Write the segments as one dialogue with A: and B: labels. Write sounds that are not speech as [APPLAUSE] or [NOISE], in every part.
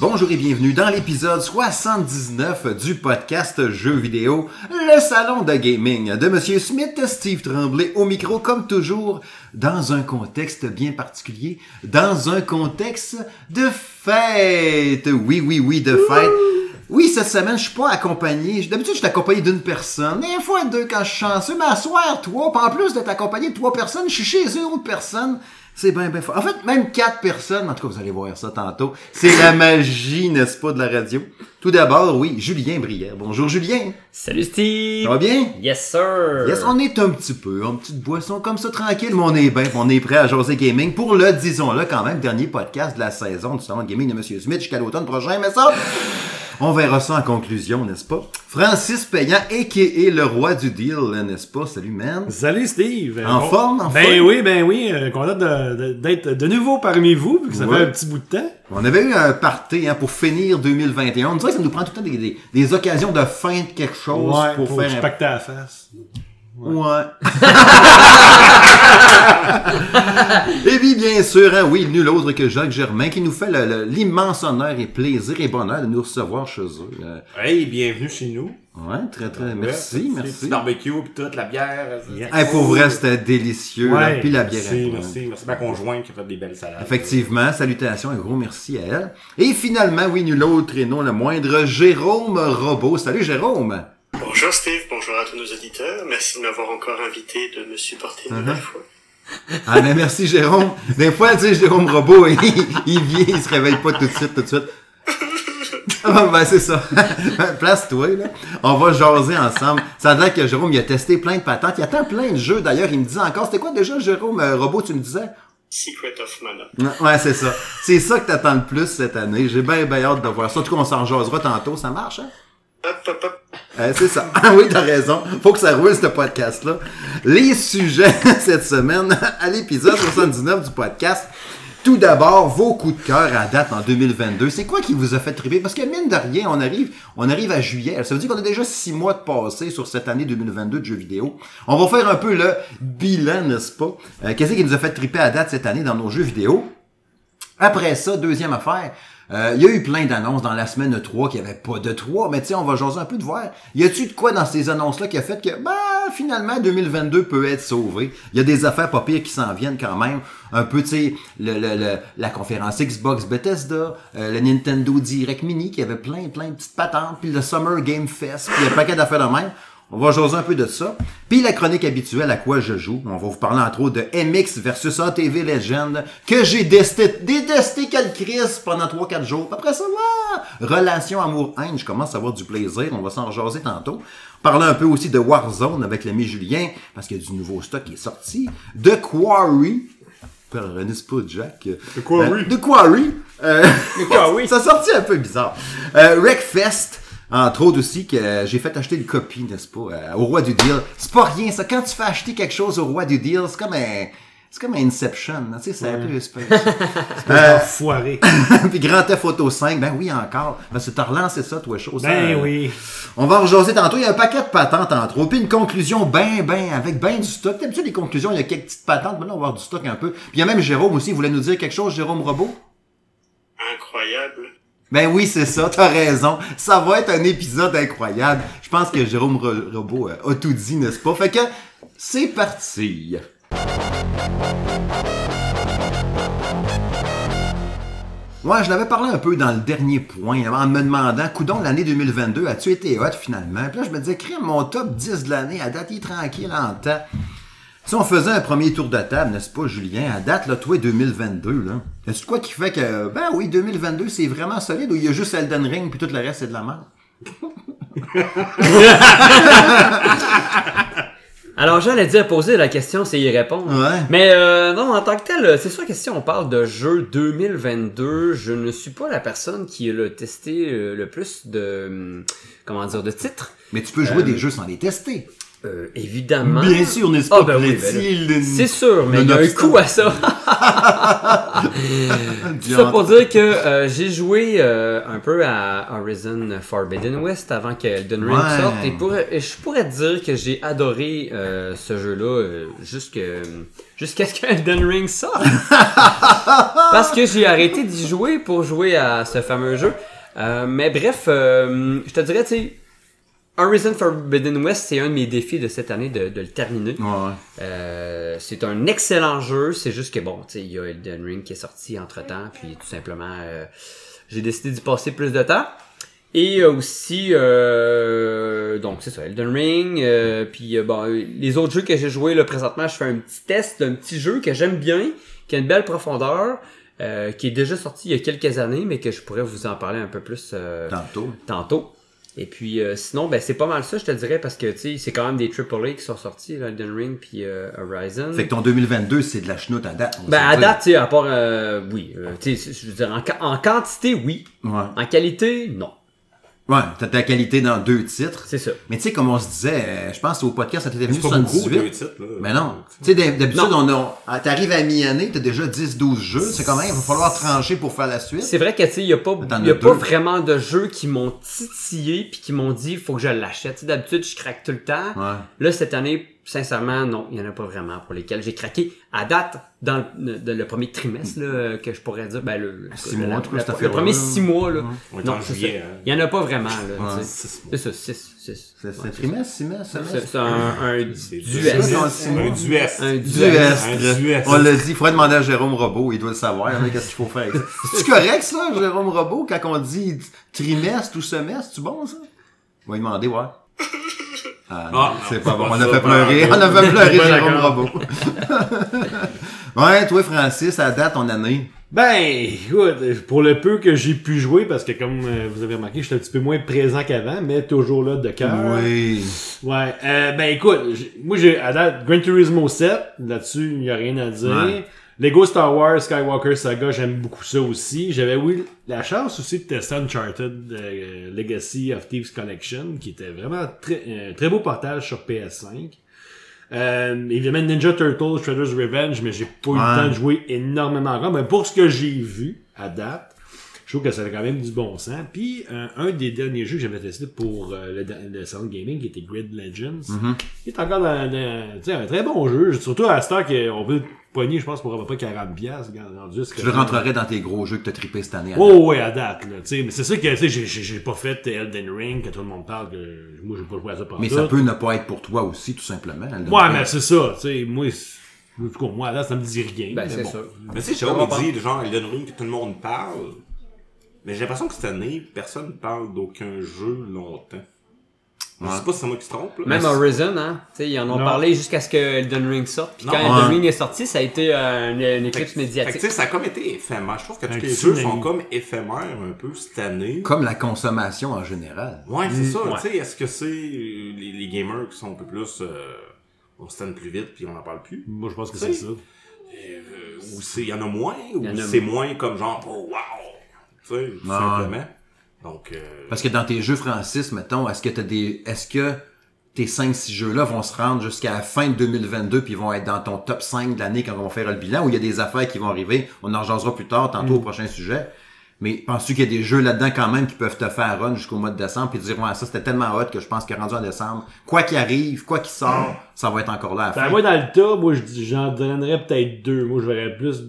A: Bonjour et bienvenue dans l'épisode 79 du podcast Jeux vidéo, le salon de gaming de Monsieur Smith, Steve Tremblay au micro comme toujours, dans un contexte bien particulier, dans un contexte de fête. Oui, oui, oui, de fête. Oui, cette semaine, je suis pas accompagné. D'habitude, je suis accompagné d'une personne. Des fois, deux quand je suis chanceux. Mais à soir, toi, en plus d'être accompagné de trois personnes, je suis chez eux, autre personne. C'est bien, bien fort. En fait, même quatre personnes. En tout cas, vous allez voir ça tantôt. C'est la magie, n'est-ce pas, de la radio. Tout d'abord, oui, Julien Brière. Bonjour, Julien.
B: Salut Steve!
A: Ça va bien?
B: Yes sir!
A: Ah Yes, on est un petit peu, en petite boisson comme ça, tranquille, mais on est bien, on est prêt à José Gaming pour le, disons-le quand même, dernier podcast de la saison du salon de gaming de Monsieur Smith jusqu'à l'automne prochain, mais ça, on verra ça en conclusion, n'est-ce pas? Francis Payant, a.k.a. le roi du deal, n'est-ce pas? Salut, man.
C: Salut Steve!
A: En
C: Bon-
A: forme, en
C: Ben
A: forme.
C: oui, ben oui, euh, content de- de- d'être de nouveau parmi vous, vu que ça
A: Ouais.
C: fait un petit bout de temps.
A: On avait eu un party hein, pour finir 2021. On dirait que ça nous prend tout le temps des, des- des occasions de fin de quelque chose pour,
C: que je
A: faire un Ben.
C: pacte à la face.
A: Ouais. [LAUGHS] et puis, bien sûr, hein, oui, nul autre que Jacques Germain qui nous fait le- le- l'immense honneur et plaisir et bonheur de nous recevoir chez eux. Euh,
D: Hey, bienvenue chez nous.
A: ouais, très, très, Ben, merci,
D: Le petit
A: merci.
D: barbecue, puis toute la bière. ça.
C: Yeah.
A: Hey, pour vrai, c'était délicieux.
C: Ouais,
A: là, puis la bière.
D: Merci,
A: après.
D: merci, merci. Ma conjointe qui a fait des belles salades.
A: Effectivement, salutations et gros merci à elle. Et finalement, oui, nul autre et non le moindre, Jérôme Robot. Salut Jérôme!
E: Bonjour Steve, bonjour à tous nos auditeurs. Merci de m'avoir encore invité, de me supporter une nouvelle fois.
A: Ah ben merci Jérôme. Des fois, tu sais, Jérôme Robot, [LAUGHS] il, il vient, il se réveille pas tout de suite, tout de suite. Ah ben c'est ça. [LAUGHS] Place-toi là. On va jaser ensemble. Ça a l'air que Jérôme il a testé plein de patentes. Il attend plein de jeux d'ailleurs. Il me dit encore, c'était quoi déjà Jérôme euh, Robot, tu me disais?
E: Secret of Mana.
A: Non, Ouais, c'est ça. C'est ça que t'attends le plus cette année. J'ai bien bien hâte de voir ça. En tout cas, on s'en jasera tantôt, ça marche, hein?
E: Hop, hop, hop.
A: Euh, c'est ça. [LAUGHS] Ah oui, t'as raison. Faut que ça roule, ce podcast-là. Les sujets [LAUGHS] cette semaine à l'épisode 79 du podcast. Tout d'abord, vos coups de cœur à date en 2022. C'est quoi qui vous a fait triper? Parce que mine de rien, on arrive, on arrive à juillet. Ça veut dire qu'on a déjà six mois de passé sur cette année 2022 de jeux vidéo. On va faire un peu le bilan, n'est-ce pas? Euh, Qu'est-ce qui nous a fait triper à date cette année dans nos jeux vidéo? Après ça, deuxième affaire, euh, il y a eu plein d'annonces dans la semaine 3 qu'il n'y avait pas de 3, mais tu sais, on va jaser un peu de voir. Y a-tu de quoi dans ces annonces-là qui a fait que, bah, finalement, 2022 peut être sauvé? Il y a des affaires pas pires qui s'en viennent quand même. Un peu, tu sais, le, le- le- la conférence Xbox Bethesda, euh, le Nintendo Direct Mini qui avait plein, plein de petites patentes, puis le Summer Game Fest, puis un paquet d'affaires de même. On va jaser un peu de ça. Puis la chronique habituelle à quoi je joue. On va vous parler entre autres de MX versus ATV Legend que j'ai détesté, détesté quel Chris pendant 3-4 jours. Après ça, voilà. Relation amour-haine, je commence à avoir du plaisir. On va s'en jaser tantôt. Parler un peu aussi de Warzone avec l'ami Julien parce qu'il y a du nouveau stock qui est sorti. De Quarry. Pardonnez pas Jack. De
C: Quarry.
A: de Quarry. Euh,
B: Ah
A: [LAUGHS]
B: oui!
A: ça sortit un peu bizarre. Euh, Wreckfest, entre autres aussi, que euh, j'ai fait acheter une copie, n'est-ce pas, euh, au roi du deal. C'est pas rien, ça. Quand tu fais acheter quelque chose au roi du deal, c'est comme un... C'est comme un Inception, hein, tu sais, c'est un
C: Mm.
A: peu
C: [LAUGHS]
A: space.
C: Euh... Foiré.
A: [LAUGHS] Puis Grand Theft Auto 5, ben oui, encore. Parce que t'as relancé ça, toi, chose.
C: Ben
A: hein.
C: oui.
A: On va en rejaser tantôt. Il y a un paquet de patentes, entre autres. Puis une conclusion, ben, ben, avec ben du stock. D'habitude, les conclusions, il y a quelques petites patentes. Mais là, on va avoir du stock un peu. Puis il y a même Jérôme aussi. Il voulait nous dire quelque chose, Jérôme Robot?
E: Incroyable.
A: Ben oui, c'est ça, t'as raison. Ça va être un épisode incroyable. Je pense que Jérôme Ro- Robot euh, a tout dit, n'est-ce pas? Fait que, c'est parti. Ouais, je l'avais parlé un peu dans le dernier point, hein, en me demandant, coudon, l'année 2022, as-tu été hot finalement? Puis là, je me disais, crème, mon top 10 de l'année, à date, il est tranquille en temps. Si on faisait un premier tour de table, n'est-ce pas, Julien, à date, là, toi, 2022, là, est-ce quoi qui fait que, ben oui, 2022, c'est vraiment solide ou il y a juste Elden Ring puis tout le reste, c'est de la merde?
B: Alors j'allais dire poser la question, c'est y répondre.
A: Ouais.
B: Mais euh, non, en tant que tel, euh, c'est sûr que si on parle de jeu 2022, je ne suis pas la personne qui a testé euh, le plus de hum, comment dire de titres.
A: Mais tu peux jouer des jeux sans les tester.
B: Euh, évidemment.
A: sûr, n'est-ce
B: Ah, ben oui, ben là.
A: plaît-il, une-
B: C'est sûr, mais il y a un
A: Nonobstant.
B: coup à ça.
A: une
B: Tout ça
A: viande.
B: pour dire que euh, j'ai joué euh, un peu à Horizon Forbidden West avant que Elden Ring
A: Ouais.
B: sorte et, pour- et je pourrais dire que j'ai adoré euh, ce jeu-là euh, jusque- jusqu'à ce que Elden Ring sorte. parce que j'ai arrêté d'y jouer pour jouer à ce fameux jeu. Euh, mais bref, euh, je te dirais, tu sais, Horizon Forbidden West, c'est un de mes défis de cette année de, de le terminer.
A: Ouais.
B: Euh, c'est un excellent jeu, c'est juste que bon, tu sais, il y a Elden Ring qui est sorti entre temps, puis tout simplement, euh, j'ai décidé d'y passer plus de temps. Et euh, aussi, euh, donc c'est ça, Elden Ring, euh, puis euh, bon, euh, les autres jeux que j'ai joués, là, présentement, je fais un petit test d'un petit jeu que j'aime bien, qui a une belle profondeur, euh, qui est déjà sorti il y a quelques années, mais que je pourrais vous en parler un peu plus euh,
A: Tantôt.
B: tantôt. Et puis euh, sinon, ben c'est pas mal ça, je te dirais, parce que tu sais, c'est quand même des AAA qui sont sortis, là, Elden Ring puis euh, Horizon.
A: Fait que ton 2022, c'est de la chenoute à date. on
B: Ben
A: va
B: à
A: se dire.
B: date, tu sais, à part, euh, oui, euh, tu sais, je veux dire, en, qua- en quantité, oui.
A: Ouais.
B: En qualité, non.
A: Ouais, t'as de la qualité dans deux titres.
B: C'est ça.
A: Mais tu sais, comme on se disait, euh, je pense au podcast, ça t'était venu
D: C'est pas beaucoup, deux
A: 78.
D: titres, là.
A: Mais Ben non. Tu sais, d'hab- d'habitude, on
B: Non.
A: a- ah, t'arrives à mi-année, t'as déjà 10-12 jeux. C'est quand même, il va falloir trancher pour faire la suite.
B: C'est vrai que tu sais, il y a pas,
A: T'en
B: y a
A: as
B: pas
A: deux.
B: vraiment de jeux qui m'ont titillé puis qui m'ont dit faut que je l'achète. Tu sais, D'habitude, je craque tout le temps.
A: Ouais.
B: Là, cette année, sincèrement, non, il y en a pas vraiment pour lesquels j'ai craqué. À date, dans le, de- le premier trimestre, là, que je pourrais dire, ben, le, le-
A: Six
B: le-
A: mois,
B: le-
A: en tout cas, cette
B: le
A: affaire-là,
B: premier
A: là.
B: six mois, là.
D: On est
B: Non,
D: en
B: c'est
D: juillet,
B: ça.
D: hein.
B: Il y en a pas vraiment, là.
A: Ouais.
B: tu sais.
D: Six mois.
B: C'est ça, six, six.
A: C'est c'est
B: Ouais, c'est ça.
A: trimestre, semestre,
B: C'est
A: semestre.
B: c'est un, un
D: C'est
B: duel.
A: duel.
D: Un duest.
B: Un
A: Du
B: duel.
A: Est.
D: Un du Est.
A: On l'a dit, il faudrait demander à Jérôme Robot, il doit le savoir, hein, qu'est-ce qu'il faut faire. avec ça. C'est-tu correct, ça, Jérôme Robot, quand on dit trimestre ou semestre, c'est bon, ça? On va lui demander, ouais. Ah, non,
D: Ah,
A: c'est
D: non,
A: pas
D: c'est
A: bon.
D: pas
A: On
D: ça,
A: a fait
D: pas
A: pleurer, on
D: grave.
A: a fait pleurer
D: Pas
A: Jérôme
D: d'accord.
A: Robot. [LAUGHS] ouais, toi, Francis, à date, ton année.
C: Ben, écoute, pour le peu que j'ai pu jouer, parce que comme euh, vous avez remarqué, je suis un petit peu moins présent qu'avant, mais toujours là de cœur.
B: Euh,
A: Oui.
C: Ouais. euh, ben, écoute, j'ai- moi, j'ai, à date, Gran Turismo 7, là-dessus, il n'y a rien à dire.
A: Ouais.
C: Lego Star Wars, Skywalker Saga, j'aime beaucoup ça aussi. J'avais, oui, la chance aussi de tester Uncharted euh, Legacy of Thieves Collection, qui était vraiment très, un très beau portage sur PS5. Euh, évidemment, Ninja Turtles, Shredder's Revenge, mais j'ai pas eu
A: Ouais.
C: le temps de jouer énormément encore. Mais pour ce que j'ai vu à date, je trouve que ça avait quand même du bon sens. Puis, euh, un des derniers jeux que j'avais testé pour euh, le, da- le salon de gaming, qui était Grid Legends, qui est encore dans, dans- tu sais, un très bon jeu. Surtout à cette heure qu'on peut le pogner, je pense, pour à peu près 40$. piastres, rendu à ce que-
A: Je le rentrerai dans tes gros jeux que t'as trippé cette année. à date.
C: Oh ouais, à date, là. Tu sais, mais c'est sûr que, tu sais, j'ai- j'ai j'ai pas fait Elden Ring, que tout le monde parle, que moi, j'ai pas joué à ça pendant
A: Mais ça peut ne pas être pour toi aussi, tout simplement.
C: Ouais, mais c'est ça, tu sais, moi, c'est- en tout cas, moi, à date, ça me dit rien.
B: Ben,
C: mais
B: c'est
C: bon.
B: ça.
D: Mais tu sais, Jérôme, il dit, genre, Elden Ring, que tout le monde parle. Mais j'ai l'impression que cette année, personne ne parle d'aucun jeu longtemps. Je sais pas si c'est moi qui se trompe, là.
B: Même
D: Mais
B: Horizon, hein. tu sais, ils en ont
C: Non.
B: parlé jusqu'à ce que Elden Ring sorte. Puis quand
D: Non,
B: Elden
A: ouais.
B: Ring est sorti, ça a été euh, une, une
D: Fait que-
B: éclipse
D: fait que,
B: médiatique.
D: tu sais, ça a comme été éphémère. Je trouve que tous
C: Un
D: les jeux
C: tsunami.
D: sont comme éphémères un peu cette année.
A: Comme la consommation en général.
D: Ouais, c'est ça.
C: ouais.
D: Tu sais, est-ce que c'est euh, les, les gamers qui sont un peu plus. euh, on se tanne plus vite puis on n'en parle plus?
C: Moi, je pense que c'est ça.
D: Et, euh, ou c'est- il y en a moins, ou
B: Il y en a
D: c'est moins comme genre, oh wow! Tu sais, tout
A: Ouais.
D: simplement. Donc, euh,
A: Parce que dans tes jeux, Francis, mettons, est-ce que t'as des. Est-ce que tes 5-6 jeux-là vont se rendre jusqu'à la fin de 2022 puis vont être dans ton top 5 de l'année quand on va faire le bilan ou il y a des affaires qui vont arriver? On en jasera plus tard, tantôt
C: Mm.
A: au prochain sujet. Mais penses-tu qu'il y a des jeux là-dedans quand même qui peuvent te faire run jusqu'au mois de décembre puis te dire, ouais, ça c'était tellement hot que je pense que rendu en décembre, quoi qu'il arrive, quoi qu'il sort, ça va être encore là à la
C: Ben,
A: fin.
C: moi, dans le tas, moi, je dis- j'en donnerais peut-être deux. Moi, je verrais plus,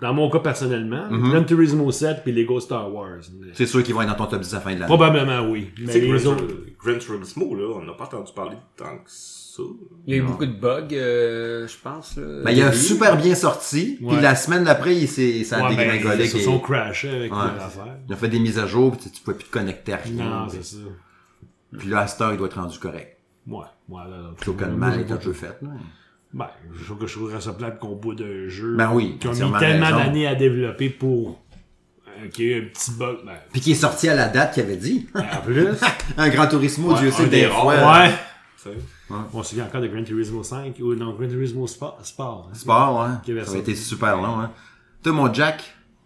C: dans mon cas personnellement,
A: Mhm.
C: Gran Turismo 7 puis Lego Star Wars. Mais-
A: C'est sûr qu'ils vont être dans ton top 10 à la fin de l'année.
C: Probablement oui.
D: tu
C: Mais
D: sais,
C: les
D: Gran
C: autres.
D: Tur- Gran Turismo, là, on n'a pas entendu parler tant que ça.
B: Il y a eu beaucoup de bugs, euh, je pense. là.
A: Ben, il a
D: Oui.
A: super bien sorti, puis
C: Ouais.
A: la semaine d'après, il s'est, ça a
C: Ouais, ben,
A: dégringolé.
C: ils se
A: qu'il-
C: sont crashés avec
A: Ouais.
C: leur affaire.
A: Il a fait des mises à jour, puis tu, tu pouvais plus te connecter à rien.
C: Non,
A: puis-
C: c'est ça.
A: Puis là, à cette heure, il doit être rendu correct.
C: Ouais. Mmh, Ouais, là, là,
A: Plutôt hein. que le
C: moi,
A: mal
C: j'ai
A: est
C: pas
A: un
C: de-
A: peu fait. là.
C: Ben, je trouve que je trouverais ça plate qu'on bout d'un jeu.
A: Ben oui,
C: Qui ont mis
A: entièrement
C: tellement
A: raison.
C: d'années à développer pour. euh, qu'il y ait un petit bug. Ben,
A: Puis qui est sorti à la date qu'il avait dit.
C: en plus.
A: [LAUGHS] un Grand Turismo,
D: Ouais,
A: Dieu sait
D: un
A: que des
D: des
A: fois.
D: rares.
A: euh,
C: ouais.
D: Tu sais.
C: On se souvient encore de Gran Turismo 5 ou non, Gran Turismo Sport. Sport, hein.
A: Sport, hein.
C: Quelle
A: Ça a
C: version?
A: été super long, hein. Toi, mon Jack,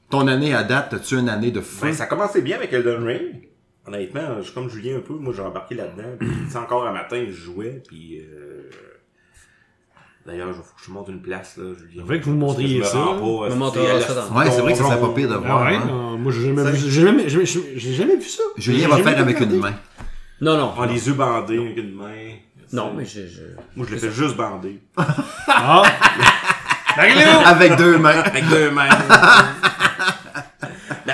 A: ton année à date, t'as-tu une année de fou?
D: Ben, ça a commencé bien avec Elden Ring. Honnêtement, je, comme Julien un peu, moi j'ai embarqué là-dedans. Puis tu sais, encore un matin, je jouais. Puis euh... d'ailleurs, il faut que je monte une place là, Julien.
C: Faudrait que vous me montriez
D: Parce que je me
C: ça.
D: rends pas,
B: Me
D: euh,
B: montrera
D: à la-
B: ça dans-
A: Ouais, c'est vrai que ça
D: on-
A: serait pas pire de
D: on-
A: voir.
C: Ah ouais?
A: hein.
C: Non, moi, j'ai jamais, vu- j'ai jamais, j'ai jamais- j'ai jamais vu ça.
A: Julien
C: J'ai
A: va
C: jamais
A: faire avec
C: regardé.
A: une main.
B: Non, non.
D: Ah, les yeux bandés avec une main.
B: Non, mais je. je-
D: Moi, je l'ai fait juste bander.
C: Ah!
D: Ben,
A: Avec deux mains.
C: [LAUGHS]
D: Avec deux mains.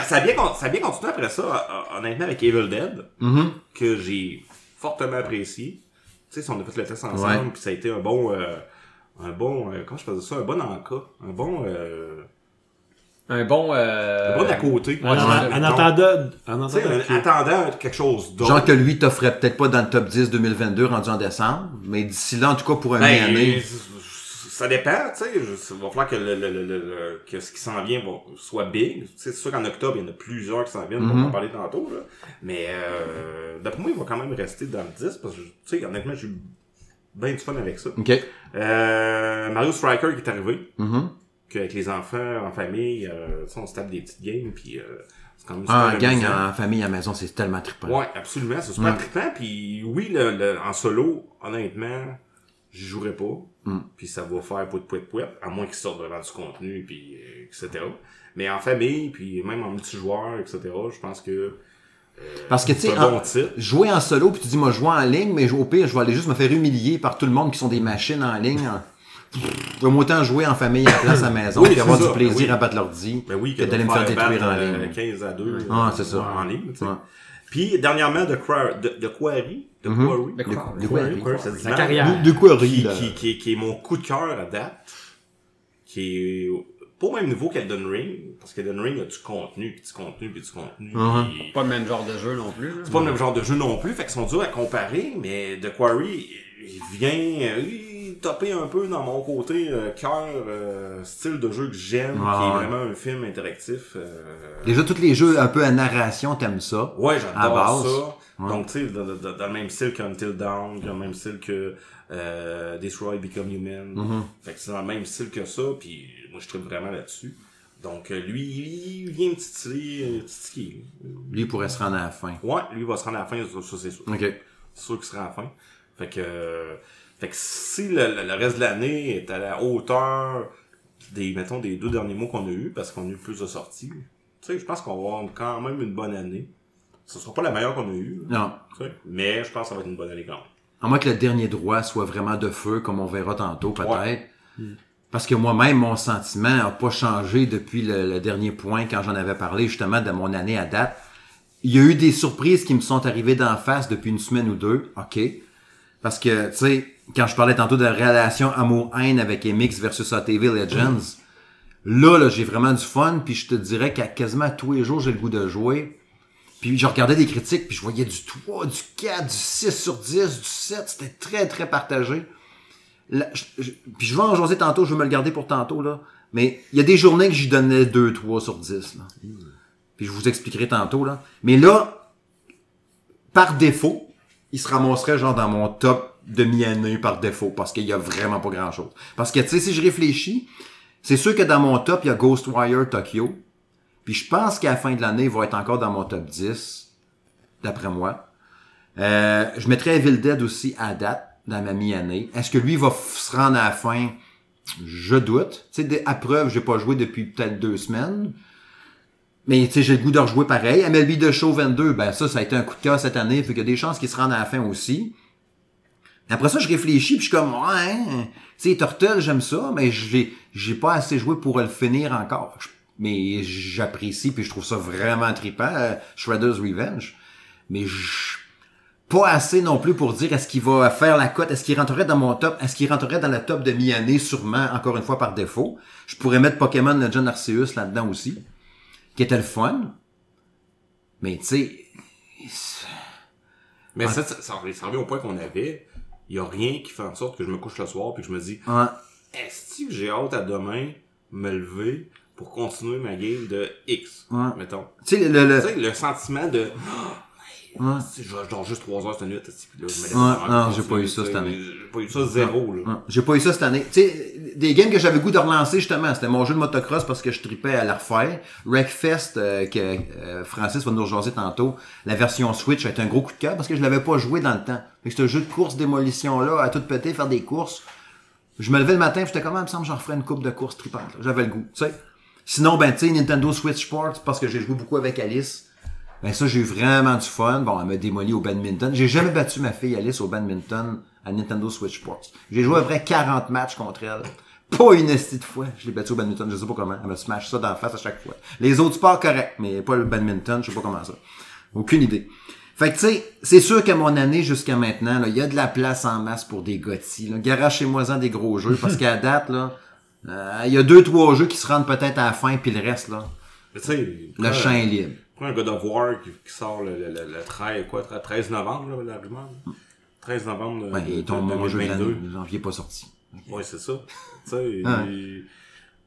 D: ça, a bien, con- ça a bien continué après ça, hon- honnêtement, avec Evil Dead,
A: Mhm.
D: que j'ai fortement apprécié. Tu sais, si on a fait le test ensemble,
A: Ouais.
D: puis ça a été un bon... euh, un bon... euh, comment je faisais ça? Un bon encas. Un bon... euh,
B: Un bon. euh,
D: un bon à côté.
C: En, en- en
D: Donc,
C: attendant, en
D: tu sais,
A: euh,
C: attendant
D: en
C: que-
D: attendant quelque chose d'autre.
A: Genre que lui t'offrait peut-être pas dans le top 10 2022 rendu en décembre, mais d'ici là, en tout cas pour une
D: Ben,
A: année.
D: ça dépend, tu sais. je- Il va falloir que, le, le- le- le- le- que ce qui s'en vient va- soit big. Tu sais, C'est sûr qu'en octobre, il y en a plusieurs qui s'en viennent,
A: Mhm.
D: on va en parler tantôt. Là. Mais euh, d'après moi, il va quand même rester dans le 10 parce que, tu sais, honnêtement, j'ai eu bien du fun avec ça.
A: Ok.
D: Euh, Mario Striker qui est arrivé,
A: Mhm.
D: qu'avec les enfants, en famille, euh, tu sais, on se tape des petites games, puis euh, c'est quand même
A: Ah, en
D: super
A: gang,
D: amusant.
A: en famille, à la maison, c'est tellement trippant.
D: Ouais, absolument, c'est super trippant. Puis oui, le, le- en solo, honnêtement, j'y jouerai pas.
A: Mm.
D: Puis ça va faire pouet pouet pouet, à moins qu'ils sortent vraiment du contenu, puis euh, etc. Mais en famille, puis même en multijoueur, etc., je pense que
A: Parce que tu
D: c'est
A: sais,
D: un
A: en-
D: bon titre.
A: jouer en solo, puis tu dis, moi, je joue en ligne, mais au pire, je vais aller juste me faire humilier par tout le monde qui sont des machines en ligne.
D: [LAUGHS]
A: hein. J'aime autant jouer en famille à la place à la maison,
D: Oui,
A: puis avoir
D: c'est
A: du
D: ça,
A: plaisir
D: oui.
A: à battre l'ordi,
D: Ben oui,
A: que d'aller me faire détruire en
D: battre, euh,
A: ligne.
D: 15 à 2
A: Ah, c'est ça.
D: en ligne. tu sais.
A: Ouais.
D: Puis dernièrement, de Quarry. De, de Quarry. De Quarry.
B: De Quarry.
A: De Quarry.
D: ça se dit
C: La
D: mal.
C: carrière.
A: Mhm. De, de quoi
D: qui,
A: rire?
D: qui, qui, qui est mon coup de cœur à date, qui est pas au même niveau qu'Elden Ring, parce qu'Elden Ring a du contenu, puis du contenu, puis du contenu.
A: Mhm.
D: puis-
B: Pas le même genre de jeu non plus. là.
D: C'est pas le même genre de jeu non plus, fait qu'ils sont durs à comparer, mais The Quarry, il vient euh, il topper un peu dans mon côté euh, cœur, euh, style de jeu que j'aime, qui
A: Ouais.
D: est vraiment un film interactif. euh,
A: Déjà, tous les jeux un peu à narration, t'aimes ça.
D: Ouais,
A: À
D: j'adore
A: base.
D: ça.
A: Ouais.
D: Donc, tu sais, dans, dans- dans le même style que Until Dawn, dans le même style que euh, Destroy Become Human.
A: Mm-hmm.
D: Fait que c'est dans le même style que ça, puis moi, je tripe vraiment là-dessus. Donc, euh, lui, il vient me titiller, euh, titiller.
A: Lui, il pourrait se rendre à la fin.
D: Ouais, lui, il va se rendre à la fin, ça, ça, c'est sûr.
A: OK.
D: C'est sûr qu'il sera à la fin. Fait que, euh, fait que si le, le- le reste de l'année est à la hauteur des, mettons, des deux derniers mois qu'on a eu, parce qu'on a eu plus de sorties, tu sais, je pense qu'on va avoir quand même une bonne année. Ce sera pas la meilleure qu'on a eue, là,
A: Non.
D: tu sais, mais je pense que ça va être une bonne année quand même.
A: À moins que le dernier droit soit vraiment de feu, comme on verra tantôt peut-être. Parce que moi-même, mon sentiment n'a pas changé depuis le, le dernier point quand j'en avais parlé justement de mon année à date. Il y a eu des surprises qui me sont arrivées d'en face depuis une semaine ou deux. OK. Parce que, tu sais, quand je parlais tantôt de la relation amour-haine avec MX versus ATV Legends, là, là, j'ai vraiment du fun. Puis je te dirais qu'à quasiment tous les jours, j'ai le goût de jouer. Puis je regardais des critiques, puis je voyais du 3, du 4, du 6 sur 10, du 7. C'était très, très partagé. Là, je- je- puis je vais en jaser tantôt, je vais me le garder pour tantôt, là. Mais il y a des journées que j'y donnais 2, 3 sur 10, là. Puis je vous expliquerai tantôt, là. Mais là, par défaut, il se ramasserait genre dans mon top demi-année par défaut, parce qu'il y a vraiment pas grand-chose. Parce que, tu sais, si je réfléchis, c'est sûr que dans mon top, il y a Ghostwire Tokyo. Puis je pense qu'à la fin de l'année, il va être encore dans mon top 10, d'après moi. Euh, je mettrais Evil Dead aussi à date, dans ma mi-année. Est-ce que lui va f- se rendre à la fin? Je doute. Tu sais, des- à preuve, j'ai pas joué depuis peut-être deux semaines. Mais tu sais, j'ai le goût de rejouer pareil. MLB de Show 22, ben ça, ça a été un coup de cœur cette année. Fait qu'il y a des chances qu'il se rende à la fin aussi. Après ça, je réfléchis, puis je suis comme, ouais, hein. tu sais, Turtle, j'aime ça, mais j'ai, j'ai pas assez joué pour le finir encore. Je- Mais j'apprécie, puis je trouve ça vraiment trippant, euh, Shredder's Revenge. Mais je- pas assez non plus pour dire est-ce qu'il va faire la cote, est-ce qu'il rentrerait dans mon top, est-ce qu'il rentrerait dans le top de mi-année, sûrement, encore une fois, par défaut. Je pourrais mettre Pokémon Legend Arceus là-dedans aussi, qui était le fun. Mais tu sais,
D: Mais ça, ça, ça revient- ça revient au point qu'on avait. Il y a rien qui fait en sorte que je me couche le soir puis que je me dis,
A: en-
D: est-ce que j'ai hâte à demain me lever pour continuer ma game de X,
A: Ouais.
D: mettons.
A: tu sais, le, le-
D: Tu sais, le sentiment de. Oh,
A: Ouais.
D: si je dors juste 3 heures cette nuit, t'sais, puis là, je me laisse
A: Ouais,
D: dormir,
A: non,
D: puis
A: j'ai pas eu ça
D: t'sais,
A: cette année.
D: J'ai pas eu ça zéro, là.
A: Hein, J'ai pas eu ça cette année. Tu sais, des games que j'avais goût de relancer justement, c'était mon jeu de motocross parce que je tripais à la refaire. Wreckfest euh, que euh, Francis va nous rejoindre tantôt, la version Switch a été un gros coup de cœur parce que je l'avais pas joué dans le temps. Fait que ce jeu de course démolition là, à tout péter, faire des courses. Je me levais le matin, j'étais comme Ah, il me semble que j'en referais une coupe de courses tripantes. là. J'avais le goût, tu sais. Sinon ben tu sais Nintendo Switch Sports parce que j'ai joué beaucoup avec Alice. Ben ça, j'ai eu vraiment du fun. Bon, elle m'a démoli au badminton. J'ai jamais battu ma fille Alice au badminton à Nintendo Switch Sports. J'ai joué à vrai 40 matchs contre elle Pas une estie de fois. Je l'ai battu au badminton, je sais pas comment. Elle me smash ça dans la face à chaque fois. Les autres sports, correct, mais pas le badminton, je sais pas comment ça. Aucune idée. Fait que tu sais, c'est sûr qu'à mon année jusqu'à maintenant, là, il y a de la place en masse pour des gottis. là. Garachez-moi-en des gros jeux, parce qu'à date, là, euh, il y a deux, trois jeux qui se rendent peut-être à la fin, puis le reste, là,
D: Mais tu sais,
A: le champ est libre.
D: Prends un God of War qui, qui sort le, le, le, le 13, quoi, 13 novembre, là, l'argument. 13 novembre de,
A: Ouais,
D: de-
A: et ton
D: Euh, de
A: mon jeu de
D: 2022.
A: l'année, janvier pas sorti.
D: Ouais, c'est ça. Tu sais,
B: Ah.
D: il-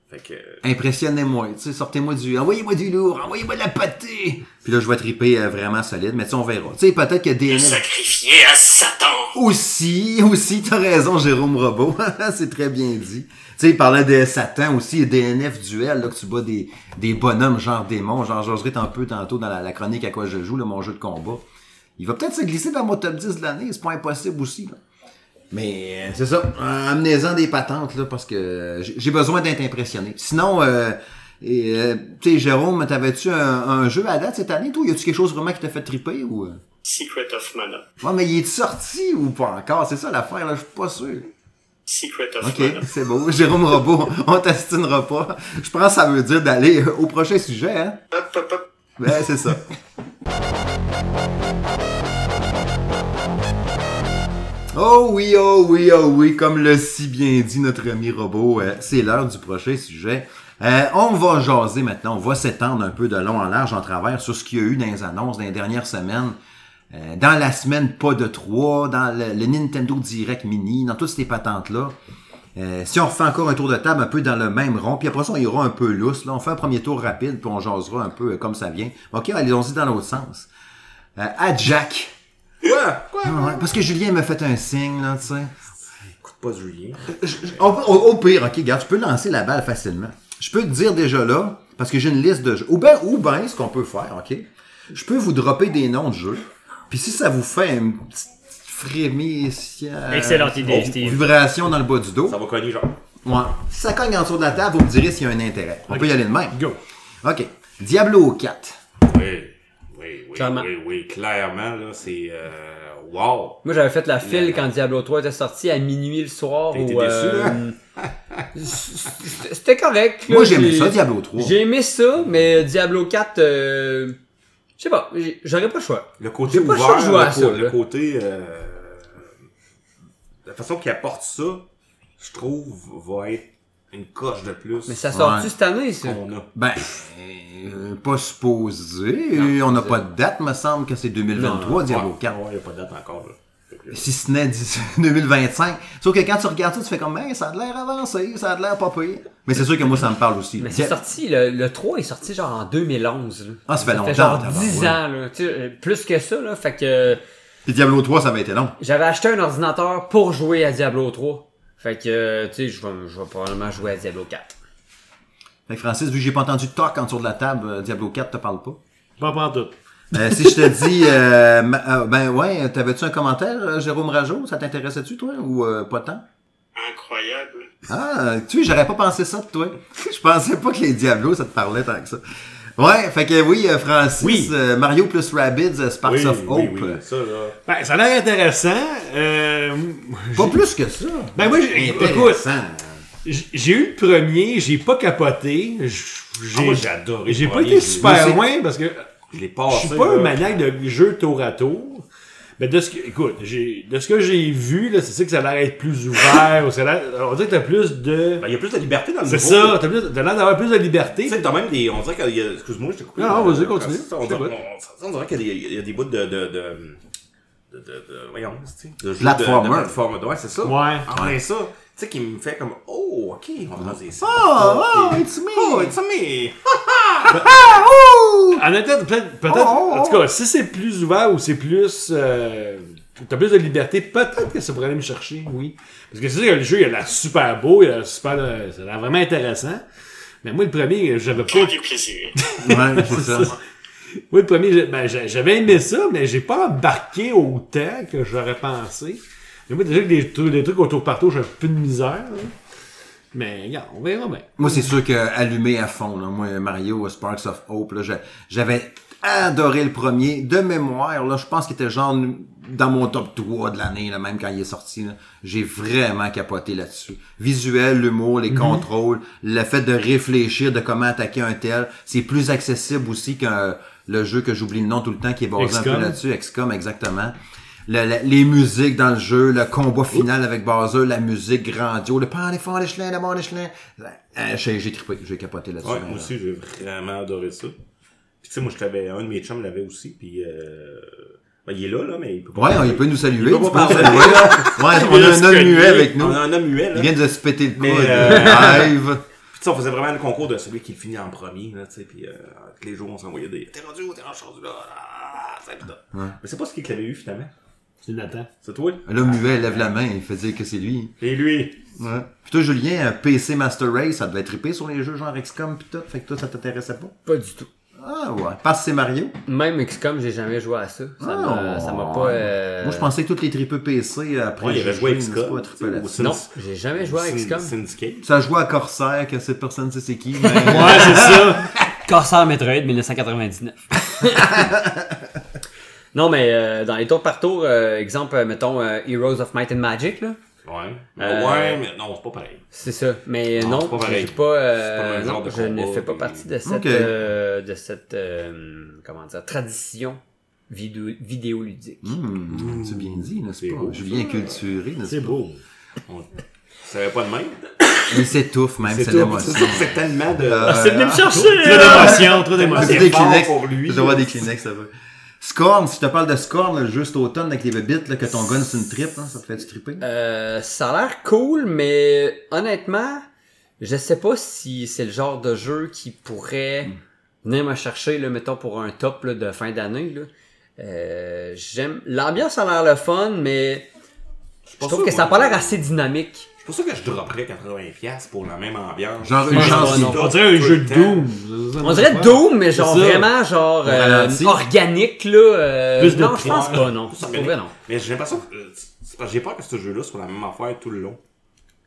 D: fait que, euh,
A: Impressionnez-moi, tu sais, sortez-moi du, envoyez-moi du lourd, envoyez-moi de la pâtée. Puis là, je vais triper euh, vraiment solide, mais tu sais, on verra. Tu sais, peut-être que DNA...
E: Sacrifié à Satan.
A: Aussi, aussi, t'as raison, Jérôme Robot. [LAUGHS] c'est très bien dit. Tu sais, il parlait de Satan aussi, et DNF duel, là, que tu bats des, des bonhommes genre démons. J'en jaserai un peu tantôt dans la, la chronique à quoi je joue, là, mon jeu de combat. Il va peut-être se glisser dans mon top 10 de l'année, c'est pas impossible aussi, là. Mais euh, c'est ça, euh, amenez-en des patentes, là, parce que euh, j'ai j'ai besoin d'être impressionné. Sinon, euh, et, euh, tu sais, Jérôme, t'avais-tu un, un jeu à date cette année, toi? Y a-tu quelque chose vraiment qui t'a fait triper ou... euh?
E: Secret of Mana.
A: Ouais, mais il est sorti ou pas encore? C'est ça l'affaire, là, je suis pas sûr.
E: Secret of
A: Ok,
E: Mana.
A: c'est beau. Jérôme Robot, on t'astinera pas. Je pense que ça veut dire d'aller euh, au prochain sujet, hein?
E: Hop, hop, hop.
A: Ouais, c'est ça. Oh oui, oh oui, oh oui, comme le si bien dit notre ami robot, euh, c'est l'heure du prochain sujet. Euh, on va jaser maintenant, on va s'étendre un peu de long en large en travers sur ce qu'il y a eu dans les annonces dans les dernières semaines. Euh, dans la semaine pas de 3, dans le, le Nintendo Direct Mini, dans toutes ces patentes-là. Euh, si on refait encore un tour de table un peu dans le même rond, puis après ça, on ira un peu lousse. Là, on fait un premier tour rapide, puis on jasera un peu euh, comme ça vient. OK, allons-y dans l'autre sens. Euh, à Jack.
D: Quoi? Quoi?
A: Ah ouais, parce que Julien m'a fait un signe, là, tu sais.
D: Écoute pas Julien.
A: Au, au- au pire, ok, regarde, tu peux lancer la balle facilement. Je peux te dire déjà là, parce que j'ai une liste de jeux. Ou ben, ou ben, ce qu'on peut faire, ok? Je peux vous dropper des noms de jeux. Puis si ça vous fait une petite frémissière...
F: Excellente idée,
A: Oh,
F: Steve.
A: Vibration dans le bas du dos.
D: Ça va cogner, genre.
A: Ouais. Si ça cogne en dessous de la table, vous me direz s'il y a un intérêt. On peut y aller de même.
C: Go.
A: OK. Diablo 4.
D: Oui. Oui, oui,
B: Clairement.
D: oui, oui, clairement, là, c'est, euh, wow.
B: Moi, j'avais fait la file quand Diablo 3 était sorti à minuit le soir.
D: T'as été
B: ou,
D: déçu, hein?
B: euh, c- [LAUGHS] C'était correct. là,
A: Moi, j'aimais ça, Diablo 3.
B: J'ai aimé ça, mais Diablo 4, euh, je sais pas, j'ai- j'aurais pas le choix.
D: Le côté
B: J'ai pas
D: ouvert,
B: le choix de jouer à
D: le,
B: ça,
D: co- le
B: là.
D: côté... euh, la façon qu'il apporte ça, je trouve, va être une coche de plus.
B: Mais ça sort-tu
A: Ouais.
B: cette année, ça?
D: qu'on a.
A: Ben, euh, pas supposé. on n'a pas de date, me semble, que c'est 2023, Diablo
D: Ouais,
A: 4.
D: ouais, y a pas de date encore, là. Fait que-
A: Si ce n'est [LAUGHS] 10 2025. Sauf que quand tu regardes ça, tu fais comme, ben, ça a de l'air avancé, ça a de l'air pas pire. Mais c'est sûr que moi, ça me parle aussi.
B: Mais c'est
A: Dia-
B: sorti, le, le 3 est sorti genre en 2011. là.
A: Ah, ça fait longtemps,
B: genre
A: d'abord,
B: 10
A: ouais.
B: ans, là, tu sais, euh, plus que ça, là, fait que euh,
A: Puis Diablo 3, ça va être long.
B: j'avais acheté un ordinateur pour jouer à Diablo 3. Fait que, euh, tu sais, je vais je vais probablement jouer à Diablo 4.
A: Fait que Francis, vu que j'ai pas entendu de talk en dessous de la table, euh, Diablo 4 te parle pas.
C: Pas en tout.
A: Euh, si je te dis, euh, ma- euh, ben ouais, t'avais-tu un commentaire, euh, Jérôme Rajot? Ça t'intéressait-tu, toi, ou euh, pas tant?
E: Incroyable.
A: Ah, tu sais, j'aurais pas pensé ça de toi. Je pensais pas que les Diablos, ça te parlait tant que ça. Ouais, fait que oui, euh, Francis,
C: Oui.
A: euh, Mario plus Rabbids, euh, Sparks
D: Oui,
A: of
D: oui,
A: Hope.
D: oui,
A: euh,
D: ça, là.
C: Ben, ça a l'air intéressant. Euh,
A: Pas plus que ça.
C: ben, moi, j'ai- écoute,
A: Intéressant.
C: J- J'ai eu le premier, j'ai pas capoté. j-
D: Ah,
C: J'ai
D: moi, Ah, j'ai adoré le
C: J'ai pas
D: premier,
C: été
D: je l'ai-
A: Moi
C: super
A: aussi.
C: loin parce que
D: Je l'ai
C: je
D: passé.
C: suis pas un
D: là.
C: maniaque de jeu tour à tour. Mais de ce que, écoute, j'ai, de ce que j'ai vu, là, c'est ça que ça a l'air d'être plus ouvert. ou ça a l'air- on dirait que t'as plus de,
D: Ben, il y a plus de liberté dans le
C: c'est
D: nouveau.
C: ça, t'as plus, t'as l'air d'avoir plus de liberté.
D: Tu sais, t'as même des. On dirait qu'il y a. Excuse-moi, je t'ai coupé.
C: Non, non, vas-y, continue.
D: On,
C: Je t'écoute.
D: dirait- on- on dirait qu'il y, a- il y a des bouts de. de, de de, de, de, voyons, tu sais, de jeux
A: Platformer.
D: De, de platformer. Ouais, c'est ça.
C: Ouais.
D: En plein ça. Tu sais, qui me fait comme, oh, ok, on va lancer
C: Ah,
D: ça.
A: Oh, oh, it's me.
D: Oh, it's me.
A: Ah, ouh.
C: Honnêtement, peut-être, peut-être-
A: Oh, oh,
C: en tout cas, si c'est plus ouvert ou c'est plus, euh, t'as plus de liberté, peut-être que ça pourrait aller me chercher, oui. Parce que c'est sûr que le jeu, il a l'air super beau, il a l'air super, euh, ça a l'air vraiment intéressant. Mais moi, le premier, j'avais pas
E: Que du plaisir.
A: Ouais, c'est ça.
C: Oui, le premier, j'ai- ben, j'ai- j'avais aimé ça, mais j'ai pas embarqué autant que j'aurais pensé. Mais moi, déjà, que des, tru- des trucs autour partout, j'ai un peu de misère. là. Mais regarde, on verra bien.
A: Moi, c'est sûr que allumé à fond, là. Moi, Mario Sparks of Hope, là, je- j'avais adoré le premier. De mémoire, là, je pense qu'il était genre dans mon top 3 de l'année, là, même quand il est sorti, là. J'ai vraiment capoté là-dessus. Visuel, l'humour, les contrôles, le fait de réfléchir de comment attaquer un tel. C'est plus accessible aussi qu'un, le jeu que j'oublie le nom tout le temps qui est basé un peu
C: XCOM.
A: là-dessus, XCOM, exactement. Le- le- les musiques dans le jeu, le combat final avec Bowser, la musique grandiose, le pan des fonds des chelins, le bon des chelins. Euh, j'ai j'ai trippé, j'ai capoté là-dessus.
D: Ouais,
A: hein, là.
D: moi aussi, j'ai vraiment adoré ça. Puis tu sais, moi, je l'avais, un de mes chums l'avait aussi, puis euh, ben, il est là, là, mais il peut pas.
A: Ouais, il peut nous saluer.
D: Il peut
A: tu
D: pas
A: peux nous
D: parler.
A: saluer, là. Ouais,
D: [LAUGHS] Il
A: on
D: vient
A: a
D: de
A: un
D: se
A: homme
D: cogner.
A: muet avec nous.
D: On a un homme muet, là.
A: Il vient de se péter le coude.
D: Mais,
A: euh, live.
D: Puis tu sais, on faisait vraiment le concours de celui qui le finit en premier, là, tu sais, puis euh, tous les jours, on s'envoyait des « T'es rendu où? T'es rendu là? Ah, c'est putain. Mais c'est pas ce qu'il l'avait eu, finalement.
C: C'est Nathan.
D: C'est toi?
A: L'homme muet lève la main, il fait dire que c'est lui.
D: Et lui?
A: Ouais. Puis toi, Julien, un PC Master Race, ça devait triper sur les jeux genre XCOM pis tout. Fait que toi, ça t'intéressait pas.
B: Pas du tout.
A: Ah ouais. Parce que c'est Mario.
B: Même XCOM, j'ai jamais joué à ça. Ça m'a-
A: Ah,
B: ça m'a
A: ouais.
B: pas. euh,
A: Moi, je pensais que tous les tripeux PC après.
D: Ouais, il avait joué à
A: j'ai-
D: XCOM,
A: pas trippé là-dessus.
D: tu sais, au
B: Non,
D: Syn-
B: j'ai jamais joué à
D: Syn-
B: XCOM.
D: Syndicate.
A: Ça joue à Corsair, que cette personne sait c'est qui, mais...
C: Ouais, c'est ça.
F: Corsair Metroid 1999.
B: [LAUGHS] Non, mais euh, dans les tours par tour, euh, exemple, euh, mettons euh, Heroes of Might and Magic, là.
D: Ouais.
B: Euh,
D: Ouais, mais non, c'est pas pareil.
B: C'est ça. Mais euh, non,
D: Non, Ah, c'est pas
B: j'ai
D: pareil.
B: pas, euh,
D: C'est pas le même
B: non,
D: genre de
B: je ne
D: combat,
B: fais pas
D: puis-
B: partie de cette,
A: Ok.
B: euh, de cette euh, comment dire, tradition vidéo, vidéoludique.
A: Hmm, c'est bien dit, n'est-ce
D: C'est
A: pas?
D: beau,
A: Julien culturé, n'est-ce
C: C'est
A: pas?
C: beau.
D: On savait pas de même.
A: Il s'étouffe même, c'est
D: tout.
A: l'émotion.
D: C'est tellement de...
A: Euh,
F: venu me chercher!
C: Ah, Trop d'émotions, trop
A: Je
C: d'émotions.
A: veux des
D: fort
A: Kleenex.
D: pour lui.
A: Je vais avoir des Kleenex, ça va. Scorn, si je te parle de Scorn, là, juste automne avec les bébites, là, que ton gun c'est une trip, hein, ça te fait-tu tripper?
B: Euh, ça a l'air cool, mais honnêtement, je sais pas si c'est le genre de jeu qui pourrait venir me chercher, là, mettons, pour un top là, de fin d'année. là. Euh, J'aime. L'ambiance a l'air le fun, mais je
D: pas
B: trouve
D: sûr,
B: que ça a
D: moi.
B: pas l'air assez dynamique.
D: C'est pour ça que je dropperais 80$ pour la même ambiance.
A: Genre une
C: Ouais,
A: chance.
B: non,
C: On dirait un jeu de Doom.
B: On dirait Doom, mais genre
C: C'est ça.
B: vraiment genre euh,
A: Ralenti.
B: organique là. euh,
C: Plus de
B: non, je pense
D: Ouais.
B: pas, non.
D: Ça
B: Pour vrai, non.
D: Mais j'ai l'impression que. euh, c'est parce que j'ai peur que ce jeu-là soit la même affaire tout le long.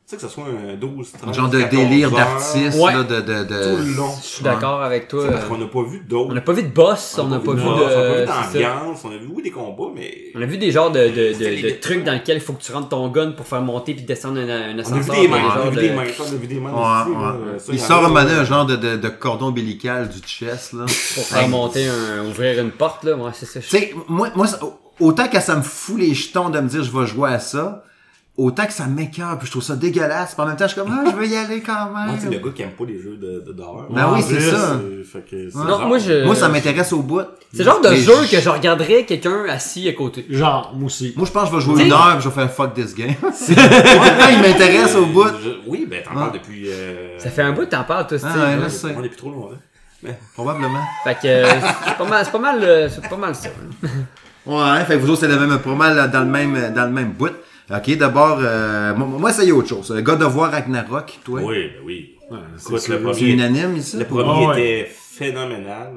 D: Tu sais, que ce soit un 12, 13.
A: Genre de
D: 14
A: délire
D: heures,
A: d'artiste,
B: Ouais.
A: là, de, de,
D: Tout
A: de...
D: le long.
B: Je suis d'accord avec toi.
D: Tu sais, parce
B: euh,
D: qu'on n'a pas vu
B: On
D: d'autres.
B: n'a pas vu de boss, on n'a pas vu
D: de- On n'a pas vu
B: de. c'est ça.
D: d'ambiance, on a vu oui, des combats, mais.
B: On a vu des genres de, de,
D: C'était
B: de,
D: les
B: de
D: détails.
B: trucs dans lesquels il faut que tu rentres ton gun pour faire monter puis descendre un, un
D: On a vu
B: ascenseur.
D: des
B: puis
D: mains,
B: des
D: on a
B: genres
D: vu
B: de-
D: des mains, on a vu des mains
A: Ouais,
D: aussi,
A: ouais.
D: là. Ça,
A: Il
D: y en
A: sort
D: a,
A: un moment donné,
D: euh,
A: un genre de, de, de cordon ombilical du chest, là.
B: Pour faire monter un. ouvrir une porte, là. Ouais, c'est ça.
A: Tu sais, moi, moi ça- autant que ça me fout les jetons de me dire je vais jouer à ça, autant que ça m'écœure, puis je trouve ça dégueulasse. Puis en même temps, je suis comme, ah, je veux y aller quand même.
D: Moi, c'est le gars qui aime pas les jeux de, de d'horreur.
A: Ben oui, c'est ça.
D: euh, fait que c'est
B: Non,
D: bizarre. Euh,
B: moi, je.
A: Moi, ça m'intéresse au bout.
B: C'est le genre de
A: Mais
B: jeu
A: je-
B: que je regarderais quelqu'un assis à côté.
C: Genre, moi aussi.
A: Moi, je pense que je vais jouer une heure, puis je vais faire fuck this game. [LAUGHS] Autant il m'intéresse au bout.
D: Je- Oui, ben t'en parles depuis. euh,
B: Ça fait un bout que t'en parles, toi, ce
A: Ah,
B: style,
A: ouais,
B: là.
A: là, c'est
D: On est plus trop loin. hein.
A: probablement.
B: Fait que. euh, c'est pas mal, c'est pas mal, euh, c'est pas mal ça. là.
A: Ouais, fait que vous autres, c'est le même, pas mal dans le même, dans le même bout. Ok, d'abord, euh, moi- moi, ça y est autre chose. God of War Ragnarok, toi.
D: Oui, ben oui.
C: Ouais, c'est
D: Écoute, le
C: sûr.
A: C'est
D: premier,
A: unanime ici.
D: le premier
C: Ah ouais.
D: était phénoménal.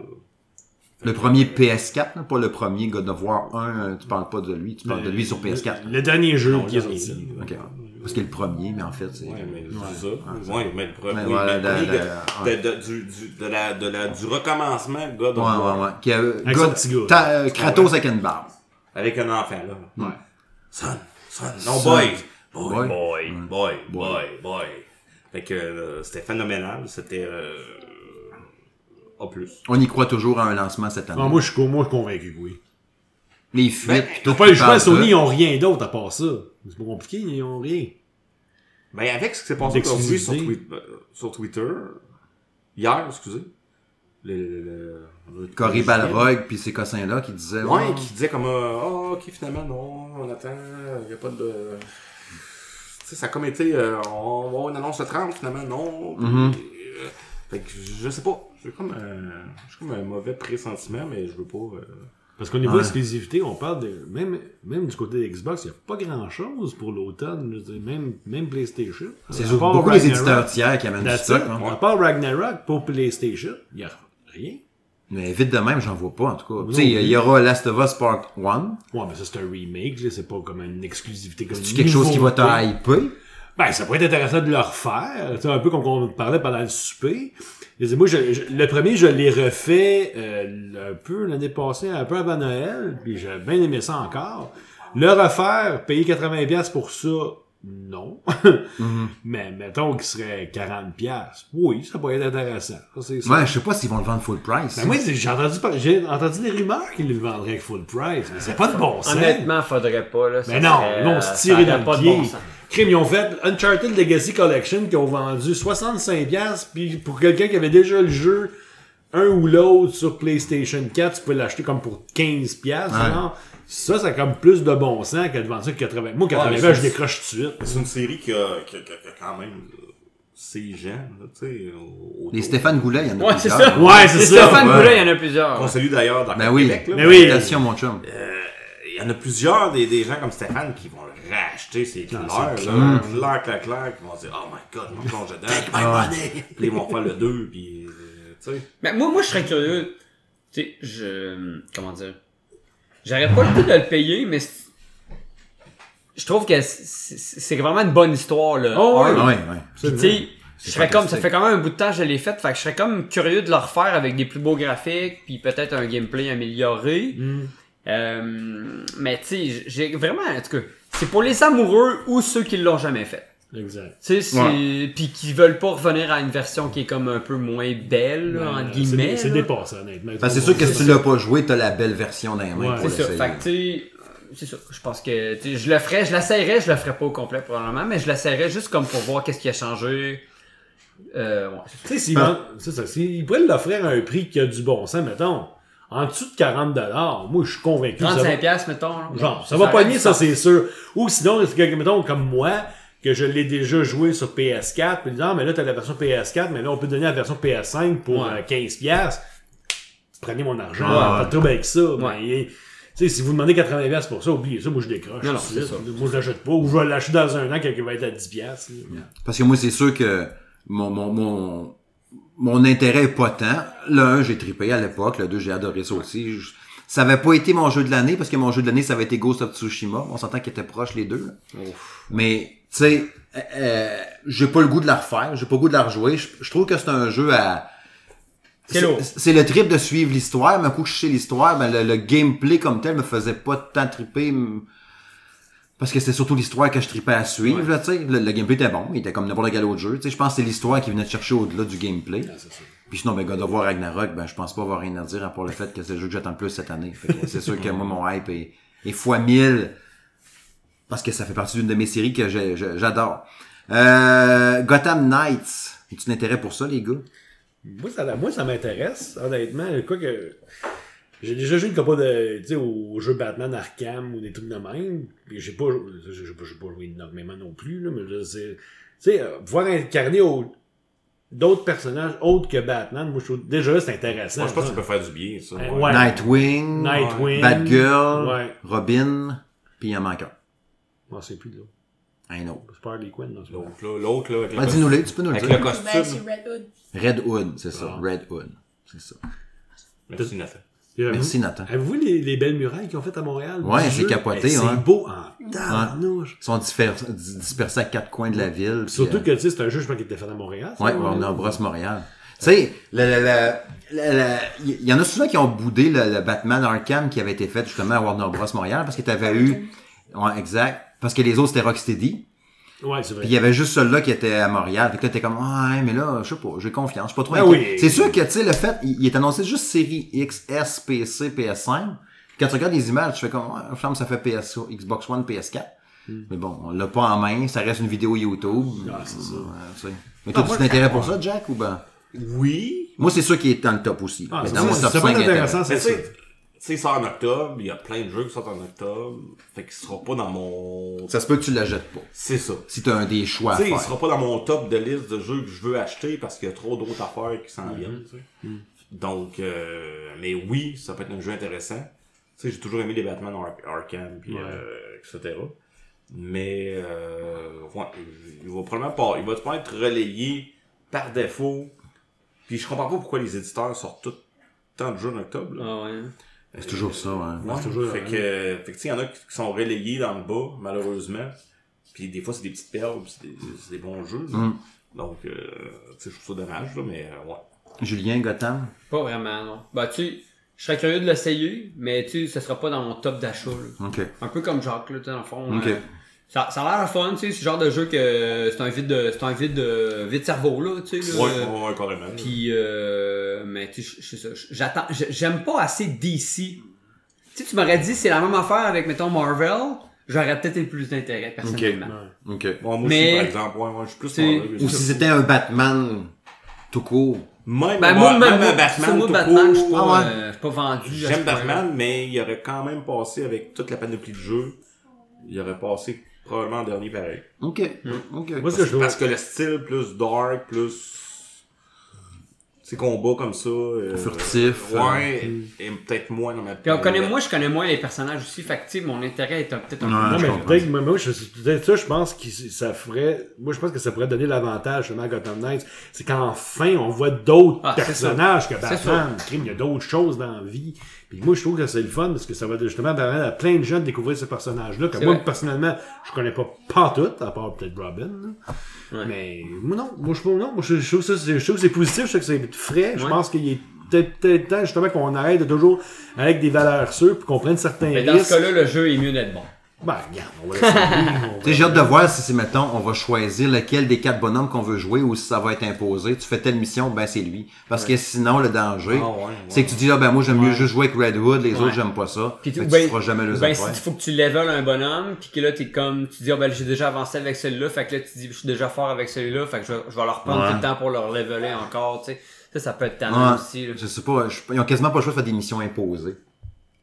A: Le premier PS4, là, pas le premier God of War 1, euh, tu parles pas de lui, tu parles de lui sur PS4.
C: Le dernier jeu
D: Non,
C: qui est
D: le dernier.
C: sorti.
A: Ok. Parce qu'il est le premier, mais en fait, c'est...
D: Ouais, mais c'est ça. Ouais, mais le
A: Mais
D: premier.
A: voilà,
D: le premier
A: la-
D: de-
A: la-
D: de- de- du- du- de la- de la- Du recommencement, God
A: Ouais,
D: of War.
A: ouais, ouais. Qui a,
C: Avec
A: God-
C: son petit gars.
A: Ta- euh, Kratos avec une barbe.
D: Avec un enfant, là.
C: Ouais.
D: Son, son, non,
A: Son.
D: boy. Boy,
A: Boy.
D: boy, boy, boy,
A: Boy.
D: boy. Fait que euh, c'était phénoménal. C'était. euh, A plus.
A: On y croit toujours à un lancement cette année.
C: Ah, moi, je suis moi, convaincu que oui.
A: Les
D: Ben,
A: fuites, pis tout.
C: Pas le
A: tu
C: choix,
A: parles
C: Sony,
A: de-
C: ils ont rien d'autre à part ça. C'est pas compliqué, ils ont rien.
D: Ben, avec ce qui s'est passé aujourd'hui sur,
C: D'exclusivité.
D: Twi- euh, sur Twitter, hier, excusez, le. le, le- le-
A: Cory
D: le-
A: Balrog pis ces cossins-là qui disaient...
D: Ouais, qui disait comme. Ah, oh, ok, finalement, non, on attend, y a pas de. Tu sais, ça a comme été. euh, on va avoir une annonce le 30, finalement, non. puis,
A: Mhm.
D: euh, fait que je sais pas. J'ai comme, euh, j'ai comme un mauvais pressentiment, mais je veux pas. euh,
C: Parce qu'au niveau
A: Ouais.
C: exclusivité, on parle de. Même, même du côté d'Xbox, il n'y a pas grand chose pour l'automne. je veux dire, Même, même PlayStation.
A: C'est
C: À
A: sur-
C: part
A: beaucoup les
C: Ragnarok,
A: éditeurs tiers qui amènent du
C: that's
A: stock.
C: it.
A: hein.
C: À part Ragnarok pour PlayStation, il n'y a rien.
A: Mais vite de même, j'en vois pas, en tout cas. Tu sais, il y aura Last of Us Part 1.
C: Ouais, mais ça, c'est un remake, là, c'est pas comme une exclusivité. comme
A: C'est
C: une
A: quelque chose qui va te
C: nouveauté.
A: hyper.
C: Ben, ça pourrait être intéressant de le refaire, tu sais, un peu comme on parlait pendant le souper. Je dis, moi, je- je- le premier, je l'ai refait euh, un peu l'année passée, un peu avant Noël, puis j'ai bien aimé ça encore. Le refaire, payer 80$ pour ça, non. [LAUGHS] Mais mettons qu'il serait 40$. Oui, ça pourrait être intéressant. Ça, c'est ça.
A: Ouais, je sais pas s'ils vont le vendre full price.
C: Ben moi, j'ai entendu, par- j'ai entendu des rumeurs qu'ils le vendraient avec full price, mais c'est pas de bon sens.
B: Honnêtement, faudrait pas. Là, ça
C: Mais non,
B: serait,
C: ils vont
B: euh,
C: se
B: ça
C: tirer
B: aurait
C: dans
B: pas
C: le
B: de
C: pied.
B: bon sens.
C: Crime, ils ont fait Uncharted Legacy Collection qui ont vendu 65$, puis pour quelqu'un qui avait déjà le jeu, un ou l'autre sur PlayStation 4, tu peux l'acheter comme pour 15$. genre. Ça, ça a comme plus de bon sens que de vendre ça que 80$. Moi, 80$,
D: mais
C: je
D: c'est-
C: décroche tout de suite.
D: C'est une série qui a, qui a- qui a- qui a quand même euh, ses gens, là, tu sais. au- autour.
A: Les Stéphane Goulet, il y en a
B: Ouais, c'est
A: plusieurs.
B: ça.
C: Ouais, c'est ça.
B: Stéphane
D: ouais.
B: Boulay, il y en a plusieurs.
D: On salue d'ailleurs dans
A: Ben oui.
D: Ah, Québec, là.
C: Mais oui.
A: Félicitations, mon chum.
D: Il y en a plusieurs des, des gens comme Stéphane qui vont le racheter, c'est Mm. clair. Là, clair, clair, clair, qui vont dire Oh my god, je me plonge dedans. Puis ils vont faire le 2, puis. euh, Tu sais.
B: Mais moi, moi, je serais curieux. Tu sais, je. Comment dire J'aurais pas le goût de le payer, mais. c'est- Je trouve que c'est- c'est c'est vraiment une bonne histoire, là.
C: Oh, ouais.
A: Ouais,
B: Arc.
A: ouais.
B: Puis, tu sais, je serais comme. Ça
D: fantastique.
B: fait quand même un bout de temps que je l'ai fait, fait que je serais comme curieux de le refaire avec des plus beaux graphiques, puis peut-être un gameplay amélioré.
C: Mm.
B: Euh, mais tu sais, j'ai vraiment. En tout cas, c'est pour les amoureux ou ceux qui l'ont jamais fait.
C: Exact.
B: Tu sais, c'est. Puis qui veulent pas revenir à une version qui est comme un peu moins belle, là, entre
C: Ben, C'est-
B: guillemets.
C: C'est
B: là.
C: dépassé, honnêtement.
A: Parce que Ben, c'est sûr que si tu l'as pas joué, t'as la belle version dans les mains
C: Ouais.
A: pour
B: C'est ça.
A: l'essayer.
B: Fait que, tu sais, c'est ça. Je pense que, tu sais, je le ferais, je l'essayerais, je le ferais pas au complet probablement, mais je l'essayerais juste comme pour voir qu'est-ce qui a changé. Euh, ouais.
C: Tu sais, s'ils vendent- c'est ça, s'ils- ils pourraient l'offrir à un prix qui a du bon sens, mettons, en dessous de 40$, moi, je suis convaincu que ça va-
B: 35$, piastres, mettons. là.
C: Genre, ça va
B: a
C: pogner,
B: du
C: ça,
B: sens.
C: c'est sûr. Ou sinon, c'est que, mettons, comme moi, que je l'ai déjà joué sur PS4, puis non, mais là, t'as la version PS4, mais là, on peut donner la version PS5 pour
B: Ouais.
C: euh, 15$. Prenez mon argent,
A: Ouais.
C: pas de trouble avec ça.
B: Ouais.
C: mais, tu sais, si vous demandez 80$ pour ça, oubliez ça, moi, je décroche.
B: Non, non,
C: tout de
B: c'est
C: suite. Moi, je l'achète pas. Ou je vais l'acheter dans un an, quelqu'un va être à 10$. là.
A: Parce que moi, c'est sûr que mon, mon, mon, mon intérêt est pas tant. Le 1, j'ai trippé à l'époque. Le 2, j'ai adoré ça aussi. Je- ça avait pas été mon jeu de l'année, parce que mon jeu de l'année, ça avait été Ghost of Tsushima. On s'entend qu'ils étaient proches, les deux. là. Mais, tu sais, euh, euh, j'ai pas le goût de la refaire. J'ai pas le goût de la rejouer. Je, je trouve que c'est un jeu à...
B: C'est lourd.
A: C'est le trip de suivre l'histoire, mais un coup que je sais l'histoire, ben le, le gameplay comme tel me faisait pas tant triper. m- Parce que c'est surtout l'histoire que je tripais à suivre, là, tu sais. Le, le gameplay était bon, il était comme n'importe quel autre jeu. Tu sais, je pense que c'est l'histoire qui venait de chercher au-delà du gameplay. Puis sinon, ben, God of War Ragnarok, ben, je pense pas avoir rien à dire à part le fait que c'est le jeu que j'attends le plus cette année. Fait que c'est sûr que moi, mon hype est, est fois mille. Parce que ça fait partie d'une de mes séries que j'ai- je- j'adore. Euh, Gotham Knights. As-tu un intérêt pour ça, les gars?
C: Moi, ça, moi, ça m'intéresse, honnêtement. Quoi que. J'ai déjà joué une copa de. Tu sais, au au jeu Batman Arkham ou des trucs de même. Puis j'ai pas, j'ai- j'ai pas, j'ai pas joué énormément non plus, là, mais je sais. Tu sais, euh, voir incarner au- d'autres personnages autres que Batman, moi, je trouve. Déjà là, c'est intéressant.
D: Moi, je pense que
C: ça.
D: ça peut faire du bien, ça.
C: Ouais.
D: Ouais.
A: Nightwing.
C: Nightwing.
A: Batgirl.
C: Ouais.
A: Robin. Puis il en manque un.
C: Non, Ah, c'est plus de l'autre.
A: Un autre.
C: C'est pas Harley Quinn, non, c'est
D: L'autre, là, l'autre, là, avec,
A: Ah,
D: le,
A: Dis-nous-les, tu peux nous le
D: avec le
A: dire.
G: Ben,
D: costume.
G: c'est Red Hood.
A: Red Hood, c'est ça.
C: Ah.
A: Red Hood. C'est ça.
D: Merci, Nathan.
C: pas-
A: Merci, Nathan.
C: Avez-vous avez-vous les, les belles murailles qu'ils ont faites à Montréal?
A: Ouais,
C: du
A: c'est
C: jeu?
A: capoté, hein.
C: Eh,
A: ouais.
C: C'est beau en tabarnouche.
A: Ils sont diffère- dis- dispersés à quatre coins de la ville. puis,
C: Surtout
A: euh,
C: que, tu sais, c'est un jeu, je pense, qui était fait à Montréal. ça,
A: Ouais,
C: ouais.
A: on embrasse Montréal. Tu sais, la- la- la- la- la- il y en a souvent qui ont boudé le, le Batman Arkham qui avait été fait justement à Warner Bros. Montréal parce que tu avais eu. Ouais, exact. Parce que les autres c'était Rocksteady.
C: Ouais, c'est vrai.
A: Puis il y avait juste celui-là qui était à Montréal. Fait que là, t'es comme, ah, ouais, mais là, je sais pas, j'ai confiance, je suis pas trop
C: Ben
A: inquiet.
C: oui.
A: C'est sûr que, tu sais, le fait, il, il est annoncé juste série XS, PC, PS5. Quand tu regardes les images, tu fais comme, ah, flamme, ça fait PS, Xbox One, PS4. Mais bon, on l'a pas en main, ça reste une vidéo YouTube.
C: Hmm. Ah, c'est ça. Ah,
A: Ouais, tu sais. Mais t'as du intérêt pour ça, Jack, ou ben?
D: Oui.
A: Moi, c'est sûr qu'il est dans le top aussi.
C: Ah,
A: Mais
C: c'est
A: dans mon
C: ça,
A: top
C: c'est pas
A: 5
C: intéressant,
D: Mais
C: c'est
D: tu
C: ça.
D: sais, tu sais, il sort en octobre, il y a plein de jeux qui sortent en octobre. Fait qu'il sera pas dans mon.
A: Ça se peut que tu la jettes pas.
D: C'est ça.
A: Si t'as un des choix à
D: Tu sais,
A: faire.
D: il sera pas dans mon top de liste de jeux que je veux acheter parce qu'il y a trop d'autres affaires
A: Mhm.
D: qui s'en viennent. tu sais. Donc, euh, mais oui, ça peut être un jeu intéressant. Tu sais, j'ai toujours aimé les Batman Ar- Arkham, puis,
C: Ouais.
D: euh, etc. Mais euh, ouais, il va probablement pas, il va pas être relayé par défaut. Puis je comprends pas pourquoi les éditeurs sortent tout tant de jeux en octobre. là.
B: Ah, ouais.
A: C'est toujours ça, hein.
D: Ouais,
C: c'est toujours-
D: fait que, fait que tu sais, il y en a qui qui sont relayés dans le bas, malheureusement. Puis des fois, c'est des petites perles, puis c'est des, c'est des bons jeux. là.
B: Mm.
D: Donc, euh, tu sais, je trouve ça dommage, là, mais euh, ouais.
A: Julien Gotham.
B: Pas vraiment, non. Bah, tu je serais curieux de l'essayer, mais tu ce sera pas dans mon top d'achat, là.
A: OK.
B: Un peu comme Jacques, là, tu sais, dans le fond.
A: Ok.
B: euh, ça, ça a l'air fun, tu sais, ce genre de jeu que euh, c'est un vide de, c'est un vide de, vide cerveau, là, tu sais, là.
D: Ouais, ouais, ouais, carrément. là.
B: Puis, euh, mais tu sais, je- je sais ça, j'attends, je- j'aime pas assez DC. Tu sais, tu m'aurais dit, c'est la même affaire avec, mettons, Marvel, j'aurais peut-être eu plus d'intérêt, personnellement.
A: OK.
D: Bon, moi
B: Mais-
D: aussi, par exemple, ouais, ouais, je suis plus
B: C'est-
D: Marvel,
A: Ou
D: je-
A: si c'était un Batman tout court.
D: Même,
B: Ben,
D: ouais,
B: moi,
D: même
B: moi,
D: Batman,
B: sur moi,
D: tout
B: Batman,
D: court,
B: je suis pas,
A: Ah ouais.
B: euh, je suis pas vendu. à ce
D: J'aime
B: point-là.
D: Batman, mais il aurait quand même passé avec toute la panoplie de jeux. Il aurait passé probablement en dernier pareil.
A: OK.
B: Hmm.
A: OK.
C: Moi, ce que je trouve.
D: Parce que le style plus dark, plus. Ces combats comme ça. euh,
A: Furtif, euh,
D: Ouais, et peut-être moins dans ma
B: Puis on connaît, moi, je connais moins les personnages aussi, fait que, tu sais, mon intérêt est un- peut-être un peu
A: Ouais.
C: Non,
A: je
C: mais
A: comprends.
C: peut-être que moi, moi, je- c'est peut-être ça, je pense que ça ferait. Moi, je pense que ça pourrait donner l'avantage justement à Gotham Knights. C'est qu'enfin, on voit d'autres
B: Ah, c'est
C: personnages que
B: C'est
C: Batman. Crime, Il y a d'autres choses dans la vie. Puis moi, je trouve que c'est le fun parce que ça va justement permettre à plein de gens de découvrir ce personnage-là. Que
B: C'est
C: moi,
B: vrai.
C: personnellement, je connais pas pas tout, à part peut-être Robin. là.
B: Ouais.
C: Mais moi, non. Moi, je, non, moi, je, je trouve ça, c'est- je trouve que c'est positif, je trouve que c'est frais. Je
B: Ouais.
C: pense qu'il est peut-être peut-être temps justement qu'on arrête de toujours avec des valeurs sûres puis qu'on prenne certains
B: Mais
C: risques.
B: dans ce cas-là, le jeu est mieux d'être bon.
C: Ben, regarde, on va laisser aller, on
A: Tu sais,
C: va-
A: j'ai hâte de voir si [LAUGHS] c'est, mettons, on va choisir lequel des quatre bonhommes qu'on veut jouer ou si ça va être imposé. Tu fais telle mission, ben c'est lui. Parce que sinon, le danger,
D: Ah ouais, ouais.
A: c'est que tu dis, ah ben moi j'aime mieux juste jouer avec Red Hood, les autres j'aime pas ça.
B: Puis tu,
A: Fait
B: ou
A: que
B: ben,
A: tu feras jamais
B: ou
A: les
B: ben, si
A: affaires.
B: il faut que tu level un bonhomme, puis que là, t'es comme, tu dis, ah ben, j'ai déjà avancé avec celui-là, fait que là, tu dis, je suis déjà fort avec celui-là, fait que je, vais- je vais leur prendre
A: Ouais.
B: tout le temps pour leur leveler encore, tu sais. Ça, ça peut être talent
A: Ouais.
B: aussi, là.
A: Ah, Je sais pas, je- ils ont quasiment pas le choix de faire des missions imposées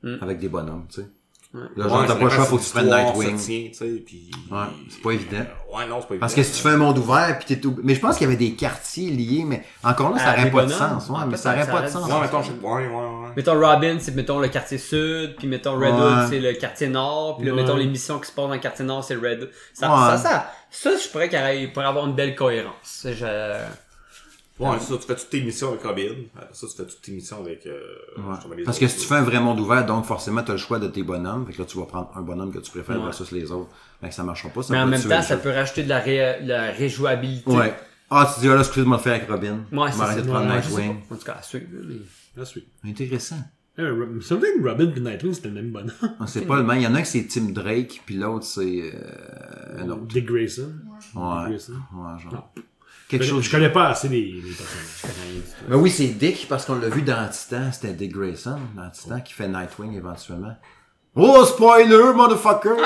B: Mm.
A: avec des bonhommes, tu sais.
B: Ouais.
A: Là, genre, t'as pas le choix, faut que tu prennes Nightwing. Ouais, c'est pas évident.
D: euh, ouais, non, c'est pas évident.
A: Parce que si tu fais un monde ouvert, puis t'es tout... Mais je pense qu'il y avait des quartiers liés, mais encore là, ça
B: Ah,
A: aurait
B: les
A: pas de
B: bonhommes.
A: sens. Ouais,
B: Ah,
A: mais
B: peut-être,
A: ça aurait
B: ça
A: pas de
B: aurait du
A: sens.
D: Ouais, mettons, je... ouais, ouais, ouais.
B: Mettons Robin, c'est mettons le quartier sud, puis mettons Red
A: Ouais.
B: Hood, c'est le quartier nord, puis là,
C: Ouais.
B: mettons les missions qui se passent dans le quartier nord, c'est Red Hood. Ça,
A: Ouais.
B: ça, ça, ça, je pourrais qu'il pourrait avoir une belle cohérence. Je...
D: Ouais, c'est ça, tu fais toutes tes missions avec Robin. Après ça, tu fais toutes tes missions avec. euh, justement,
A: Ouais.
D: les
A: Parce que
D: autres,
A: si tu
D: là.
A: fais un vrai monde ouvert, donc forcément, tu as le choix de tes bonhommes. Fait que là, tu vas prendre un bonhomme que tu préfères
B: Ouais.
A: versus les autres. Fait que ça marchera pas. Ça
B: Mais en
A: peut
B: même
A: tuer
B: temps,
A: le
B: ça
A: jeu.
B: peut rajouter de la, ré- de la réjouabilité.
A: Ouais. Ah, tu dis, ah là, excuse-moi de faire avec Robin.
B: Ouais, c'est
A: On va arrêter
B: ça.
A: de prendre
B: Ouais, je sais
A: Nightwing.
B: pas. En tout cas, à suivre, mais-
C: La suite.
A: Intéressant.
C: Eh, Rob- Il me semblait que Robin et Nightwing, c'était le même bonhomme.
A: Ah, c'est pas le même. Il y en a un qui c'est Tim Drake, puis l'autre c'est euh, un autre.
C: Dick Grayson.
A: Ouais.
C: Dick Grayson.
A: Ouais,
C: Non.
A: genre.
C: Je
A: Quelque
C: connais-
A: chose.
C: Je connais pas assez les, les personnages.
A: Mais Ben oui, c'est Dick, parce qu'on l'a vu dans Titan. C'était Dick Grayson, dans Titan, qui fait Nightwing éventuellement. Oh, spoiler,
D: [LAUGHS]
A: motherfucker!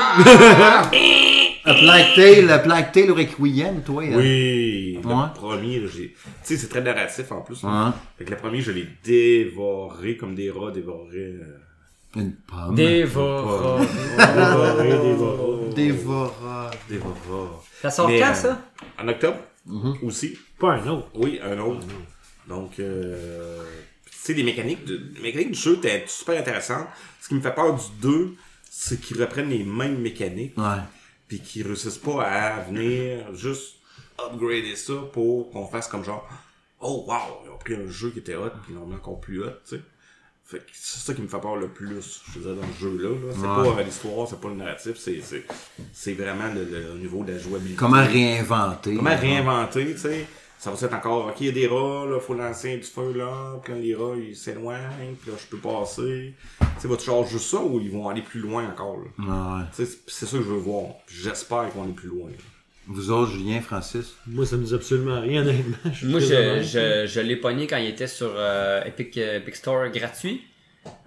A: A Plague Tale, a Plague Tale au Requiem, toi. hein?
D: Oui,
A: Ouais.
D: le premier, là, j'ai. Tu sais, c'est très narratif en plus.
A: Ouais.
D: Fait que le premier, je l'ai dévoré comme des rats dévorés. euh,
A: Une pomme.
B: Dévora.
A: Ah.
C: Dévoré, dévoré.
A: Dévora.
D: Dévorera.
B: Ça sort
D: Mais,
B: quand,
D: euh,
B: ça?
D: En octobre
A: Mm-hmm.
D: aussi.
C: Pas un autre.
D: Oui, un autre. Donc, euh, tu sais, les mécaniques, de, les mécaniques du jeu étaient super intéressantes. Ce qui me fait peur du 2, c'est qu'ils reprennent les mêmes mécaniques,
A: Ouais.
D: puis qu'ils réussissent pas à venir juste upgrader ça pour qu'on fasse comme genre, oh wow, ils ont pris un jeu qui était hot, puis ils l'ont mis encore plus hot, tu sais. Fait que c'est ça qui me fait peur le plus, je disais, dans ce jeu-là. là. C'est
A: Ouais.
D: pas euh, l'histoire, c'est pas le narratif, c'est- c'est c'est vraiment le, le niveau de la jouabilité.
A: Comment réinventer?
D: Comment réinventer, tu sais? Ça va être encore, ok, il y a des rats, là, faut lancer du feu, là, puis là, les rats, ils s'éloignent, puis là, je peux passer. Tu sais, va-tu genre juste ça ou ils vont aller plus loin encore, là?
A: Ouais.
D: Tu sais, c'est- c'est ça que je veux voir. Puis J'espère qu'on est plus loin.
A: Vous autres, Julien, Francis?
C: Moi, ça me dit absolument rien, honnêtement. suis
B: Moi,
C: très
B: je,
C: honnête.
B: je, je l'ai pogné quand il était sur euh, Epic, euh, Epic Store gratuit.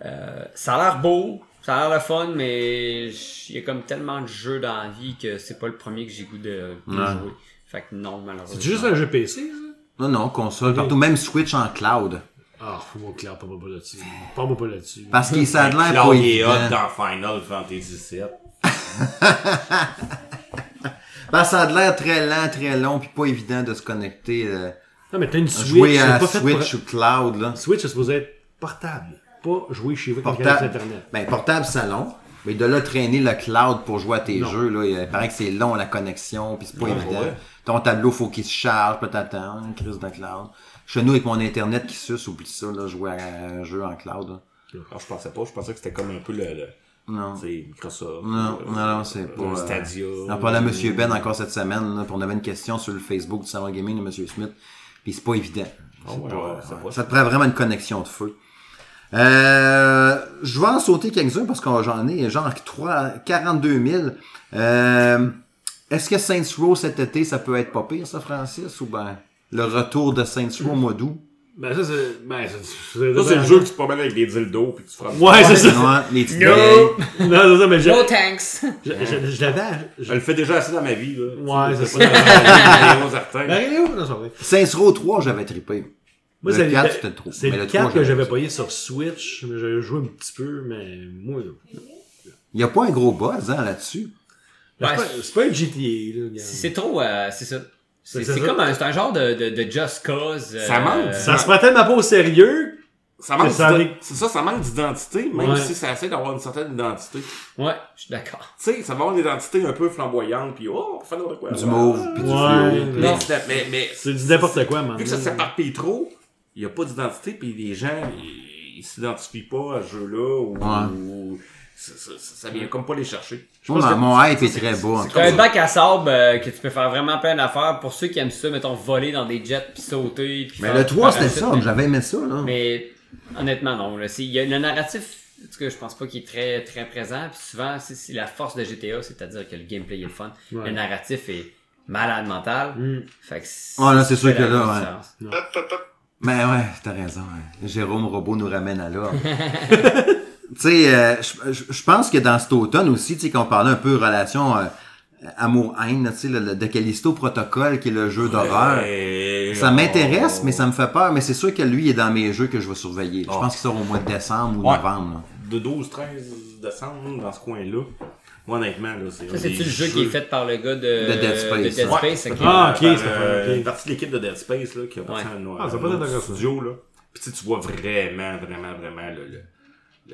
B: Euh, ça a l'air beau, ça a l'air le fun, mais j- il y a comme tellement de jeux dans la vie que c'est pas le premier que j'ai goût de, de
A: Ouais.
B: jouer. Fait que non, malheureusement.
C: C'est juste un jeu PC, ça?
A: Non, non, console, partout, même Switch en cloud.
C: Ah, faut mon clair, pas moi pas là-dessus. Pas moi pas là-dessus.
A: Parce qu'il ça a de l'air
D: Là,
A: pas
D: il est hot
A: évident.
D: dans Final Fantasy VII.
A: Parce que ça a de l'air très lent, très long, puis pas évident de se connecter, euh,
C: Non, mais t'as une Switch.
A: jouer
C: c'est
A: à
C: pas fait pour-
A: Switch ou cloud, là.
C: Switch, c'est supposé être portable. Pas jouer chez vous avec une connexion
A: Portable,
C: Internet.
A: ben, portable salon. Mais de là, traîner le cloud pour jouer à tes
C: Non.
A: jeux, là, il paraît que c'est long la connexion, puis c'est pas
D: Ouais,
A: évident.
D: ouais.
A: Ton tableau, faut qu'il se charge, peut t'attendre, crise de cloud. Chez nous, avec mon internet qui suce, oublie ça, là, jouer à un jeu en cloud. là.
D: Alors, je pensais pas, je pensais que c'était comme un peu le, le-
A: Non.
D: C'est Microsoft.
A: Non,
D: euh,
A: non, non, c'est pas.
D: un
A: euh,
D: Stadia.
A: On en parlait à M. Ben encore cette semaine, là, puis on avait une question sur le Facebook du Salon Gaming de M. Smith, puis c'est pas évident. C'est
D: ouais,
A: pas-
D: ouais, c'est
A: ouais.
D: pas-
A: Ça te prend vraiment une connexion de feu. Euh, je vais en sauter quelques-uns parce que j'en ai genre 3, 42 000. Euh, Est-ce que Saints Row cet été, ça peut être pas pire, ça, Francis, ou ben le retour de Saints Row au mois d'août?
C: Ben, ça, c'est. Ben, c'est.
D: Ça, c'est le jeu que tu te promènes avec des dildos puis tu frappes.
C: Ouais, c'est ça.
A: Ouais, les petites vieilles.
C: [LAUGHS] Non, c'est ça, mais je,
B: No thanks.
C: je, je, je l'avais. ach-
D: Je
C: je-
D: le fais déjà assez dans ma vie, là.
C: Ouais, c'est
D: c'est
C: ça.
D: pas dans certain.
C: Ben, où? Non, c'est pas vrai.
A: Saints Row 3, j'avais trippé.
C: Moi,
A: Le
C: c'est le
A: quatre, c'était trop.
C: C'est
A: Mais
C: le
A: le trois,
C: 4 que
A: j'avais
C: j'avais
A: ça.
C: payé sur Switch. mais J'avais joué un petit peu, mais moi. là.
A: Il n'y a pas un gros buzz hein, là-dessus.
C: Mais
B: Ouais,
C: c'est pas- C'est pas un GTA, là,
B: C'est-
C: regarde.
B: C'est trop. euh, c'est ça. C'est
C: C'est
B: c'est
C: ça.
B: comme un, c'est un genre de, de, de Just Cause. euh,
D: Ça manque,
C: Ça se prend tellement pas au sérieux.
D: Ça manque
C: C'est ça,
D: d'ident-
C: avec-
D: c'est ça, ça manque d'identité, même
C: Ouais.
D: si ça essaie d'avoir une certaine identité. Tu
B: Ouais, je suis d'accord.
D: sais, ça va avoir une identité un peu flamboyante, puis oh, on fait n'importe quoi.
A: Du mauve, puis du
C: Ouais.
A: fluo. puis-
D: Non, mais, mais
C: C'est du n'importe quoi, man.
D: vu que ça s'éparpille trop, il n'y a pas d'identité, puis les gens, ils ils s'identifient pas à ce jeu-là, ou, ou- ça, ça, ça vient comme pas les chercher. Je
A: Moi,
D: pense
A: ma-
D: que-
A: mon hype est très bas. en tout
B: T'as
A: cas.
B: un bac à sable euh, que tu peux faire vraiment plein d'affaires. Pour ceux qui aiment ça, mettons, voler dans des jets puis sauter. puis
A: Mais
B: faire
A: le
B: du
A: 3, c'était
B: parachute,
A: ça.
B: mais-
A: J'avais aimé ça, là.
B: Mais honnêtement, non. Là, C'est- il y a, le narratif, en tout cas, je pense pas qu'il est très, très présent. Puis souvent, c'est c'est la force de GTA, c'est-à-dire que le gameplay est le fun.
C: Ouais.
B: Le narratif est malade mental. Fait que c'est-
A: Mm. Ah, là, c'est sûr
B: fait la
A: que là,
B: grosse
A: ouais.
B: différence.
E: Hop, hop, hop.
A: Mais Ben ouais, t'as raison. hein. Jérôme Robot nous ramène à
D: [LAUGHS]
A: l'ordre. tu sais, euh, je- je je pense que dans cet automne aussi, tu sais, qu'on parlait un peu relation euh, amour-haine, tu sais, le, le- de Callisto Protocol, qui est le jeu d'horreur.
D: Eh,
A: Ça m'intéresse,
D: oh.
A: mais ça me fait peur. Mais c'est sûr que lui il est dans mes jeux que je vais surveiller. Je
D: Oh.
A: pense qu'il sort au mois de décembre ou
D: Ouais.
A: novembre. là.
D: De 12-13 décembre, dans ce coin-là, moi, honnêtement, là, c'est.
B: Ça, c'est-tu le jeu qui est fait par le gars de,
A: De Dead Space,
B: de Dead
A: ouais.
B: Space, ok.
C: Ah, ok,
D: par,
C: c'est
D: euh,
C: pas- ok.
D: Une partie de l'équipe de Dead Space là, qui a parti
B: Ouais.
D: un,
C: Ah, ça
D: un
C: peut être
D: autre
C: intéressant.
D: studio. Là. Puis tu sais, tu vois vraiment, vraiment, vraiment le- le-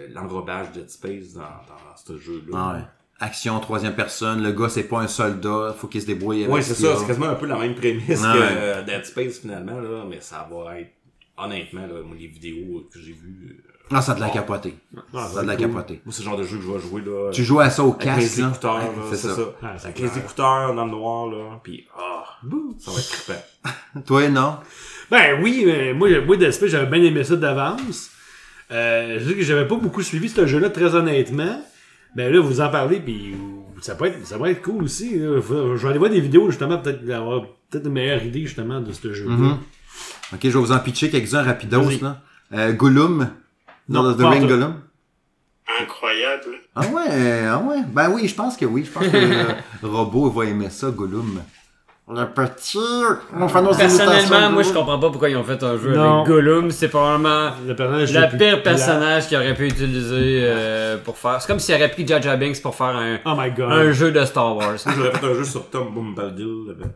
D: le- l'enrobage de Dead Space dans, dans ce
A: Ah ouais.
D: jeu-là.
A: Action, troisième personne. Le gars, c'est pas un soldat. Faut qu'il se débrouille avec
D: ouais, c'est
A: ce qu'il
D: ça.
A: a.
D: C'est quasiment un peu la même prémisse
A: Ah
D: que
A: ouais.
D: euh, Dead Space finalement, là, mais ça va être. Honnêtement, là, moi, les vidéos que j'ai vues, euh,
A: Non, Ah, ça a de la capotée. ça a de la capotée.
D: moi, Ah, c'est le genre de jeu que je vais jouer. Là,
A: Tu joues à ça au
D: avec
A: casque,
D: les
A: là.
D: écouteurs, là,
A: Ouais,
D: c'est ça.
C: Ah, c'est
D: avec les écouteurs dans le noir, là, puis ah, ça va être trippant.
A: Toi, non?
C: Ben oui, mais moi, moi Dead Space, j'avais bien aimé ça d'avance. Euh, je sais que j'avais pas beaucoup suivi ce jeu-là, très honnêtement. Ben là, vous en parlez, puis ça peut être, ça va être cool aussi. là. Faut- Je vais aller voir des vidéos, justement, peut-être d'avoir peut-être une meilleure idée, justement, de ce jeu-là.
A: Mhm. Ok, je vais vous en pitcher quelques-uns rapidos,
C: Vas-y.
A: là. Euh, Gollum.
C: Non,
A: Lord of the
C: pas
A: Ring
C: en tout.
A: Gollum.
E: Incroyable.
A: Ah ouais, euh, ah ouais. Ben oui, je pense que oui. Je pense que le robot va aimer ça, Gollum. Le petit. On fait nos
B: Personnellement,
A: imitations de
B: moi, je
A: Gollum.
B: comprends pas pourquoi ils ont fait un jeu
C: Non.
B: avec Gollum. C'est probablement
C: Le personnage
B: le
C: le plus
B: pire
C: plat.
B: personnage qu'ils auraient pu utiliser euh, pour faire. C'est comme s'ils auraient pris Jaja Binks pour faire un,
C: Oh my god.
B: un jeu de Star Wars. [LAUGHS]
D: J'aurais fait un jeu sur Tom Bombadil. avec-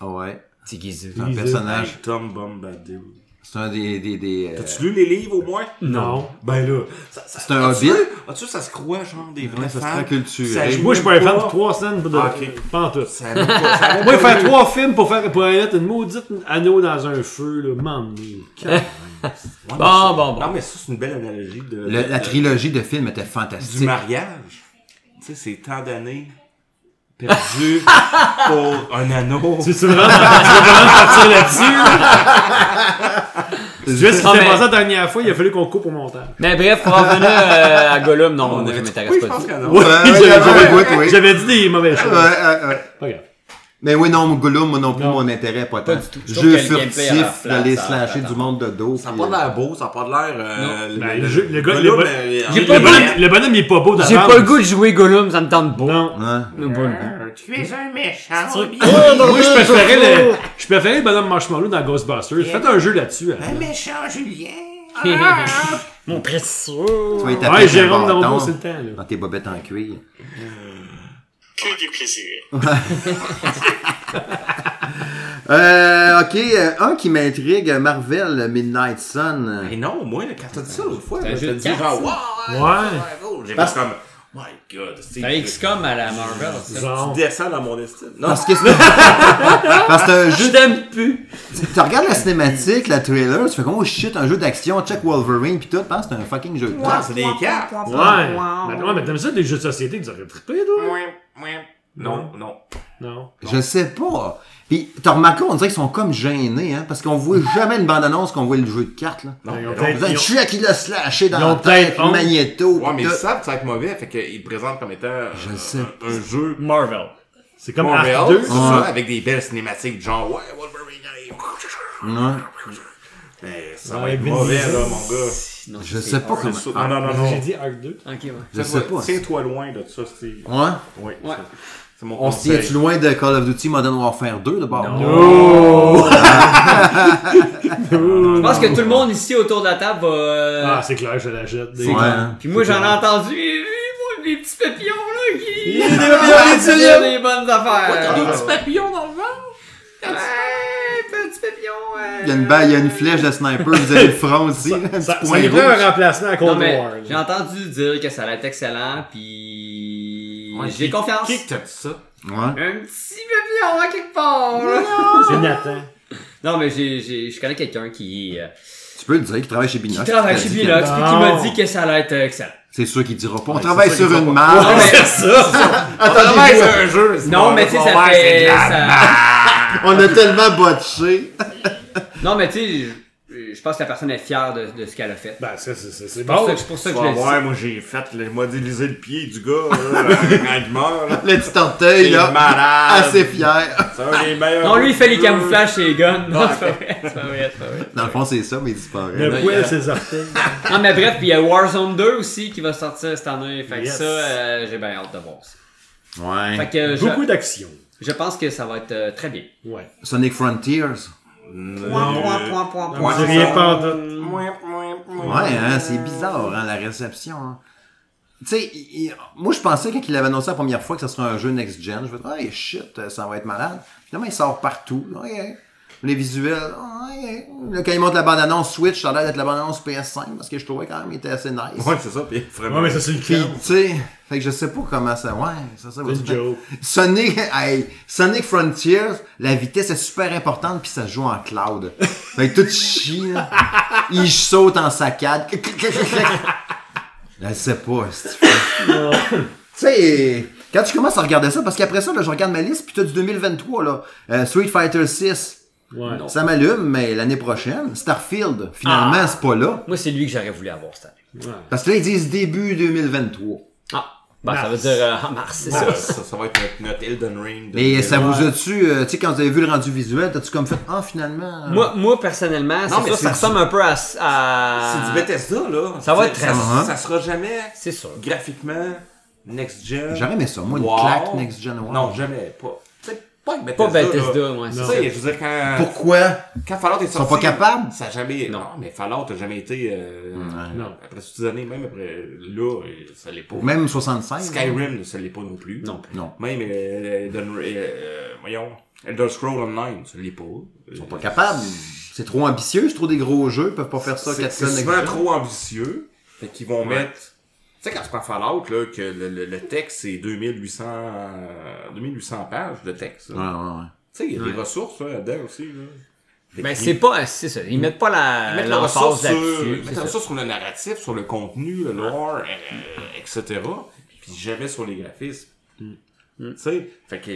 A: Ah ouais.
B: Petit guiseux.
A: C'est un
C: Lisez.
A: personnage.
D: Hey, Tom Bombadil.
A: C'est un des. des, des euh,
D: T'as-tu lu les livres au moins?
C: Non.
D: Ben là,
A: C'est un
D: as-tu
A: hobbit.
D: vu? As-tu vu, ça se croit genre des vrais
A: Ouais, ça se
D: fans?
A: croit culturel.
D: Ça joue
C: Moi, je suis pas un
D: même
C: fan de trois scènes pour de.
D: Ah, ok.
C: Pas en tout.
D: Ça joue pas- ça joue
C: Moi,
D: pas.
C: faire trois films pour faire pour mettre une maudite anneau dans un feu, là, m'emmener.
D: Ouais, mais
B: Bon,
D: ça-
B: bon, bon.
D: Non, mais ça, c'est une belle analogie de,
A: le-
D: de-
A: la
D: de-
A: trilogie de films était
D: du
A: fantastique.
D: mariage. Tu sais, c'est tant d'années
A: [LAUGHS]
D: perdues pour un anneau.
C: Tu veux vraiment, [LAUGHS] tu veux vraiment partir là-dessus? là? Juste ce qui
B: Non,
C: s'est
B: mais-
C: passé la dernière fois, il a fallu qu'on coupe au montage.
B: Mais bref, pour revenir euh, à Gollum, non, moi, je
D: avait-
B: m'intéresse
D: Oui, je
B: pas
D: pense
B: du tout.
D: qu'un anneau.
C: Ouais,
A: ouais,
C: j'avais-
A: j'avais le goût, oui.
C: J'avais dit des mauvaises choses.
A: Ouais, ouais, ouais.
C: Pas grave.
A: Mais oui, non, Gollum, moi non plus,
C: Non.
A: mon intérêt, pas tant.
B: du tout. Je trouve
A: Jeu
B: que le gameplay a l'air
A: furtif,
B: flat,
A: d'aller
B: ça-
A: slasher
B: ça-
A: du monde de dos.
D: Ça n'a
A: puis,
D: pas
A: euh,
D: l'air beau, ça n'a pas l'air... euh,
C: Ben, le jeu- le gars-
D: le
C: le
D: gars, ben,
C: bon-
D: mais-
B: J'ai
D: en-
B: pas
C: Le
B: le
D: mais-
C: bonhomme, le bonhomme, il est pas beau d'avance.
B: J'ai pas le goût de jouer Gollum, ça me tente pas. [LAUGHS]
C: Non. Oh,
A: hein.
B: Non, pas le goût.
D: Tu es un méchant.
C: Moi, je préférais [LAUGHS] le, je préférais le bonhomme Marshmallow dans Ghostbusters. Faites un jeu là-dessus. hein.
D: méchant Julien.
C: Ah,
B: Mon précieux.
A: Tu vas y taper
C: Ouais,
A: sur le
C: Jérôme, dans
A: bâton,
C: mon c'est le temps, là.
A: Dans tes bobettes en cuir.
E: Que du plaisir.
A: Euh, ok, euh, un qui m'intrigue, Marvel Midnight Sun.
D: Mais non, moi, quand t'as dit ça l'autre fois, là,
B: un
D: je
B: jeu
D: te
B: de
D: dis
B: cartes,
D: genre,
B: ça.
D: waouh,
C: Ouais.
D: ouais, gros. J'ai
A: Parce-
D: fait comme, oh My God, c'est...
B: T'as XCOM à la Marvel. ça.
C: Genre.
D: descends dans mon estime. Non,
A: Parce que c'est [LAUGHS] parce que c'est un jeu.
B: t'aime plus.
A: Tu regardes la cinématique, la trailer, tu fais comme oh shit, un jeu d'action, check Wolverine pis tout, pense que c'est un fucking jeu de
D: Ah,
A: classe.
D: c'est des cartes.
C: Ouais. Mais, ouais, mais t'aimes ça des jeux de société que tu aurais trippé, toi?
D: Non, non.
C: Non.
A: Je sais pas. Pis t'as remarqué, on dirait qu'ils sont comme gênés, hein, parce qu'on voit jamais une bande-annonce qu'on voit le jeu de cartes, là.
C: Ils ont
A: On
C: peut-être-
A: disait,
C: ils ont-
A: je suis à qui l'a slashé dans
C: Ils ont
A: la tête,
C: peut-être honte.
A: magnéto.
D: Ouais,
A: pis
D: mais ils
A: tout.
D: savent que ça va être mauvais, fait qu'ils le présentent comme étant euh,
A: Je le sais.
D: un- un jeu
B: Marvel.
C: C'est comme
D: Marvel,
C: Arc 2.
D: c'est ça, avec des belles cinématiques du genre ouais Wolverine arrive. Mais ça va
C: Ouais,
D: être
C: Vin
D: mauvais
C: Diesel.
D: là mon gars.
B: Non,
A: je
B: c'est-
A: sais pas comment.
D: Ah non non non.
C: J'ai dit Arc 2.
B: Ok, ouais.
A: Je sais pas.
D: Tiens-toi loin de ça, Steve.
A: Ouais.
D: Oui. ça- C'est mon
A: On se tient
D: conseil.
A: tu loin de Call of Duty Modern Warfare 2 d'abord?
B: Oh! Je pense que tout le monde ici autour de la table va. euh,
C: Ah, c'est clair, je la jette. des-
A: Ouais. hein.
B: Puis moi, j'en ai entendu euh, moi, les petits papillons là qui.
C: Il est bien,
B: qui
C: il est
B: des bonnes affaires.
D: des
B: petits papillons dans le ventre. Ouais, petits papillons. euh,
A: Il y a une balle, il y a une flèche de sniper, vous avez le front aussi. un
C: Ça,
A: petit
C: ça,
A: point
C: est
A: rouge.
C: un remplacement à
B: Non
C: Cold
B: mais
C: War. là.
B: j'ai entendu dire que ça allait être excellent, puis
D: Ouais,
B: j'ai
D: qui-
B: confiance.
D: Qui que t'as dit ça?
A: Ouais.
B: Un petit papillon à quelque part. là.
C: C'est Nathan.
B: Non mais j'ai, j'ai, je connais quelqu'un qui,
A: Ah,
B: euh,
A: Tu peux le dire qu'il travaille chez
B: qui
A: Binox.
B: travaille
A: Tu
B: chez
A: l'as dit,
B: Bilox, puis qui
C: Non.
B: m'a dit que ça allait être excellent.
A: C'est sûr qu'il dira pas. On
D: Ouais,
A: travaille
D: c'est sûr
A: sur
D: qu'il
A: une
D: dira
A: marque.
B: Ouais.
D: Ah,
A: Attendez,
D: ouais, c'est un jeu. c'est
B: Non
D: bon,
B: mais tu sais
D: bon,
B: ça
D: ouais, c'est de
B: fait.
D: la
B: ça-
A: on a tellement botché.
B: Non, mais tu sais, je, je pense que la personne est fière de, de ce qu'elle a fait.
C: Ben, ça, c'est- c'est c'est
B: C'est pour
C: bon.
B: ça que- c'est pour ça
D: Tu
B: que je l'ai
D: vas
B: dit.
D: voir, moi j'ai fait le modéliser le pied du gars là, [LAUGHS] quand il meurt. là.
A: Le petit orteil,
D: Il est
A: là.
D: malade.
A: Assez fier.
D: C'est un des meilleurs.
B: Non, lui, il fait les
D: jeux.
B: camouflages chez les guns. Non,
D: Ah,
B: c'est pas vrai, c'est pas vrai, c'est pas vrai.
A: Dans le fond, c'est ça, mais il disparaît.
C: Le
A: Ouais.
C: poil,
B: [LAUGHS]
C: ses orteils.
B: Non, mais bref, puis il y a Warzone 2 aussi qui va sortir cette année. Fait que
C: Yes.
B: ça, euh, j'ai bien hâte de voir ça. Fait que euh,
C: Beaucoup
B: je,
C: d'action.
B: je pense que ça va être euh, très bien.
C: Ouais.
A: Sonic Frontiers.
D: Non.
C: Vous
D: c'est
C: diriez
D: ça.
C: pas de...
A: Ouais, hein, c'est bizarre, hein, la réception. hein. Tu sais, il- il- moi, je pensais quand il avait annoncé la première fois que ce serait un jeu next-gen, je me disais, hey, shit, euh, ça va être malade. Finalement, il sort partout. Ouais, ouais. Les visuels, ouais, ouais. Là, quand il montre la bande-annonce Switch, ça a l'air d'être la bande-annonce PS5, parce que je trouvais quand même qu'il était assez nice.
D: Ouais, c'est ça, puis vraiment.
C: Ouais, mais ça, c'est une
A: Puis,
C: clé.
A: tu sais, fait que je sais pas comment ça. Ouais, ça, ça va
C: C'est
A: être-
C: une joke.
A: Sonic, hey, Sonic Frontiers, la vitesse est super importante puis ça se joue en cloud. Fait que tout chie, là. Il saute en saccade. Clic, clic, clic, clic. Je sais pas, c'est- tu sais, quand tu commences à regarder ça, parce qu'après ça, là, je regarde ma liste, puis t'as du 2023, là. Euh, Street Fighter 6,
C: Ouais.
A: ça m'allume, mais l'année prochaine, Starfield, finalement,
C: Ah.
A: c'est pas là.
B: Moi, c'est lui que j'aurais voulu avoir cette année.
A: Parce que là, ils disent début 2023.
B: Ah, ben, ça veut dire euh, en mars, c'est
D: ça,
B: ça.
D: ça, ça va être notre, notre Elden Ring. de-
A: Mais
D: de-
A: ça vous a-tu, euh, tu sais, quand vous avez vu le rendu visuel, t'as-tu comme fait, ah, finalement. euh,
B: Moi, moi personnellement, c'est
D: mais
B: ça,
D: c'est
B: ça
D: du-
B: ressemble un peu à.
D: C'est
B: à...
D: du Bethesda, là.
B: Ça va être
D: T'sais,
B: très-
D: Ça, ça sera jamais
B: C'est sûr.
D: graphiquement next-gen.
A: J'aurais aimé ça, moi, une
D: wow.
A: claque next-gen. wow.
D: Non, jamais. Pas, t'sais, pas avec Bethesda.
B: Pas Bethesda,
D: là.
B: moi.
D: Tu
B: c'est
D: sais, je veux dire, quand,
A: Pourquoi
D: quand Fallout est
A: sont
D: sorti.
A: pas capables?
D: Ça a jamais. Non, mais Fallout n'a jamais été. euh,
C: Non.
D: Après toutes ces années, même après là, euh, ça l'est pas.
A: Même hein? 65
D: Skyrim ne se l'est pas Ah, non plus.
B: Non plus.
A: Non.
D: Même euh, Elden, Ri- euh, voyons, Elder Scroll Online, ça l'est pas. Euh,
A: Ils sont pas capables. C'est trop ambitieux, c'est trop des gros jeux, ils peuvent pas faire ça
D: C'est-
A: 4
D: C'est souvent trop ambitieux. Fait qu'ils vont mettre. Tu sais, quand tu prends Fallout, là, que le, le- le texte, c'est 2800, euh, 2800 pages de texte. là.
A: Ouais, ouais, ouais.
D: Tu sais, il y a des ressources là, dedans aussi. Là. Fait
B: Ben,
D: qu'ils
B: c'est pas. C'est ça. Ils mettent pas la,
D: mettent la ressource
B: Euh, l'emphase
D: sur,
B: là-dessus.
D: mettent
B: c'est
D: la
B: ça.
D: ressource sur le narratif, sur le contenu, le lore, euh, etc. Puis jamais sur les graphismes.
B: Mm.
D: Tu sais, fait que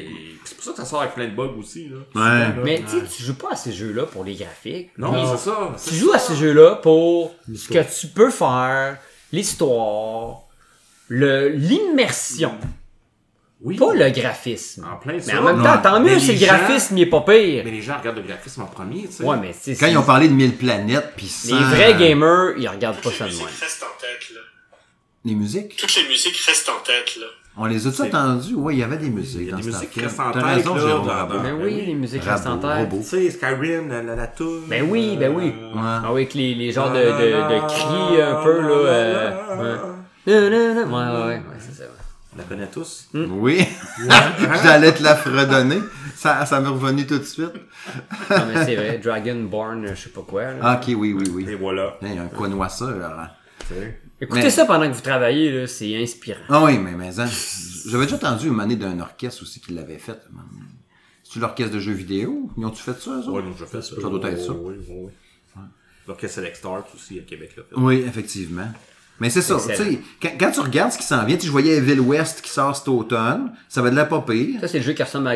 D: c'est pour ça que ça sort avec plein de bugs aussi. Là,
A: Ouais.
D: Souvent, là.
B: Mais tu sais, tu joues pas à ces jeux-là pour les graphiques.
D: Non, c'est ça.
B: Tu joues à ces jeux-là pour ce que tu peux faire, l'histoire, le l'immersion.
D: Oui.
B: Pas le graphisme.
D: Mm. En plein
B: mais
D: ça.
B: en même temps,
A: Ouais.
B: tant mieux
D: Mais
B: si le
D: les gens-
B: graphisme il est pas pire.
D: Mais les gens regardent le graphisme en premier, tu sais.
B: Ouais, mais c'est
A: Quand ils ont parlé de 1000 planètes, pis
B: les
A: ça.
B: vrais gamers, ils regardent pas
E: Toutes
B: ça
E: les
B: de
E: musiques
B: loin.
E: restent en tête, là.
A: Les musiques
E: Toutes les musiques restent en tête, là.
A: On les a-tu entendues Ouais, il y avait des musiques.
D: Il y a
A: dans
D: des musiques qui
A: Starfield.
D: restent en
A: T'as
D: tête,
A: raison,
D: là,
A: Jérôme
D: dans-
A: Rabault.
D: dans-
B: Ben
D: Ben
B: oui,
D: oui.
B: les musiques
A: Rabot,
B: restent en tête.
A: robot.
D: Tu sais, Skyrim, la, la, la toune. euh,
B: Ben oui, ben oui.
A: Ouais.
B: Ah oui, avec les, les genres de, de, de cris un peu, là. euh, ouais. Non, non, non, ouais, ouais, ouais, ouais, c'est ça. ouais.
D: On la connaît tous.
B: Mm.
A: Oui. [LAUGHS] J'allais te la fredonner. Ça, ça m'est revenu tout de suite.
B: Non, mais c'est vrai, Dragonborn, euh, je sais pas quoi. là.
A: Ah, ok, oui, oui, oui.
D: Et voilà.
A: Hey, Il y a un connoisseur. hein.
D: tu sais.
G: Écoutez
A: Mais-
G: ça pendant que vous travaillez, là, c'est inspirant.
A: Ah oui, mais, mais hein, j'avais déjà entendu une année d'un orchestre aussi qui l'avait fait. C'est-tu l'orchestre de jeux vidéo? Ils ont-tu fait ça, eux autres?
D: Ouais, donc je fais ça.
A: Ça doit être ça.
D: Oui, oui, oui. L'orchestre Select Start aussi à Québec, là.
A: Oui, effectivement. Mais c'est ça, tu sais, quand, quand tu regardes ce qui s'en vient, tu sais, je voyais Evil West qui sort cet automne, ça va de la pas pire.
G: Ça, c'est le jeu qui ressemble à,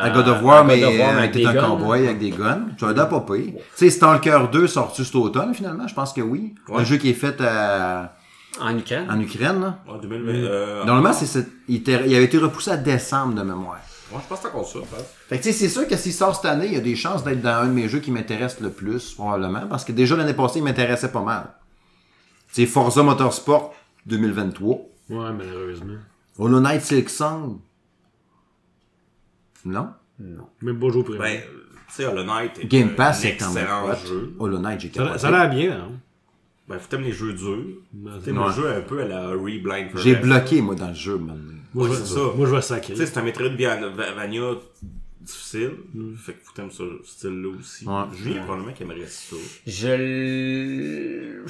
G: à,
A: À God of War,
G: Ah, à God
A: mais
G: of War,
A: euh,
G: avec
A: t'es
G: des
A: un
G: guns.
A: cowboy avec des guns. Ça va de la pas pire. Tu sais, Stalker 2 sort-tu cet automne, finalement? Je pense que oui. Un jeu qui est fait à-
G: En Ukraine.
A: en Ukraine, là.
D: En
A: Mm.
D: 2020.
G: Ben,
D: euh,
A: Normalement, c'est, c'est- il, était- il avait été repoussé à décembre de mémoire.
D: Moi, je pense que c'est encore ça, je pense.
A: Fait que tu sais, c'est sûr que s'il sort cette année, il y a des chances d'être dans un de mes jeux qui m'intéresse le plus, probablement, parce que déjà l'année passée, il m'intéressait pas mal. C'est Forza Motorsport 2023.
C: Ouais, malheureusement.
A: Hollow Knight Silk Song. Non?
C: Même pas joué au premier.
D: Ben, euh, tu sais, Hollow Knight est
A: Mm. Game Pass,
D: un
A: c'est quand même
D: excellent
A: hot.
D: Euh, jeu.
A: Hollow Knight, j'ai
C: ça,
A: capoté.
C: ça a l'air bien, hein.
D: Ben, faut t'aimer les jeux durs.
C: Non,
D: T'aimes
A: Mm. Ouais.
D: le jeu un peu à la Re-Blind Forest.
A: J'ai bloqué, moi, dans le jeu, man.
C: Moi,
D: Ouais,
C: je vais,
D: c'est ça.
C: moi, je vais
D: Tu
C: sacrer.
D: sais, c'est un Metroidvania difficile. Fait que faut t'aimes ce style-là aussi.
A: Mm. Ouais.
D: Julien, probablement, qui aimerait ça.
G: Je l-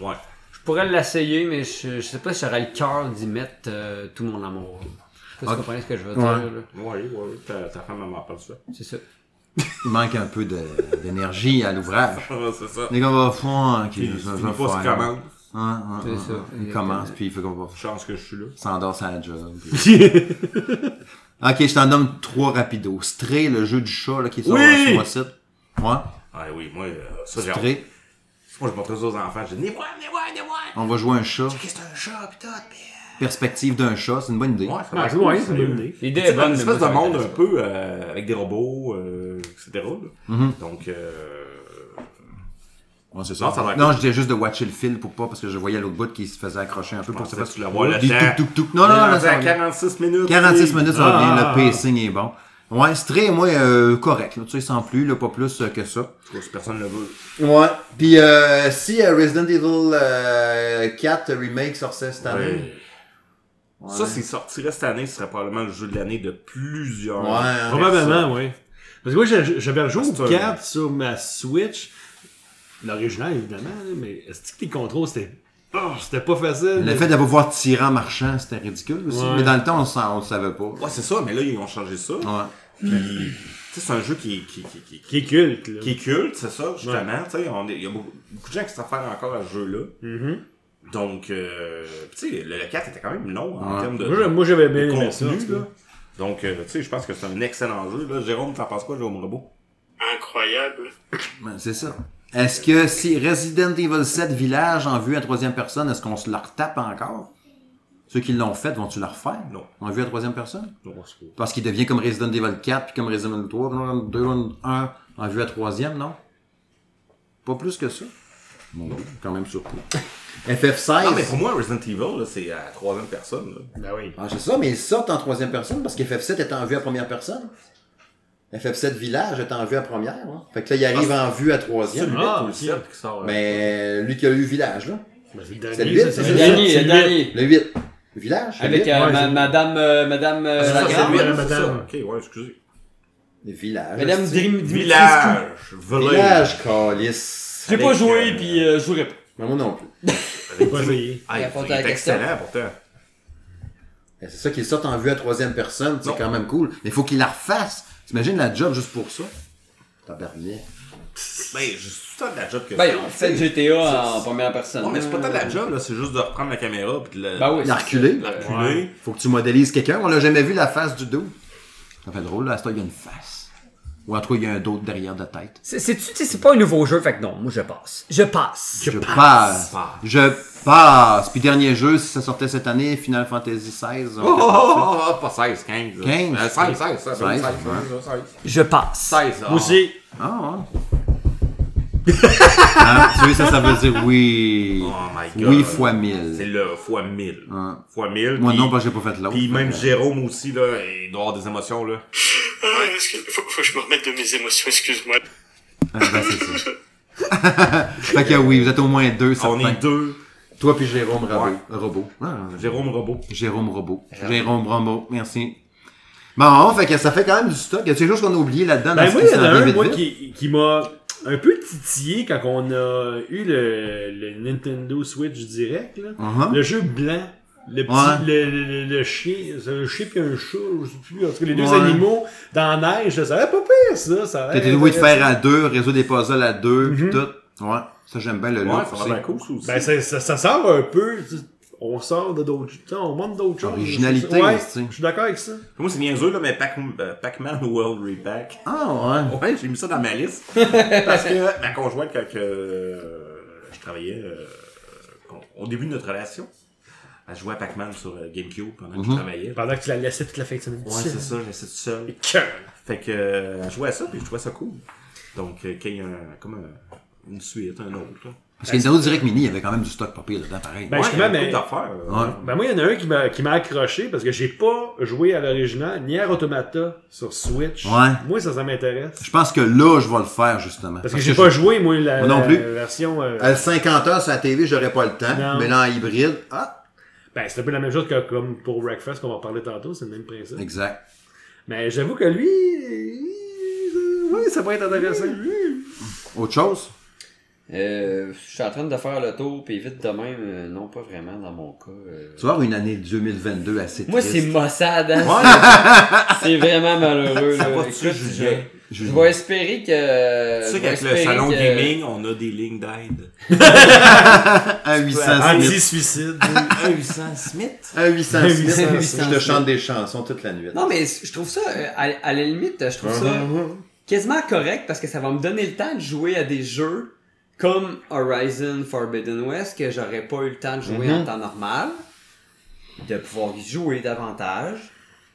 D: Ouais.
G: Je pourrais l'essayer, mais je, je sais pas si j'aurais le cœur d'y mettre euh, tout mon amour. Je sais pas si vous comprenez ce que je veux dire.
A: Ouais.
G: là.
D: Ouais, ouais, ta, ta femme, elle m'en parle ça.
G: C'est ça.
A: Il manque un peu de- d'énergie à l'ouvrage.
D: [LAUGHS] c'est ça.
A: Les gars, on va fond, ok,
D: Puis,
A: Mm. ça, ça
D: finis
A: va
D: pas ce
A: faire.
D: commande.
A: Hein, hein, hein,
G: ça,
A: hein. Il
G: exactement.
A: commence, puis il faut qu'on va
D: Chance que je suis là.
A: s'endorse à la job. puis- euh, ok, je t'en nomme trois rapido. Stray, le jeu du chat là, qui est sur
D: Oui!
A: sur mon site. Ouais,
D: Ah oui, moi, euh, ça, j'ai hâte.
A: Stray.
D: Moi, je montrais ça aux enfants. J'ai dit, venez voir, venez voir, venez voir.
A: On va jouer un chat.
D: Qu'est-ce que c'est un chat, pis tout, pis. euh,
A: Perspective d'un chat, c'est une bonne idée.
D: Ouais, ça
C: Ah,
D: marche
C: c'est ouais,
D: cool,
C: c'est une
D: sérieux.
C: bonne idée.
G: L'idée
D: C'est
G: est
D: une
G: bonne. mais
D: espèce de
G: moi, ça
D: monde
G: m'intéresse
D: un peu euh, avec des robots, euh, etc. là. Donc, euh,
A: Ouais, c'est
D: Non, ça va être
A: Non,
D: cool.
A: je disais juste de watcher le fil pour pas, parce que je voyais l'autre bout qui se faisait accrocher un peu pour que
D: pensais
A: ça
D: que
A: fasse
D: tu le vois le
A: Des
D: temps.
A: touc, touc, touc. Non, non, non,
D: on est
A: non, ça
D: à
A: va bien.
D: 46 minutes.
A: 46 minutes, ça va bien,
C: Ah.
A: le pacing est bon. Ouais, Stray, moi, euh, correct, là, tu sais, sans plus, là, pas plus euh, que ça.
D: Je pense que personne ne le veut.
A: Ouais. Puis euh, si euh, Resident Evil euh, 4 Remake sortait cette année.
D: ben, Ça, s'il sortirait cette année, ce serait probablement le jeu de l'année de plusieurs.
A: Ouais, hein.
C: Probablement, oui. Parce que moi, j'ai- j'avais rejoué
D: C'est
C: au
D: un-
C: 4 sur ma Switch. L'original, évidemment, là, mais est-ce que les contrôles, c'était. Oh, c'était pas facile.
A: Le fait de voir Tyran marchand, c'était ridicule aussi.
C: Ouais.
A: Mais dans le temps, on, s'en- on le savait pas.
D: Ouais, c'est ça, mais là, ils ont changé ça.
A: Ouais.
D: Puis, tu sais, c'est un jeu qui, qui, qui, qui,
C: Qui est culte, là.
D: qui est culte, c'est ça, justement. Tu sais, on est- il y a beaucoup, beaucoup de gens qui s'en font encore à ce jeu-là.
C: Mm-hmm.
D: Donc, euh, tu sais, le, le 4 était quand même long hein, en
A: Ouais.
D: termes de.
C: Moi, j'a- moi, j'avais bien
D: de
C: aimé ça. en
D: contenu,
C: tout cas.
D: là. Donc, euh, tu sais, je pense que c'est un excellent jeu. Là. Jérôme, t'en penses quoi, Jérôme Robot?
E: Incroyable.
A: Ben, c'est ça. Est-ce que si Resident Evil 7 Village en vue à troisième personne, est-ce qu'on se la retape encore? Ceux qui l'ont fait, vont-tu la refaire?
D: Non.
A: En vue à troisième personne?
D: Non,
A: Parce qu'il devient comme Resident Evil 4, puis comme Resident Evil 3, puis comme Resident Evil 1 en vue à troisième, non? Pas plus que ça. Bon, quand même
D: [LAUGHS]
A: surpris. FF16.
D: Ah, mais pour moi, Resident Evil, là, c'est à la troisième personne. là.
C: Ben oui.
A: Ah, c'est ça, mais ils sortent en troisième personne parce que FF7 est en vue à première personne. FF7 Village est en vue à première. hein. Fait que là, il arrive en vue à
D: C'est le
A: troisième.
C: Ah,
D: huit ou le
C: ok.
D: sept qui sort. euh,
A: Mais lui qui a eu Village, là.
C: Ben, c'est
A: C'est
C: le
A: le
C: dernier.
A: huit,
C: ça,
A: c'est
C: c'est
A: le
C: le
A: dernier,
C: huit,
G: le
C: le
G: dernier.
A: Le 8. Village? le
G: Avec
A: huit?
G: euh,
C: Ouais,
G: ma-
C: c'est-
G: madame, euh, madame, euh,
D: Ah, c'est ça, c'est
G: Lagarde.
D: le huit,
C: madame.
D: c'est ça. Ok, ouais, excusez.
A: Village.
G: madame
A: hostie.
G: Dim- Dimitrescu.
D: Village! Village!
A: Village, Calis.
F: J'ai pas
D: Avec,
F: joué,
D: euh,
F: puis euh, je jouerai pas.
A: Mais moi non plus.
C: J'ai pas essayé.
D: Ah, il
G: Répondre
D: il
G: à la
D: est
G: question.
D: excellent pourtant. Ben,
A: Mais Eh, C'est ça qu'ils sortent en vue à troisième personne. C'est
D: Non.
A: quand même cool. Mais il faut qu'ils la refassent. T'imagines la job juste pour ça? Tabarnak.
D: Ben, j'ai tout le temps de la job que
G: Ben, on fait GTA en première personne.
D: Non, mais c'est pas tant de la job, là, c'est juste de reprendre la caméra pis de la.
G: Ben oui.
A: Il a reculé.
D: de la reculer.
A: Faut que tu modélises quelqu'un. On l'a jamais vu la face du dos. Ça fait drôle, là. À ce temps, il y a une face. Ou en tout cas, il y a un dos derrière la tête.
B: C'est- C'est-tu, tu sais, c'est pas un nouveau jeu, fait que non, moi je passe. Je passe.
A: Je, passe. Je passe. Puis dernier jeu, si ça sortait cette année, Final Fantasy XVI. on
D: Oh,
A: fait ça.
D: oh, oh, oh, pas 16, 15.
A: 15.
D: 16, 16, ça, hein. c'est
A: 16,
D: 16, 16,
A: ouais.
D: 16.
B: Je passe.
D: 16,
C: Moi aussi.
A: Ah, ouais. Hein, tu sais, ça, ça veut dire oui.
D: Oh my God.
A: Oui fois
D: C'est
A: 1000.
D: le fois 1000.
A: Ouais.
D: Fois 1000.
A: Moi
D: pis-
A: non, parce que j'ai pas fait l'autre.
D: Puis même
A: Fait que-
D: Jérôme aussi, là, il doit avoir des émotions, là.
E: Ah, excuse- faut, faut que je me remette de mes émotions, excuse-moi.
A: Ah, ben, c'est ça. [LAUGHS] fait que oui, vous êtes au moins deux,
D: On
A: certains.
D: est deux.
A: Toi puis Jérôme Rabot.
D: Ouais.
A: Robot. Ah,
D: Jérôme Robot.
A: Jérôme Robot.
C: Eh,
A: Jérôme Robot, merci. Bon, fait que ça fait quand même du stock. Il y a des choses qu'on a oubliées là-dedans. dans
C: Ben
A: ce
C: moi,
A: qui
C: il y en a
A: s'en vient
C: un,
A: vite,
C: moi,
A: vite.
C: qui, qui m'a un peu titillé quand on a eu le, le Nintendo Switch direct. Là.
A: Mhm.
C: Le jeu blanc. Le petit,
A: Ouais.
C: le, le- le- le chien, c'est un chien puis un chat, je sais plus, en tout cas, les deux
A: Ouais.
C: animaux dans la neige, là, ça va pas pire, ça, ça a
A: T'as
C: l'air
A: été doué de
C: intéressant.
A: faire à deux, résoudre des puzzles à deux, puis
C: Mhm.
A: tout. Ouais. Ça, j'aime bien le
D: Ouais,
A: look
D: ça va
A: aussi.
D: bien cool, ça aussi.
C: Ben, ça, ça, ça sort un peu, tu sais, on sort de d'autres, tu sais, on monte d'autres choses.
A: Originalité,
C: Ouais,
A: tu sais.
C: je suis d'accord avec ça.
D: Pour moi, c'est niaiseux, là, mais Pac- euh, Pac-Man World Repack.
A: Ah, [LAUGHS] ouais.
D: Ouais, j'ai mis ça dans ma liste. [LAUGHS] parce que ma conjointe, quand que, euh, je travaillais euh, au- au début de notre relation, elle jouait à Pac-Man sur euh, GameCube pendant que je travaillais.
C: Pendant que tu la laissais toute la fin de semaine.
D: Ouais, c'est ça, j'étais tout seul.
C: Cœur.
D: Fait que euh, elle jouait à ça, puis je trouvais ça cool. Donc, euh, qu'il y ait un- comme un- une suite, un autre. là.
A: Parce que Nintendo Direct Mini, il y avait quand même du stock pas pire dedans, pareil.
C: Ben,
D: Ouais,
C: justement,
D: il y a
C: mais-
D: beaucoup d'affaires, euh,
A: Ouais.
C: Ben moi, il y en a un qui m'a, qui m'a accroché parce que j'ai pas joué à l'original ni à Automata sur Switch.
A: Ouais.
C: Moi, ça, ça m'intéresse.
A: Je pense que là, je vais le faire, justement.
C: Parce que j'ai pas joué, moi, la,
A: Moi non
C: la
A: plus.
C: version. euh,
A: À 50 heures sur la TV, j'aurais pas le temps.
C: Non.
A: Mais là, en hybride, ah,
C: Ben, c'est un peu la même chose que comme pour Breakfast qu'on va parler tantôt, c'est le même principe.
A: exact.
C: Mais j'avoue que lui. euh, Oui, ça pourrait être intéressant.
A: Autre chose?
G: Euh, je suis en train de faire le tour, puis vite de même, euh, non, pas vraiment dans mon cas. euh.
A: Tu vas avoir une année 2022 assez
G: Moi, c'est
A: triste.
G: Mossad. hein. [LAUGHS] c'est vraiment malheureux.
D: Ça
G: là.
D: va-tu,
G: Écoute, je,
D: Julien?
G: je vais espérer que.
B: Euh,
G: je
D: Tu sais
G: vais
D: qu'avec le
G: espérer
D: salon
G: que-
D: gaming, on a des lignes d'aide.
A: À 800
C: Ah,
A: Smith.
C: Anti-suicide.
D: Un 800 Smith.
A: À
C: [LAUGHS]
A: 800 Smith.
G: 800
A: Je te chante des chansons toute la nuit.
G: Non, mais je trouve ça, euh, à, à la limite, je trouve ça quasiment correct parce que ça va me donner le temps de jouer à des jeux comme Horizon Forbidden West que j'aurais pas eu le temps de jouer en temps normal, de pouvoir y jouer davantage.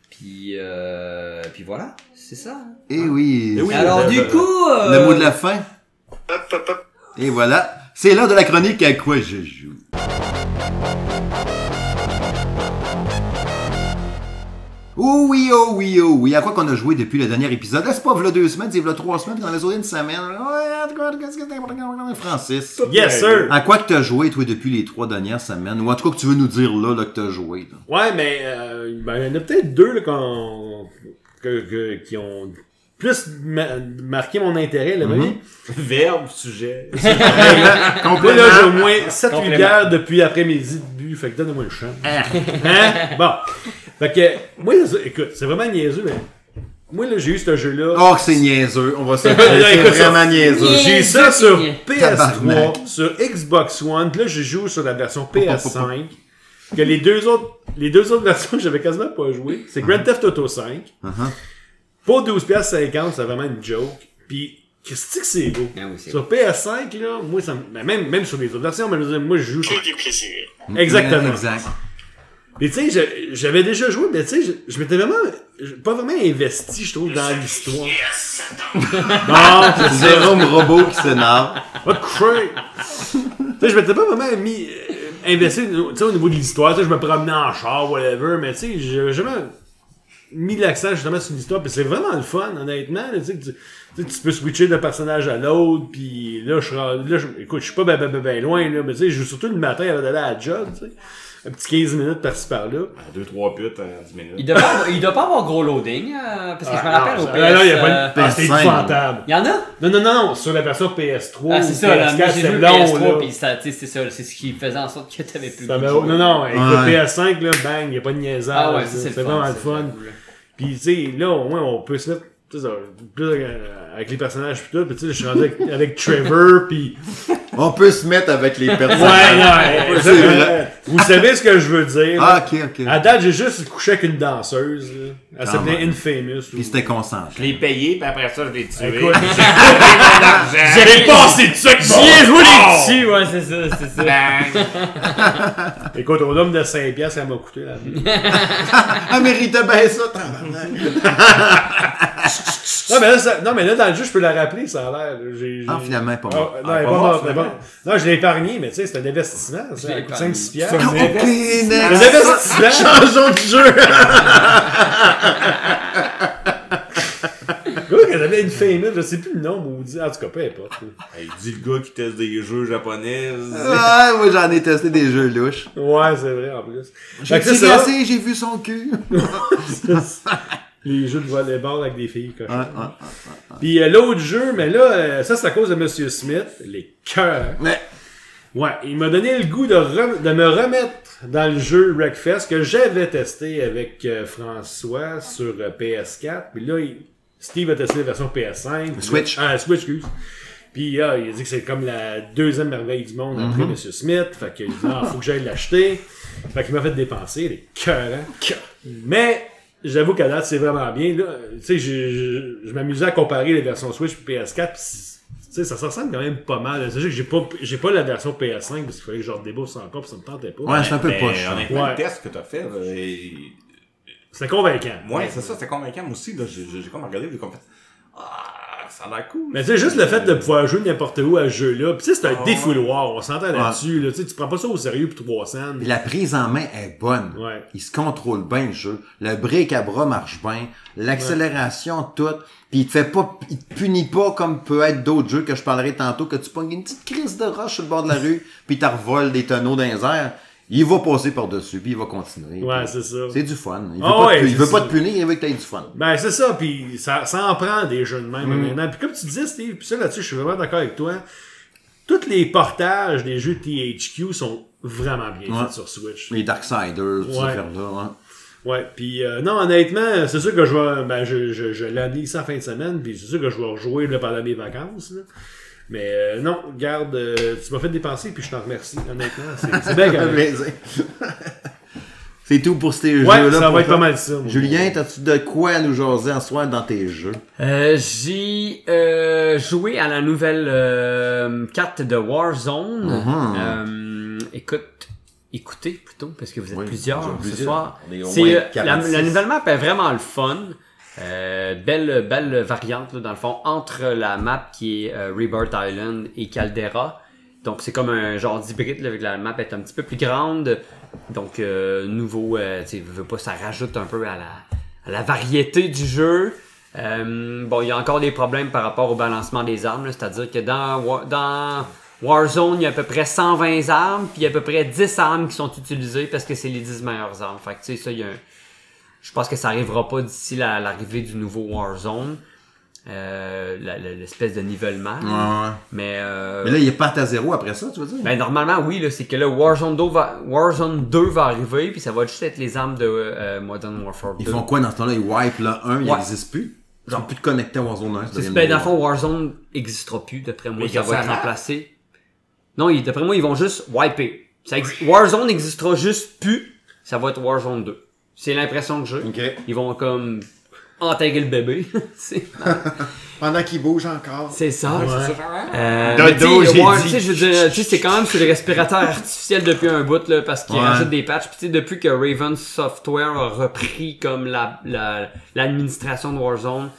G: Puis, euh, puis voilà, c'est ça.
A: Eh oui.
D: Eh oui.
G: Alors
D: le-
G: du
D: le-
G: coup,
A: Le
G: euh,
A: mot de la fin.
E: Hop, hop, hop.
A: Et voilà. C'est l'heure de la chronique à quoi je joue. Oh oui, oh oui, oh oui. À quoi qu'on a joué depuis le dernier épisode? Là, C'est pas v'là deux semaines, c'est v'là trois semaines, puis on a joué une semaine. Ouais, en tout cas, qu'est-ce que t'as- Francis.
C: yes, sir!
A: À quoi que t'as joué, toi, depuis les trois dernières semaines? Ou en tout cas, que tu veux nous dire là, là que t'as joué? là?
C: Ouais, mais euh, ben, il y en a peut-être deux là, qu'on- que- que- qui ont plus ma- marqué mon intérêt. Là, voyez.
D: Verbe, sujet.
C: [LAUGHS] Moi, là, j'ai au moins 7-8 bières depuis après-midi de but. Fait que donnez-moi le champ. hein? Bon. Fait que, moi, c'est- écoute, c'est vraiment niaiseux, mais moi, là, j'ai eu ce jeu-là.
A: Oh, que c'est niaiseux. On [LAUGHS] va se le dire.
C: Là,
A: C'est
C: écoute ça.
A: vraiment niaiseux.
C: J'ai ça sur PS3,
A: Tabarnak.
C: sur Xbox One, puis là je joue sur la version PS5. Que les deux autres, les deux autres versions que j'avais quasiment pas joué, c'est Grand Theft Auto 5.
A: Uh-huh.
C: Pour 12,50$, c'est vraiment une joke. Puis, qu'est-ce que c'est beau?
G: Ah oui, c'est
C: sur PS5, là, moi, ça, me- ben, même, même sur les autres versions, mais je veux dire, moi, je joue.
E: Que du plaisir.
C: Exactement.
A: Exact.
C: Mais tu sais, je- j'avais déjà joué, mais tu sais, je, je m'étais vraiment. je- Pas vraiment investi, je trouve, dans l'histoire.
E: Yes,
C: [LAUGHS] Non, c'est ça.
A: Jérôme Robot qui s'énerve.
C: What the fuck? tu sais, je m'étais pas vraiment mis. euh, investi tu sais, au niveau de l'histoire. Tu sais, je me promenais en char, whatever, mais tu sais, j'avais jamais mis l'accent justement sur l'histoire. Puis c'est vraiment le fun, honnêtement. là, tu sais, que tu, tu sais, tu peux switcher d'un personnage à l'autre. Puis là, je suis rendu- là, je- écoute, je suis pas ben, ben, ben, ben loin, là, mais tu sais, je joue surtout le matin avant d'aller à la job, tu sais. Un petit 15 minutes par-ci par-là.
D: Ben, Deux, trois putes en 10 minutes.
G: Il doit, pas avoir, il doit pas avoir gros loading, euh, parce que je me rappelle
C: Ah, non,
G: au
C: ça-
G: PS.
C: là, là, y a pas une
G: euh,
C: ah, c'est
A: PS5.
C: épouvantable.
G: Il y en a?
C: Non, non, non, non, sur la version PS3.
G: Ah,
C: ou
G: c'est ça, là.
C: PS4,
G: Moi, j'ai
C: c'est
G: vu le
C: long,
G: PS3,
C: là.
G: pis ça, tu sais, c'est ça, c'est ce qui faisait en sorte que t'avais plus le
C: Ça
G: goût
C: va-
G: de
C: oh,
G: jouer.
C: non, non, écoute,
A: Ouais.
C: PS5, là, bang, y a pas de niaisage.
G: Ah ouais,
C: là,
G: ça, c'est le fun,
C: vraiment
G: ça,
C: le fun.
G: j'avoue, là.
C: Puis, tu sais, là, au moins, on peut se mettre, tu sais, ça, plus euh, avec les personnages, pis tout. Puis, tu sais, je suis rendu avec, avec Trevor, puis
G: [LAUGHS]
A: On peut se mettre avec les personnes.
C: Ouais, non,
A: c'est vrai.
C: Vous savez ce que je veux dire.
A: Ah,
C: là.
A: ok, ok.
C: À date, j'ai juste couché avec une danseuse, là. Elle
A: Quand
C: s'appelait
A: même.
C: Infamous. ou-
A: Puis c'était concentré.
D: Je l'ai payé, puis après ça, je l'ai tué.
C: Écoute,
G: [LAUGHS]
D: J'avais passé de ça que
G: Bien joué,
D: Oh!
G: les petits! Ouais, c'est ça, c'est ça.
C: écoute, au homme de 5 piastres, elle m'a coûté la vie.
A: Ah, méritait bien ça, tabarnak.
C: Non mais, là, ça- non, mais là, dans le jeu, je peux la rappeler, ça a l'air. là. J'ai-
A: Ah,
C: j'ai-
A: finalement, pas
C: Ah,
A: mal.
C: non, elle est pas morte, elle est pas morte. Non, je l'ai épargné, mais tu sais, c'est un investissement. Ça, elle coûte
G: épargné.
C: 5-6 piastres.
A: Ah, Ok,
C: [LAUGHS] Un
A: next.
C: investissement!
A: [LAUGHS] Changeons de
C: [LAUGHS]
A: jeu.
C: Oui, qu'elle avait une famille, je sais plus le nom, maudit. En tout cas, peu importe.
D: Il dit le gars qui teste des jeux japonais.
A: Ah, moi, j'en ai testé des jeux louches.
C: Ouais, c'est vrai, en plus.
A: J'ai [LAUGHS]
C: Fait que c'est ça.
A: tiré, j'ai vu son cul.
C: les jeux de volleyball avec des filles cochonnes.
A: Ah, ah, ah.
C: Puis euh, l'autre jeu, mais là, euh, ça c'est à cause de Monsieur Smith, les cœurs.
A: Mais,
C: Ouais, il m'a donné le goût de, rem- de me remettre dans le jeu Wreckfest que j'avais testé avec euh, François sur euh, PS4. Puis là, il- Steve a testé la version PS5.
A: Switch.
C: Ah, Switch, excuse. Puis euh, il a dit que c'est comme la deuxième merveille du monde après
A: Mhm.
C: Monsieur Smith. Fait qu'il a dit, ah, faut que j'aille l'acheter. Fait qu'il m'a fait dépenser, les cœurs. hein. Mais j'avoue qu'à date, c'est vraiment bien. là. Tu sais, je, je- je m'amusais à comparer les versions Switch et PS4. pis c'est- tu sais, ça se ressemble quand même pas mal. C'est juste que j'ai pas, j'ai pas la version PS5 parce qu'il fallait que je redébourse encore pis ça me tentait pas.
A: ouais, c'est un peu
D: Ben,
A: poche. hein.
D: Honnêtement,
C: Ouais.
D: le test que t'as fait, là, et-
C: C'était convaincant.
D: Moi, c'est ça, c'était convaincant moi aussi. là. J'ai j'ai- j'ai comme regardé, j'ai comme fait. Ah, ça a l'air cool.
C: Mais tu sais, juste le fait de pouvoir jouer n'importe où à ce jeu-là. Pis tu sais, c'est un
D: Ah,
C: défouloir. On s'entend là-dessus. Là. Tu sais, tu prends pas ça au sérieux pour 300.
A: Puis La prise en main est bonne.
C: Ouais.
A: Il se contrôle bien le jeu. Le bric à bras marche bien. L'accélération, tout. Puis il te fait pas, il te punit pas comme peut être d'autres jeux que je parlerai tantôt, que tu pognes une petite crise de roche sur le bord de la
C: [LAUGHS]
A: rue, puis t'en revoles des tonneaux dans les airs. Il va passer par-dessus, puis il va continuer.
C: Ouais,
A: Puis
C: c'est ça.
A: c'est du fun. Il veut,
C: Ah
A: pas,
C: ouais,
A: te, pu- il
C: c'est
A: veut
C: ça.
A: pas te punir, il veut que t'aies du fun.
C: Ben, c'est ça, puis ça, ça en prend des jeux de
A: Mm.
C: même maintenant. Puis comme tu disais, Steve, puis ça là-dessus, je suis vraiment d'accord avec toi. Tous les portages des jeux THQ sont vraiment bien
A: Ouais.
C: faits sur Switch.
A: Les Darksiders, tout
C: Ouais.
A: ces affaires-là. hein.
C: Ouais, puis euh, non, honnêtement, c'est sûr que je vais. Ben, je, je, je l'analyse en fin de semaine, puis c'est sûr que je vais rejouer là, pendant mes vacances. là. Mais euh, non, garde, euh, tu m'as fait dépenser, puis je t'en remercie, honnêtement. C'est c'est
A: [LAUGHS]
C: bien quand
A: Un
C: même.
A: plaisir. C'est tout pour ces
C: Ouais,
A: jeux-là.
C: ça
A: pour
C: va être
A: toi.
C: pas mal ça. moi.
A: Julien, t'as-tu de quoi nous jaser en soi dans tes jeux?
B: Euh, j'ai euh, joué à la nouvelle euh, carte de Warzone.
A: Uh-huh.
B: Euh, écoute, écoutez plutôt, parce que vous êtes
A: Oui,
B: plusieurs
A: vous êtes
B: ce
A: plusieurs.
B: soir.
A: On est au
B: C'est,
A: moins
B: euh, la,
A: 46.
B: la nouvelle map est vraiment le fun. Euh, belle, belle variante, là, dans le fond, entre la map qui est euh, Rebirth Island et Caldera. Donc, c'est comme un genre d'hybride, là, avec la map est un petit peu plus grande. Donc, euh, nouveau, euh, tu sais, veux pas, ça rajoute un peu à la, à la variété du jeu. Euh, bon, il y a encore des problèmes par rapport au balancement des armes, là, c'est-à-dire que dans, Wa- dans Warzone, il y a à peu près 120 armes, puis il y a à peu près 10 armes qui sont utilisées parce que c'est les 10 meilleures armes. Fait que, tu sais, ça, il y a un- Je pense que ça arrivera pas d'ici la- l'arrivée du nouveau Warzone. Euh, la- la- l'espèce de nivellement. Mais, euh,
A: Mais là, il est parti à zéro après ça, tu veux dire?
B: ben, normalement, oui, là, c'est que là, Warzone 2, va, Warzone 2 va arriver, puis ça va juste être les armes de euh, Modern Warfare 2.
A: Ils font quoi dans ce temps-là? Ils wipe le 1, il
B: Ouais.
A: n'existe plus. Ils ont plus de connecter à Warzone 1. ça
B: C'est-
A: devient
B: ben,
A: le
B: dans le
A: nouveau.
B: fond, Warzone n'existera plus, d'après moi.
D: Mais
B: Ça
D: que
B: va
D: ça
B: être
D: rate.
B: remplacé. Non, ils- d'après moi, ils vont juste wiper. Ça ex- Warzone n'existera juste plus. Ça va être Warzone 2. C'est l'impression que j'ai.
A: Ok.
B: Ils vont comme enterrer le bébé. [LAUGHS] c'est
A: [LAUGHS] Pendant qu'ils bougent encore.
B: c'est ça.
D: C'est ça, genre,
B: Euh,
A: Dodo,
B: mais tu sais,
A: j'ai
B: ouais,
A: dit.
B: tu sais, je veux dire, tu sais, c'est quand même sur les respirateurs artificiels depuis un bout, là, parce qu'ils
A: Ouais.
B: rajoutent des patchs. Puis, tu sais, depuis que Raven Software a repris comme la, la- l'administration de Warzone,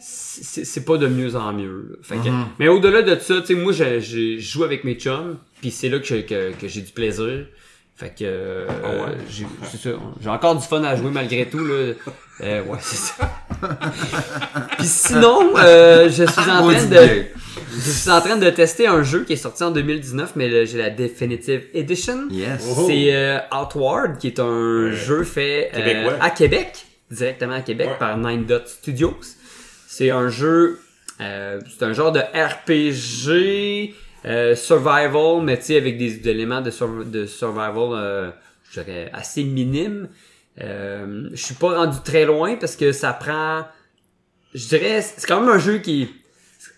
B: c'est, c'est pas de mieux en mieux. là. Fait que-
A: Mm-hmm.
B: mais au-delà de ça, tu sais, moi, je, je- je joue avec mes chums, puis c'est là que, j'ai- que, que j'ai du plaisir. Fait que euh,
A: Ah
B: j'ai, c'est ça, j'ai encore du fun à jouer malgré tout là. Euh, ouais, c'est ça.
A: [LAUGHS]
B: Puis sinon, euh, je suis en train
A: Maudit
B: de, je suis en train de tester un jeu qui est sorti en 2019, mais là, j'ai la Definitive Edition.
A: Yes.
B: C'est euh, Outward, qui est un jeu fait euh,
D: Québécois.
B: à Québec, directement à Québec,
D: Ouais.
B: par Nine Dot Studios. C'est un jeu, euh, c'est un genre de RPG euh, survival, mais tu sais, avec des, des éléments de, sur- de survival, euh, je dirais, assez minimes. Euh, je suis pas rendu très loin parce que ça prend je dirais, c'est quand même un jeu qui.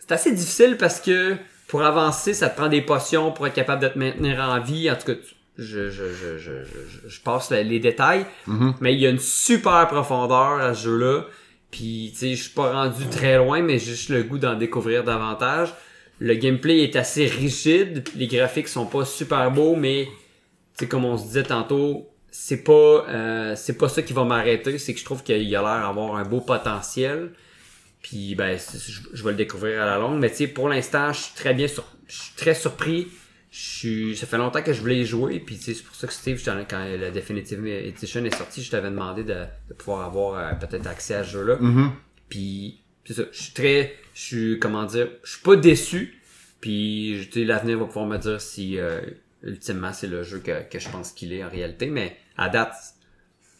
B: C'est assez difficile parce que pour avancer, ça te prend des potions pour être capable de te maintenir en vie. En tout cas, tu- je, je, je, je, je, je passe la- les détails.
A: Mhm.
B: Mais il y a une super profondeur à ce jeu-là. Puis, tu sais, je suis pas rendu très loin, mais j'ai juste le goût d'en découvrir davantage. Le gameplay est assez rigide. Les graphiques sont pas super beaux, mais tu sais, comme on se disait tantôt, c'est pas, euh, c'est pas ça qui va m'arrêter. C'est que je trouve qu'il a l'air d'avoir un beau potentiel. Puis ben, c'est- je, je vais le découvrir à la longue. Mais tu sais, pour l'instant, je suis très bien sur, je suis très surpris. Je suis, ça fait longtemps que je voulais y jouer. Puis tu sais, c'est pour ça que Steve, je t'en ai- quand la Definitive Edition est sortie, je t'avais demandé de, de pouvoir avoir euh, peut-être accès à ce jeu-là.
A: Mhm.
B: Puis c'est ça, je suis très, je suis comment dire, je suis pas déçu. Puis tu sais, l'avenir va pouvoir me dire si euh, ultimement c'est le jeu que, que je pense qu'il est en réalité. Mais à date,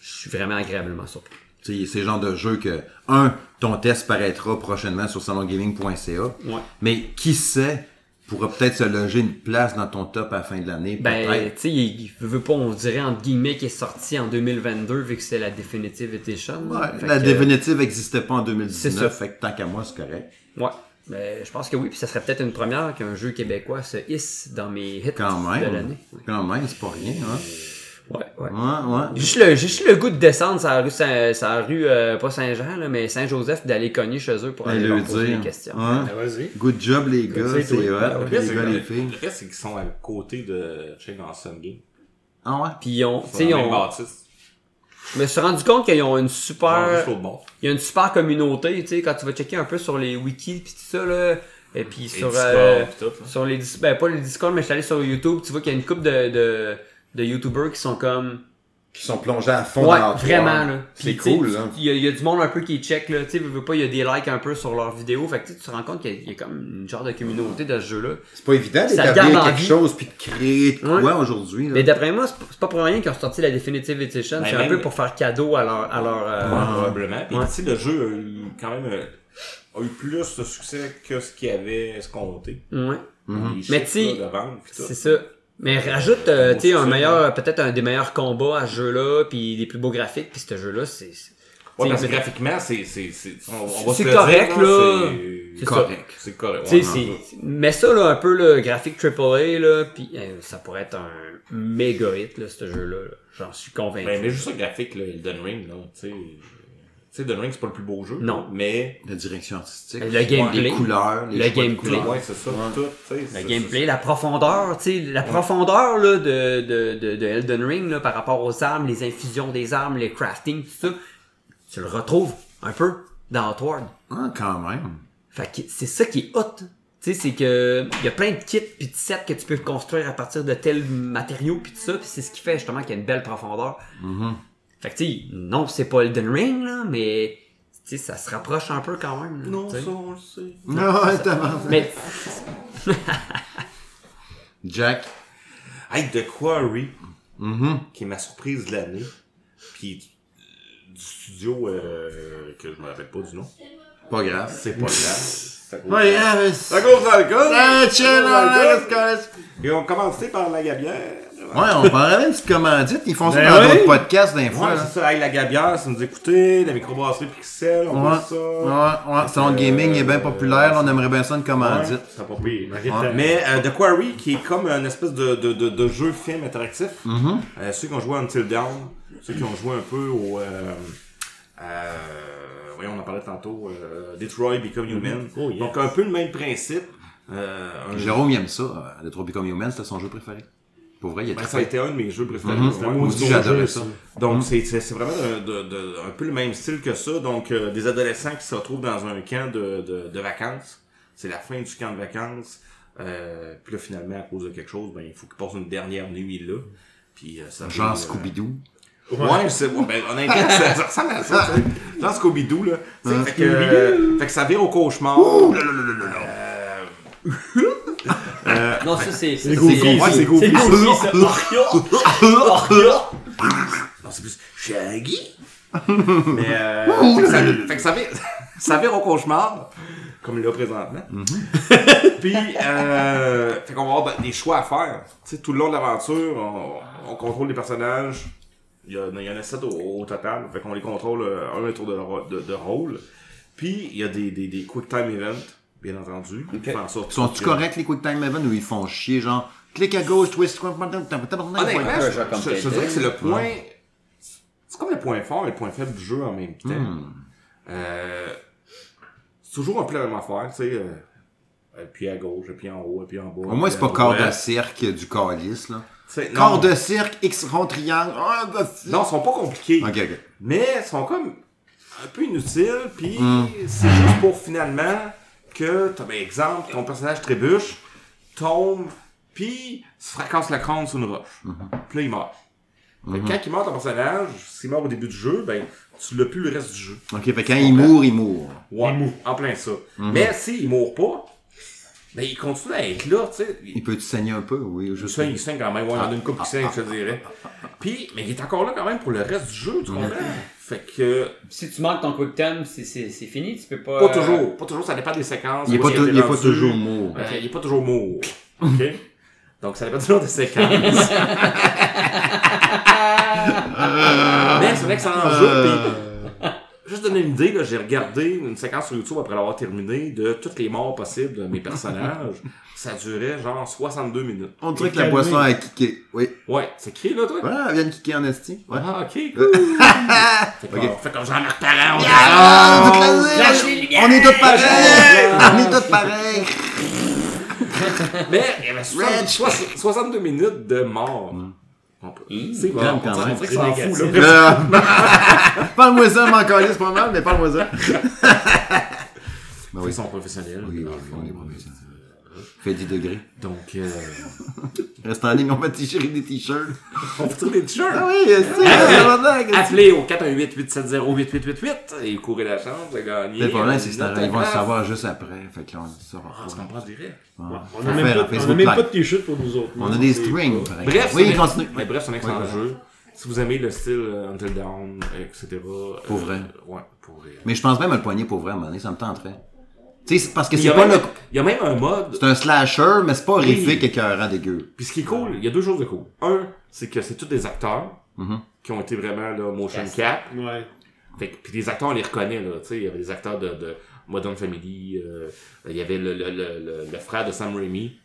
B: je suis vraiment agréablement surpris.
A: Tu sais, C'est le genre de jeu que, un, ton test paraîtra prochainement sur salongaming.ca, mais qui sait, pourra peut-être se loger une place dans ton top à la fin de l'année.
B: Ben,
A: peut-être.
B: tu sais, il il veut pas, on dirait, entre guillemets, qui est sorti en 2022, vu que c'est la Definitive Edition. là.
A: Ouais,
B: Fait
A: la
B: que,
A: définitive n'existait pas en
B: c'est ça.
A: 2019, fait que tant qu'à moi, c'est correct.
B: Ouais. Ben, je pense que oui, puis ça serait peut-être une première qu'un jeu québécois se hisse dans mes hits
A: Quand
B: de
A: même,
B: l'année.
A: quand même, c'est pas rien. Hein?
B: Ouais,
A: Ouais,
B: ouais.
A: ouais.
B: Juste le, juste le goût de descendre sur la rue, Saint, sur la rue euh, pas Saint-Jean, là, mais Saint-Joseph, d'aller cogner chez eux pour
A: Ben,
B: aller
A: le
B: leur poser
A: dire.
B: des questions.
A: Ouais.
C: Ben, vas-y.
A: Good job, les gars,
C: sais,
A: c'est
C: toi.
A: vrai.
D: Le pire,
A: les
D: c'est que
A: gars, les filles.
D: le pire, c'est qu'ils sont à côté de Check dans Sun Game.
A: Ah ouais?
B: Puis, ils ont- tu
D: C'est
B: sais,
D: la même
B: on,
D: bâtisse.
B: je me suis rendu compte qu'ils ont une
D: Genre
B: super...
D: juste l'autre bord.
B: il y a une super communauté, tu sais, quand tu vas checker un peu sur les wikis pis tout ça, là, et puis sur,
D: Discord,
B: euh,
D: pis tout, là.
B: sur les, dis- ben pas les Discord, mais je suis allé sur YouTube, tu vois qu'il y a une couple de, de, de YouTubers qui sont comme,
A: Qui sont plongés à fond
B: ouais,
A: dans leur
B: vraiment,
A: toile.
B: là.
A: C'est
B: Puis, tu sais,
A: cool,
B: tu-
A: là.
B: Il y, a- il y a du monde un peu qui check, là, tu sais, veux, veux pas, il y a des likes un peu sur leurs vidéos, fait que tu sais, tu te rends compte qu'il y, a- il y a comme une genre de communauté de ce jeu-là.
A: C'est pas évident
B: Ça
A: d'établir
B: garde en
A: quelque
B: vie.
A: chose puis de créer de quoi
B: Ouais.
A: aujourd'hui, là.
B: Mais d'après moi, c'est p- c'est pas pour rien qu'ils ont sorti la Definitive Edition,
D: Ben,
B: c'est un
D: même-
B: peu pour faire cadeau à leur, à leur, euh,
D: Probablement. Puis
B: Ouais.
D: tu sais, le jeu a eu quand même euh, a eu plus de succès que ce qu'il avait escompté.
B: ouais.
D: Les
B: Mm-hmm. Mais
D: chiffres,
B: tu sais,
D: là, de vente, pis tout.
B: C'est ça. Mais rajoute, euh, tu sais, un
D: c'est ça.
B: meilleur, peut-être un des meilleurs combats à ce jeu-là, puis des plus beaux graphiques, puis ce jeu-là, c'est. c'est-
D: Ouais,
B: tu
D: parce
B: sais,
D: que graphiquement, c'est, c'est, c'est, on, on va
B: C'est
D: se le
B: correct,
D: dire,
B: là.
D: C'est,
B: C'est
D: correct. C'est correct.
B: tu sais,
D: ouais,
B: c'est-
D: ouais.
B: mets ça là, un peu le graphique AAA, là, puis euh, ça pourrait être un méga hit, là, ce jeu-là. là. J'en suis convaincu.
D: Ben, mais juste le graphique, là, Elden Ring, là, tu sais. Tu sais, Elden Ring, c'est pas le plus beau jeu.
B: Non.
D: là, Mais,
A: La direction artistique.
B: Le gameplay.
A: Les couleurs. Les
B: Le
A: choix de
B: gameplay.
A: couleurs.
D: ouais, c'est ça, tout, tu sais. c'est-
B: le gameplay, la profondeur, tu sais, la profondeur là, de, de, de, de Elden Ring là, par rapport aux armes, les infusions des armes, les crafting, tout ça, tu le retrouves un peu dans Outward.
A: Ah, quand même.
B: Fait que c'est ça qui est hot. Tu sais, c'est que il y a plein de kits puis de sets que tu peux construire à partir de tels matériaux puis tout ça, puis c'est ce qui fait justement qu'il y a une belle profondeur.
D: Mm-hmm.
B: Fait que tu sais, non, c'est pas Elden Ring là, mais tu sais, ça se rapproche un peu quand même. là,
D: Non,
B: tu sais.
D: ça, on le sait.
A: Ah, ouais, t'as-
B: Mais
A: Jack.
D: Hey, The Quarry, qui est ma surprise de l'année, puis euh, du studio euh, que je me rappelle pas du nom.
A: Pas grave.
D: C'est pas grave. hein, C'est à cause-
A: Ouais, yeah, mais c'est-
D: À cause de l'alcool!
A: Ah, chill, on
D: À cause de l'alcool.
A: let's go, let's go.
D: Ils ont commencé par la gabière.
A: Ouais, on parlait même du commandite. Ils font ça
C: Ben
A: dans
C: oui.
A: d'autres podcasts d'un
D: Ouais,
A: fois. là.
D: c'est ça. Hey, la gabière, ça nous écoutait, la microbrasserie Pixel, on
A: Ouais,
D: voit ça.
A: ouais, ouais. Salon de gaming est bien populaire. là, On aimerait bien ça une
D: Ouais,
A: commandite.
D: c'est pas pire.
C: Marie-Thérèse.
D: Mais euh, The Quarry, qui est comme une espèce de, de, de, de jeu film interactif. Euh, ceux qui ont joué à Until Dawn, ceux qui ont joué un peu au... Euh, euh, oui, on en parlait tantôt. euh, Detroit Become Human.
C: Oh, yeah.
D: Donc, un peu le même principe. Euh, un-
A: Jérôme, il aime ça. euh, The Trop Become Human, c'était son jeu préféré. Pour vrai, il est
D: Ben,
A: très
D: ça a été un de mes jeux préférés.
A: Mhm.
D: Ouais,
A: Moi
D: moi
A: aussi,
D: aussi,
A: j'adorais
D: jeu,
A: ça.
D: Donc, c'est- c'est c'est vraiment de- de- de- un peu le même style que ça. Donc, euh, des adolescents qui se retrouvent dans un camp de, de, de vacances. C'est la fin du camp de vacances. Euh, puis là, finalement, à cause de quelque chose, ben, il faut qu'ils passent une dernière nuit là. Puis, euh, ça peut, euh,
A: Genre Scooby-Doo.
D: Ouais, c'est bon, ben, honnêtement, ça, ça ressemble à ça, tu sais. Genre Scooby-Doo, là. Tu sais, fait, que, euh, fait que ça vire au cauchemar. Euh,
G: Non, ça, c'est. C'est
C: Goofy.
D: ouais, Ben, c'est Goofy.
G: C'est Goofy, ça.
D: Non, c'est plus Shaggy. Mais euh, fait, que ça, fait que ça vire, [LAUGHS] ça vire au cauchemar, comme là présentement. [LAUGHS] Puis, euh, fait qu'on va avoir des choix à faire. Tu sais, tout le long de l'aventure, on, on contrôle les personnages. Il y, en a- il y en a sept au, au total. Fait qu'on les contrôle euh, un tour de, ro- de, de rôle. Puis, il y a des, des, des quick time events, bien entendu. qui font en sorte
A: Sont-tu
D: que-
A: corrects les Quick Time Event ou ils font chier genre clic à gauche, twist, quoi,
D: Honnêtement,
G: Ouais,
D: je,
G: un jeu comme
D: je- je
G: Telltale.
D: dirais que c'est le point. C'est comme le point fort et le point faible du jeu en même temps.
A: Hmm.
D: Euh, c'est toujours un peu la même affaire, tu sais. euh, un pied à gauche, un pied en haut, un pied en bas.
A: Au moins, c'est pas corps
D: corps
A: de cirque du calice, là.
D: Non,
A: Corps de cirque, X rond, triangle. Ah, bah, si-
D: non, ils sont pas compliqués.
A: Ok, ok.
D: Mais ils sont comme un peu inutiles, puis c'est juste pour finalement que, t'as- ben, exemple, ton personnage trébuche, tombe, puis se fracasse la crâne sur une roche. Puis là, il meurt. Fait que Quand il meurt ton personnage, s'il meurt au début du jeu, ben, tu l'as plus le reste du jeu.
A: Ok, fait que quand il mourent, il mourent.
D: Ouais, en plein ça. Mais s'il meurt pas, ben, il continue à être là, tu sais. Il-
A: Il peut te saigner un peu, oui. Je
D: il saigne, il saigne quand même. Ouais, il y en a une coupe qui saigne, je te dirais. Puis, mais il est encore là quand même pour le reste du jeu, tu comprends? Fait que,
G: Si tu manques ton quick time, c'est c'est- c'est fini, tu peux pas.
D: pas
G: euh,
D: toujours, pas toujours, ça dépend des séquences.
A: Il est
D: où
A: pas,
D: est-ce
A: tou-
D: qu'il
A: il est pas
D: rendu.
A: toujours mort.
D: Euh, il est pas
A: [LAUGHS]
D: toujours mort. OK? Donc, ça dépend toujours des séquences. [LAUGHS] Mais c'est un excellent jeu.
A: Euh.
D: puis- Juste donner une idée, là, j'ai regardé une séquence sur YouTube après l'avoir terminé de toutes les morts possibles de
A: [LAUGHS]
D: mes personnages. ça durait genre 62 minutes.
A: On dirait que la boisson a kické. Oui.
D: Ouais, c'est qui là, toi?
A: Voilà, elle vient de kicker en esti. Ouais. Euh.
D: Ah, ok, cool.
A: [LAUGHS]
D: fait, qu'on- fait comme Jean-Marc Parent, on
A: Ah,
D: est-
A: toute la
D: Flash
A: ville!
D: Oh, les lumières!
A: On est tous pareils! On est tous pareils!
D: Mais il y avait 60 soix- 62 minutes de mort. On peut- C'est bon,
A: Mm. Quand
D: on dirait- on
A: même.
D: dirait que s'en
C: C'est
D: fout, là.
A: Euh, [LAUGHS] parle-moi ça, m'en coller, c'est pas mal, mais parle-moi [LAUGHS] ça.
D: Ils sont professionnels.
A: Ben Oui, oui, oui, on est professionnels. Fait 10 degrés.
D: Donc, euh,
A: Reste en ligne, on va tirer des t-shirts.
D: [LAUGHS] on vous trouve des t-shirts.
A: Ah oui, c'est ça,
D: Appelez au 418-870-8888 et courez la chance de gagner.
A: Le problème, c'est
D: un
A: qu'ils vont le savoir juste après. Fait que là, on le saura
D: Ah, tu
A: pas.
D: comprends, je dirais.
A: Ouais.
C: On
A: Faut
C: n'a même,
A: faire un
C: pas, on a
A: Facebook
C: même
A: Live.
C: pas de t-shirt pour nous autres.
A: On
C: non,
A: a des
D: Ah,
C: c'est-
A: strings, par exemple.
D: Bref,
A: Oui,
D: c'est-
A: continue.
D: Mais bref, c'est un excellent
A: Oui, voilà.
D: jeu. Si vous aimez le style euh, Until Dawn, etc. euh,
A: Pour vrai.
D: ouais, pour vrai.
A: Mais je pense même à le poignet pour vrai, à un moment donné, ça me tenterait. Tu sais, c'est parce que
D: Il y,
A: c'est
D: a
A: pas
D: même,
A: le...
D: il y a même un mode.
A: C'est un slasher, mais c'est pas horrifique et écœurant dégueu.
D: Puis ce qui est cool, il y a deux choses de cool. Un, c'est que c'est tous des acteurs
A: Mhm.
D: qui ont été vraiment là, motion cap.
C: Ouais.
D: Fait que, puis les acteurs, on les reconnaît, là. Tu sais, il y avait des acteurs de, de Modern Family. euh, il y avait le, le, le, le, le frère de Sam Raimi.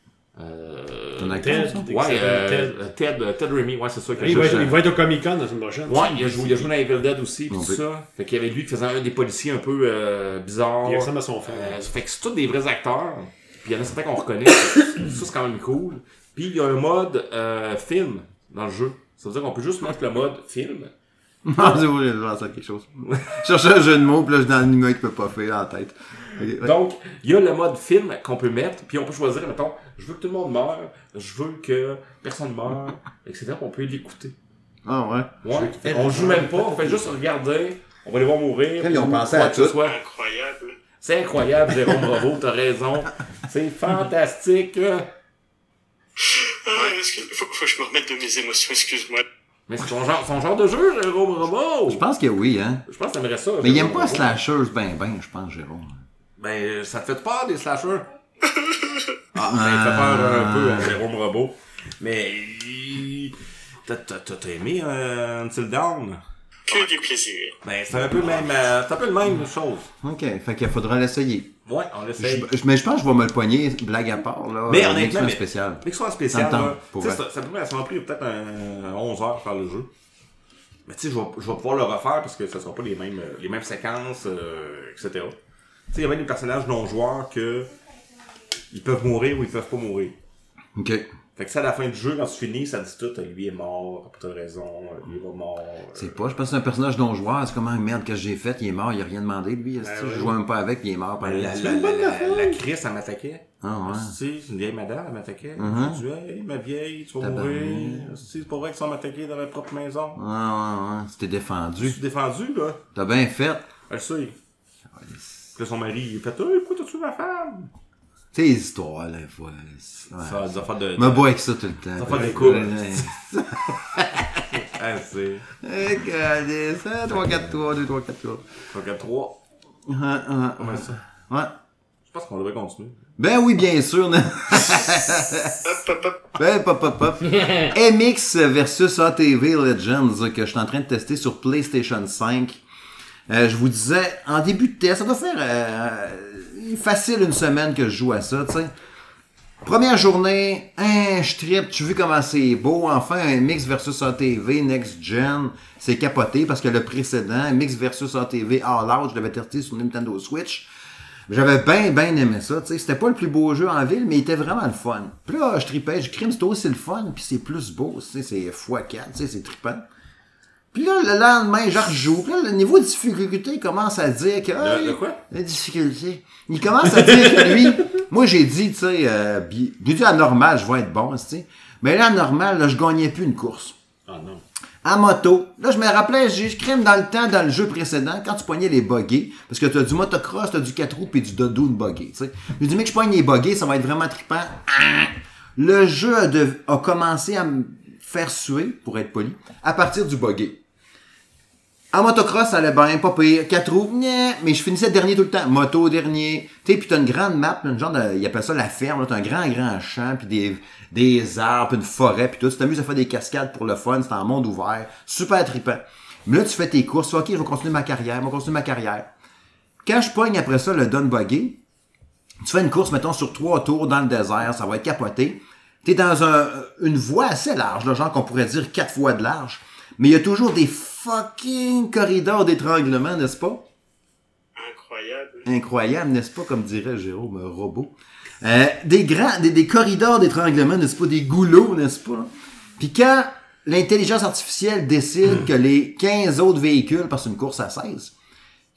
D: Euh,
A: T'en as
C: Ted,
A: ça?
D: ouais, euh,
C: Ted.
D: Ted, euh, Ted Raimi, ouais, c'est sûr que
C: Il va,
D: je-
C: être, il va être au Comic Con la semaine prochaine.
D: Ouais, il a joué, il a joué dans Evil Dead aussi, pis
A: Non,
D: tout
A: mais-
D: ça. Fait qu'il y avait lui qui faisait un des policiers un peu euh, bizarres.
C: Il ressemble à son frère.
D: Euh, fait que c'est tous des vrais acteurs. Puis il y en a certains qu'on reconnaît. ça, c'est quand même cool. Puis il y a un mode euh, film dans le jeu. Ça veut dire qu'on peut juste mettre le mode film.
A: [LAUGHS] Non, c'est vrai, je vais lancer quelque chose. Je cherchais un jeu de mots, puis là, je suis dans l'anime qui peut pas faire en tête. Ok, ouais.
D: Donc, il y a le mode film qu'on peut mettre, puis on peut choisir, mettons, je veux que tout le monde meure, je veux que
A: [LAUGHS]
D: personne meure, etc. puis On peut l'écouter.
A: Ah ouais.
D: Ouais. Fait qu'on joue même pas, on fait juste regarder, on va les voir mourir.
A: Ils ont
D: ou
A: pensé
D: quoi
A: à
D: que ce
A: tout.
D: soit.
E: Incroyable.
D: C'est incroyable, Jérôme Bravo, t'as raison.
A: [LAUGHS]
D: C'est fantastique.
E: Ah, est-ce que- faut, faut que je me remette de mes émotions, excuse-moi.
D: Mais c'est son genre, son genre de jeu, Jérôme Bravo.
A: Je pense que oui, hein.
D: Je pense que t'aimerais ça.
A: Mais il
D: Jérôme
A: aime pas
D: Bravo.
A: slashers ben ben, je pense, Jérôme.
D: Ben, ça te fait peur, des slashers.
A: [LAUGHS] Ah,
D: Ça te fait peur euh, un peu, à Jérôme Robot. Mais. il- T'as t'as- t'as- t'as aimé euh, Until Dawn?
E: Que du plaisir.
D: Ben, c'est un peu le même. euh, c'est un peu le même chose.
A: Ok, fait qu'il faudra l'essayer.
D: Ouais, on l'essaye.
A: Je- je- mais je pense que je vais me le poigner, blague à part, là.
D: Ben, Mais
A: euh,
D: honnêtement,
A: mixement
D: mais-
A: spécial.
D: Mais que ce soit spécial,
A: Ça me tente,
D: là,
A: pour
D: tu sais,
A: vrai.
D: ça, ça, peut- ça m'a pris peut-être un 11 heures faire le jeu. Mais tu sais, je vais, je vais pouvoir le refaire parce que ce ne sera pas les mêmes, euh, les mêmes séquences, euh, etc. Tu sais, il y a même des personnages non-joueurs que ils peuvent mourir ou ils peuvent pas mourir.
A: Ok.
D: Fait que ça, à la fin du jeu, quand tu finis, ça dit tout, euh, lui est mort, pour telle raison, euh, lui est pas mort. euh.
A: C'est pas, je pense que c'est un personnage non joueur, c'est comment merde que j'ai fait, il est mort, il a rien demandé, lui. est-ce que
C: Ben
A: je
C: oui.
A: jouais même pas avec, il est mort.
D: Ben,
A: pareil.
D: la, la, la, la, la Chris, elle m'attaquait.
A: Ah ouais.
D: Si, une vieille madame, elle m'attaquait.
A: Mhm.
D: Je dis, hey, ma vieille, tu vas
A: Tabarnak.
D: mourir. Si, c'est pas vrai qu'ils sont m'attaquer dans ma propre maison.
A: Ah ouais, ouais, c'était
D: Je
A: défendu.
D: suis défendu, là.
A: T'as bien fait. Ah,
D: Elle sait. Puis là, son mari, il fait Hey, pourquoi t'as tué ma femme
A: T'sais, les histoires, là, fois. Ouais.
D: Ça, des affaires de.
A: Me bois avec ça tout le temps.
D: Ça fait des couples.
A: coups.
D: Ah, c'est.
A: Eh, calé, ça, 3, 4, 3, 2, 3, 4, 3.
D: Fait que 3.
A: Ah, ah,
D: Comment ça
A: ah. Ouais.
D: Je pense qu'on devrait continuer.
A: Ben oui, bien sûr. non?
E: Hop, hop, hop.
A: ben, pop, pop,
D: [LAUGHS]
A: pop. MX versus ATV Legends que je suis en train de tester sur PlayStation 5. Euh, je vous disais, en début de test, ça doit faire euh, facile une semaine que je joue à ça, tu sais. Première journée, hein, je trippe, tu vu comment c'est beau, enfin un mix versus ATV next gen, c'est capoté parce que le précédent, mix versus ATV All Out, je l'avais testé sur Nintendo Switch. J'avais bien, bien aimé ça, tu sais, c'était pas le plus beau jeu en ville, mais il était vraiment le fun. Puis là, je tripais, je crime, c'est aussi le fun, puis c'est plus beau, tu sais, c'est x4, tu sais, c'est trippant. Puis là, le lendemain, je rejoue. Puis là, le niveau de difficulté commence à dire que... ah,
D: le quoi?
A: la difficulté. Il commence à dire que lui, moi j'ai dit, tu sais, euh, bi- j'ai dit à normal, je vais être bon, tu sais. Mais là, à normal, là, je gagnais plus une course.
C: Ah non.
A: À moto. Là, je me rappelais, j'ai- je crème dans le temps, dans le jeu précédent, quand tu poignais les buggies, parce que tu as du motocross, tu as du 4 roues puis du dodo de buggy, tu sais. Je dis, mais que je poigne les buggies, ça va être vraiment trippant. Ah! Le jeu a, de- a commencé à me faire suer, pour être poli, à partir du buggy. En Ah, motocross, ça allait bien, pas pire. Quatre roues, gna, mais je finissais dernier tout le temps. Moto dernier. Tu sais, puis t'as une grande map, là, une genre de, ils appellent ça la ferme, là. t'as un grand, grand champ, puis des, des arbres, puis une forêt, puis tout. Tu t'amuses à faire des cascades pour le fun, c'est en monde ouvert. Super trippant. Mais là, tu fais tes courses, tu fais, ok, je vais continuer ma carrière, je vais continuer ma carrière. Quand je pogne après ça le Don Buggy, tu fais une course, mettons, sur trois tours dans le désert, ça va être capoté. T'es dans un, une voie assez large, là, genre qu'on pourrait dire quatre fois de large. Mais il y a toujours des fucking corridors d'étranglement, n'est-ce pas?
E: Incroyable.
A: Incroyable, n'est-ce pas, comme dirait Jérôme euh, Robot. Euh, des grands, des, des corridors d'étranglement, n'est-ce pas, des goulots, n'est-ce pas? là? Puis quand l'intelligence artificielle décide que les 15 autres véhicules, parce que c'est une course à 16,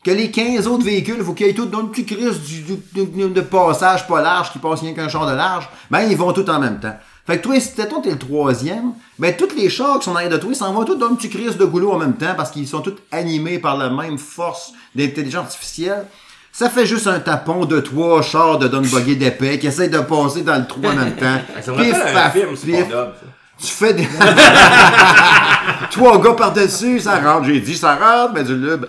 A: que les 15 autres véhicules, faut qu'ils aillent tous dans une petite crise du, du- du- de passage pas large qui passe rien qu'un char de large, ben ils vont tous en même temps. Fait que toi, si t'es toi, t'es le troisième, ben tous les chars qui sont derrière de toi, ils s'en vont tous dans une petite crise de goulot en même temps parce qu'ils sont tous animés par la même force d'intelligence artificielle. Ça fait juste un tapon de trois chars de Don Buggy d'épais qui essayent de passer dans le trou en même
D: [LAUGHS]
A: temps.
D: Ça me rappelle
A: Pif,
D: un
A: paf,
D: film, c'est
A: pif.
D: pas noble, ça.
A: Tu fais des... [LAUGHS] Trois gars par-dessus, ça rentre. J'ai dit, ça rentre, mais du lube.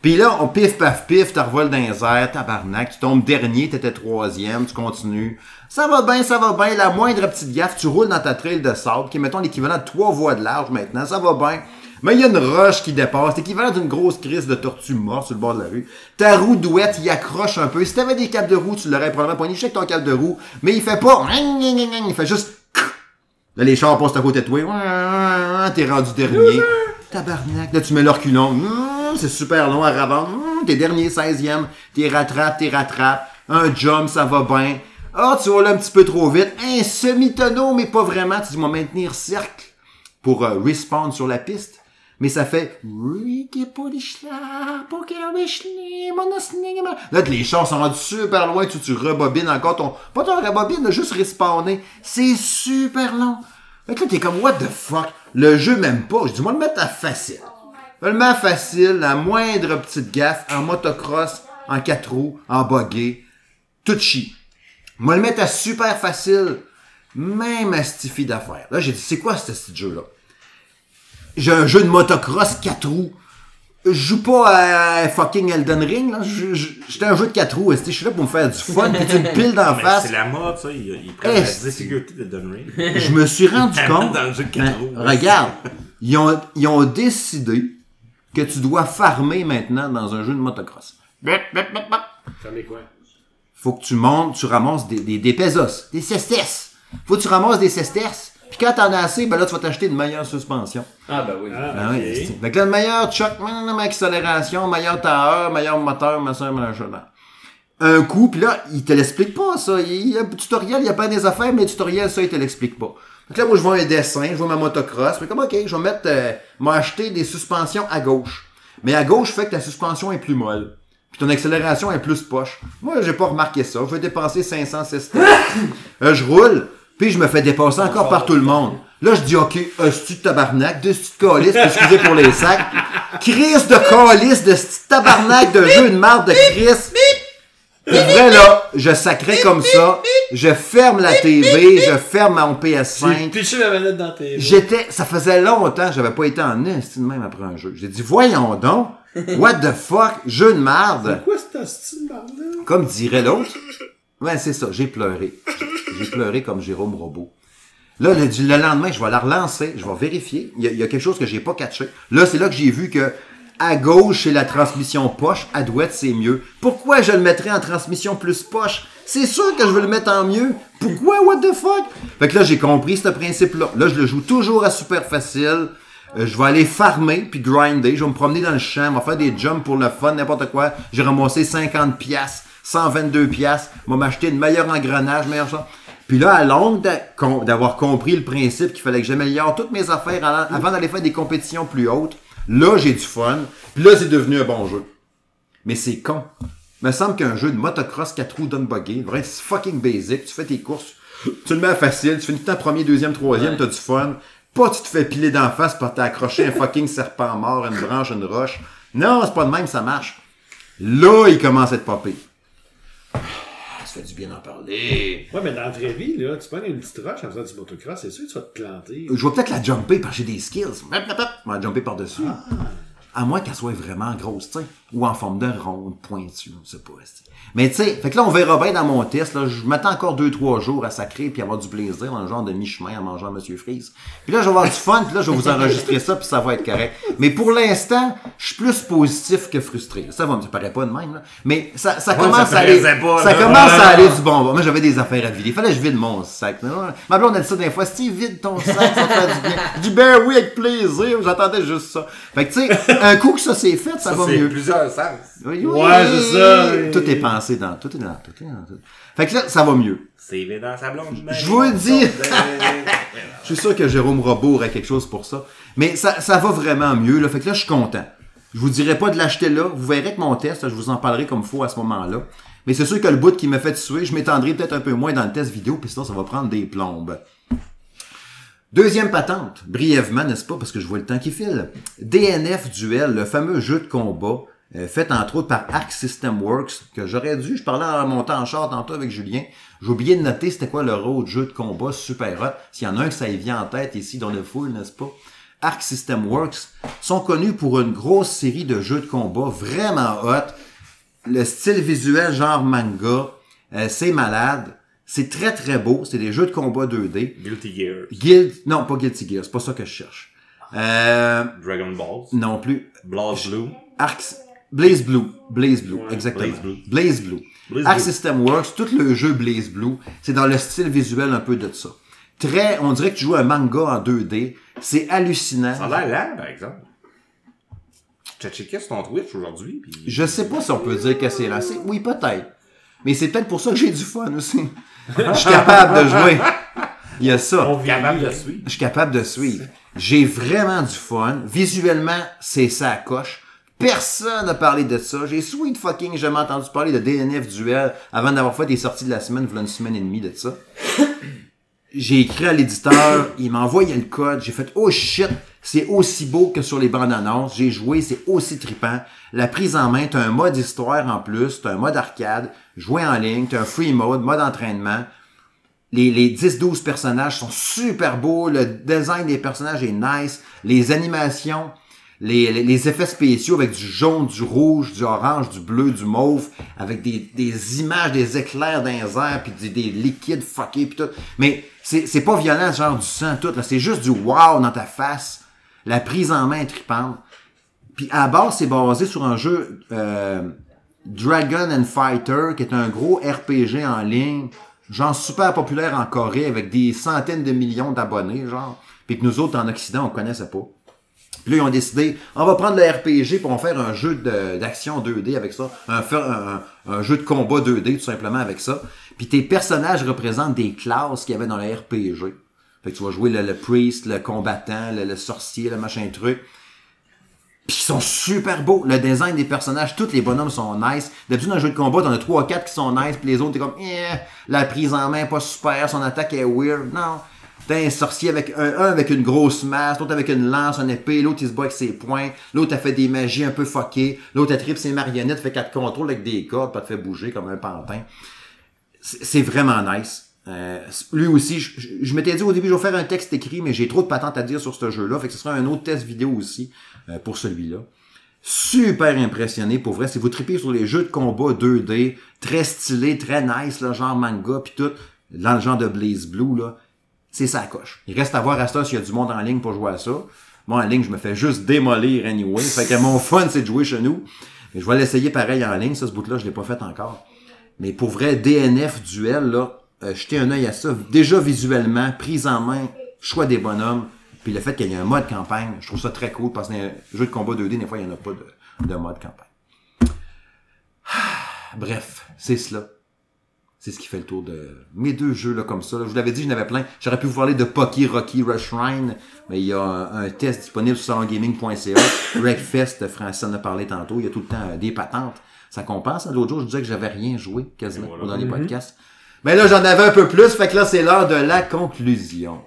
A: Puis là, on pif, paf, pif, t'as revoles dans les airs, tabarnak, tu tombes dernier, t'étais troisième, tu continues. Ça va bien, ça va bien, la moindre petite gaffe, tu roules dans ta trail de sable, qui est, mettons, l'équivalent de trois voies de large maintenant, ça va bien. Mais il y a une roche qui dépasse, c'est l'équivalent d'une grosse crise de tortue morte sur le bord de la rue. Ta roue douette y accroche un peu. Si t'avais des câbles de roue, tu l'aurais probablement poigné, je sais que ton câble de roue, mais il fait pas, il fait juste Là, les chars passent à côté de toi. Ouin, T'es rendu dernier. Tabarnak. Là, tu mets leur culon. Hum, C'est super long à ravendre. Hum, T'es dernier, 16e. T'es rattrape, t'es rattrape. Un jump, ça va bien. Ah, tu vas là un petit peu trop vite. Un semi-tonneau, mais pas vraiment. Tu dis, moi, maintenir cercle pour euh, respawn sur la piste. Mais ça fait Là, les chars sont rendus super loin, tu, tu rebobines encore ton. Pas ton rebobine, là, juste respawner. C'est super long. Fait que là, t'es comme what the fuck? Le jeu m'aime pas. Je dis moi le mettre à facile. Je le mets à facile, la moindre petite gaffe, en motocross, en quatre roues, en bogué. Tout chi. Moi le mettre à super facile. Même à stifi d'affaires. Là, j'ai dit, c'est quoi ce petit jeu-là? j'ai un jeu de motocross 4 roues. Je joue pas à fucking Elden Ring, là. Je- je- J'étais un jeu de 4 roues, esti. je suis là pour me faire du fun, pis tu me piles d'en
D: [LAUGHS] Mais
A: face. Eh,
D: C'est la mode, ça. Ils, ils prennent la
A: Est-ce-
D: difficulté de Don Ring.
A: Je me
D: [LAUGHS]
A: suis rendu
D: Ils la mettent
A: compte.
D: dans le jeu de
A: Mais
D: quatre roues.
A: Ben, regarde, ils ont, ils ont décidé que tu dois farmer maintenant dans un jeu de motocross.
C: Ça met quoi?
A: Faut que tu montes, tu ramasses des, des, des pesos, des cestes. Faut que tu ramasses des cestes. Puis quand t'en as assez, ben là, tu vas t'acheter une meilleure suspension.
G: Ah, ben oui.
A: Ah
C: Ah,
A: oui,
C: ok.
A: c'est- Fait que là, le meilleur choc, meilleure accélération, meilleur tailleur, meilleur moteur, meilleur machin. Un coup, puis là, il te l'explique pas, ça. Il y a un tutoriel, il y a pas des affaires, mais le tutoriel, ça, il te l'explique pas. Donc là, moi, je vois un dessin, je vois ma motocross, puis comme, ok, je vais mettre, euh, m'acheter des suspensions à gauche. Mais à gauche, fait que ta suspension est plus molle. Puis ton accélération est plus poche. Moi, j'ai pas remarqué ça. Je vais dépenser 500, 600. Euh, je roule, puis je me fais dépasser encore par tout le monde. Là, je dis, OK, hostie de tabarnak, de stu de calice, excusez pour les sacs. Chris de calice, de stu de tabarnak, de jeu de marde de Chris. Pour vrai, là, je sacrais comme ça. Je ferme la TV, je ferme mon
C: J'ai
A: PS5.
C: pitché la manette dans tes.
A: J'étais, ça faisait longtemps, j'avais pas été en esti de même après un jeu. J'ai dit, voyons donc, what the fuck, jeu de marde.
C: Quoi, c'est un style là
A: Comme dirait l'autre. Ouais, c'est ça, j'ai pleuré. J'ai pleuré comme Jérôme Robot. Là, le, le lendemain, je vais la relancer, je vais vérifier. Il y a, il y a quelque chose que j'ai pas catché. Là, c'est là que j'ai vu que à gauche, c'est la transmission poche, à droite, c'est mieux. Pourquoi je le mettrais en transmission plus poche? C'est sûr que je veux le mettre en mieux. Pourquoi? What the fuck? Fait que là, j'ai compris ce principe-là. Là, je le joue toujours à super facile. Euh, je vais aller farmer puis grinder. Je vais me promener dans le champ. Je vais faire des jumps pour le fun, n'importe quoi. J'ai ramassé 50 piastres, 122 piastres. Je vais m'acheter une meilleure engrenage, meilleure chose. Puis là, à longue, d'a- com- d'avoir compris le principe qu'il fallait que j'améliore toutes mes affaires allant- avant d'aller faire des compétitions plus hautes, là, j'ai du fun. Puis là, c'est devenu un bon jeu. Mais c'est con. Me semble qu'un jeu de motocross 4 roues d'unbuggy, vrai, c'est fucking basic. Tu fais tes courses, tu le mets à facile, tu finis ton premier, deuxième, troisième, t'as du fun. Pas tu te fais piler d'en face par t'accrocher un fucking serpent mort, une branche, une roche. Non, c'est pas de même, ça marche. Là, il commence à être popé. Ça fait du bien d'en parler.
C: Ouais, mais dans la vraie vie, là, tu prends une petite roche en faisant du motocross, c'est sûr que tu vas te planter.
A: Je vais peut-être la jumper parce que j'ai des skills. Je vais la jumper par-dessus. à moins qu'elle soit vraiment grosse, tu sais, ou en forme de ronde, pointue, on sait pas. esti. Mais tu sais, fait que là, on verra bien dans mon test, là, je m'attends encore deux, trois jours à sacrer puis avoir du plaisir dans le genre de mi-chemin en mangeant Monsieur Freeze. Puis là, je vais avoir du fun, puis là, je vais vous enregistrer ça, puis ça va être correct. Mais pour l'instant, je suis plus positif que frustré. Ça va me paraît pas de même, là. Mais ça, ça commence
D: ça
A: à aller,
D: paraissait pas,
A: ça
D: là.
A: commence à
D: Ouais.
A: aller du bon. Moi, j'avais des affaires à vider. Fallait que je vide mon sac. Non, Ma blonde a dit ça des fois. Si, vide ton sac, ça te fait du bien. Je dis, ben oui, avec plaisir. J'attendais juste ça. Fait que, tu sais, un coup que ça c'est fait, ça,
D: Ça,
A: va
D: c'est
A: mieux.
D: plusieurs sens.
A: Oui,
C: Ouais, c'est ça.
A: Tout est pensé dans tout. Est dans, tout est dans tout. Fait que là, ça va mieux.
D: C'est bien dans sa blonde. euh,
A: Je vous le dis. Je suis sûr que Jérôme Robot aurait quelque chose pour ça. Mais ça, ça va vraiment mieux. Là. Fait que là, je suis content. Je vous dirai pas de l'acheter là. Vous verrez que mon test, là, je vous en parlerai comme faut à ce moment-là. Mais c'est sûr que le bout qui me fait suer, je m'étendrai peut-être un peu moins dans le test vidéo, puis sinon, ça va prendre des plombes. Deuxième patente, brièvement, n'est-ce pas, parce que je vois le temps qui file. DNF Duel, le fameux jeu de combat, euh, fait entre autres par Arc System Works, que j'aurais dû, je parlais en montant en char tantôt avec Julien, j'ai oublié de noter c'était quoi leur autre jeu de combat super hot, s'il y en a un que ça y vient en tête ici dans le full, n'est-ce pas? Arc System Works sont connus pour une grosse série de jeux de combat vraiment hot, le style visuel genre manga, euh, c'est malade, c'est très très beau, c'est des jeux de combat 2D,
D: Guilty Gear,
A: Guild, non, pas Guilty Gear, c'est pas ça que je cherche. Euh,
D: Dragon Balls,
A: non plus.
D: Blast Blue.
A: Arcs, Blaze Blue, Blaze Blue, exactement.
D: Blaze Blue.
A: Blaze Blue.
D: Blaze
A: Arc
D: Blue.
A: System Works, tout le jeu Blaze Blue, c'est dans le style visuel un peu de ça. Très, on dirait que tu joues un manga en 2D, c'est hallucinant.
D: Ça a l'air lent, par exemple. T'as checké sur ton Twitch aujourd'hui, puis
A: Je sais pas si on peut dire que c'est lancé. Oui, peut-être. Mais c'est peut-être pour ça que j'ai du fun aussi. [LAUGHS] Je suis capable de jouer. Il y a ça.
C: On vit
D: capable de suivre.
A: je suis capable de suivre. J'ai vraiment du fun. Visuellement, c'est ça à coche. Personne n'a parlé de ça. J'ai sweet fucking jamais entendu parler de DNF duel avant d'avoir fait des sorties de la semaine, voilà une semaine et demie de ça. J'ai écrit à l'éditeur, il m'a envoyé le code, j'ai fait oh shit, c'est aussi beau que sur les bandes annonces, j'ai joué, c'est aussi trippant. La prise en main, t'as un mode histoire en plus, t'as un mode arcade, jouer en ligne, t'as un free mode, mode entraînement les, les 10-12 personnages sont super beaux, le design des personnages est nice, les animations, les, les, les effets spéciaux avec du jaune, du rouge, du orange, du bleu, du mauve, avec des, des images, des éclairs dans les airs, puis des, des liquides fuckés, puis tout. Mais c'est c'est pas violent, ce genre du sang, tout. là. C'est juste du wow dans ta face, la prise en main est trippante. Puis à la base, c'est basé sur un jeu euh, Dragon and Fighter, qui est un gros RPG en ligne, genre super populaire en Corée, avec des centaines de millions d'abonnés, genre. Puis que nous autres, en Occident, on connaissait pas. Puis là, ils ont décidé, on va prendre le RPG pour en faire un jeu de- d'action 2D avec ça, un, fer- un- un- un jeu de combat 2D tout simplement avec ça. Puis tes personnages représentent des classes qu'il y avait dans le RPG. Fait que tu vas jouer le, le priest, le combattant, le, le sorcier, le machin truc. Puis ils sont super beaux. Le design des personnages, tous les bonhommes sont nice. D'habitude, dans un jeu de combat, t'en as 3 ou 4 qui sont nice, puis les autres, t'es comme, eh, la prise en main, pas super, son attaque est weird. Non. T'as un sorcier avec un, un avec une grosse masse, l'autre avec une lance, un épée, l'autre il se bat avec ses poings, l'autre a fait des magies un peu fuckées, l'autre elle tripe ses marionnettes, fait qu'elle te contrôle avec des cordes, pas te fait bouger comme un pantin c'est c'est vraiment nice. Euh, lui aussi, je, je- je m'étais dit au début, je vais faire un texte écrit, mais j'ai trop de patentes à dire sur ce jeu-là. Fait que ce sera un autre test vidéo aussi euh, pour celui-là. Super impressionné, pour vrai. Si vous tripez sur les jeux de combat 2D, très stylé, très nice, là, genre manga, puis tout, dans le genre de Blaze Blue, là, c'est ça coche. Il reste à voir à ça s'il y a du monde en ligne pour jouer à ça. Moi, en ligne, je me fais juste démolir anyway. Fait que mon fun, c'est de jouer chez nous. Mais je vais l'essayer pareil en ligne. Ça, ce bout-là, je l'ai pas fait encore. Mais pour vrai, DNF duel, là, euh, jetez un œil à ça. Déjà visuellement, prise en main, choix des bonhommes, puis le fait qu'il y ait un mode campagne, je trouve ça très cool parce que dans les jeux de combat 2D, des fois, il n'y en a pas de, de mode campagne. Ah, Bref, c'est cela. C'est ce qui fait le tour de mes deux jeux là comme ça. là. Je vous l'avais dit, je n'avais plein. J'aurais pu vous parler de Pocky, Rocky, Rush Rhine, mais il y a un, un test disponible sur salongaming.ca.
D: [LAUGHS]
A: Wreckfest, François en a parlé tantôt. Il y a tout le temps euh, des patentes. Ça compense. hein. L'autre jour, je disais que j'avais rien joué quasiment
D: Et voilà. Mm-hmm.
A: dans les podcasts. Mais là, j'en avais un peu plus. Fait que là, c'est l'heure de la conclusion.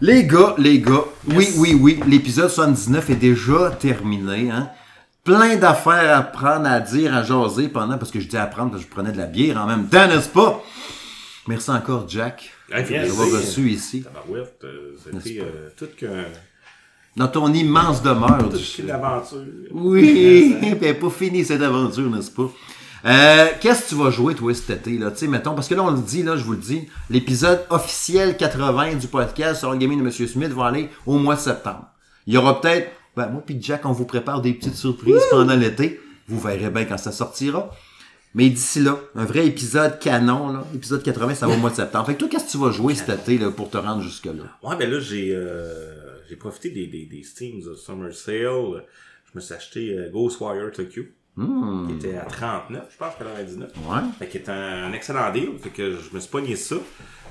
A: Les gars, les gars, oui, oui, oui, l'épisode 79 est déjà terminé, hein. Plein d'affaires à prendre, à dire, à jaser pendant, parce que je dis à prendre, parce que je prenais de la bière en même temps, n'est-ce pas? Merci encore, Jack,
D: Hey, fait
C: Yes.
A: d'avoir
D: plaisir.
A: reçu ici,
D: Tabarouette, euh, c'était euh, tout qu'un.
A: dans ton immense demeure. du-
D: Toute une aventure.
A: Oh, [LAUGHS] Oui, ben pas fini cette aventure, n'est-ce pas? Euh, Qu'est-ce que tu vas jouer, toi, cet été, là? Tu sais, mettons, parce que là, on le dit, là, je vous le dis, l'épisode officiel 80 du podcast sur le gaming de M. Smith va aller au mois de septembre. Il y aura peut-être, ben, moi puis Jack, on vous prépare des petites surprises pendant l'été. Vous verrez bien quand ça sortira. Mais d'ici là, un vrai épisode canon, là, épisode 80, ça va au mois de septembre. Fait que toi, qu'est-ce que tu vas jouer cet été, là, pour te rendre jusque-là?
D: [LAUGHS] Ouais, ben là, j'ai euh, j'ai profité des, des, des Steams de Summer Sale. Je me suis acheté euh, Ghostwire Tokyo,
A: Hmm,
D: qui était à 39, je pense, 99.
A: ouais.
D: Fait qu'il est un, un excellent deal. Fait que je me suis pogné ça.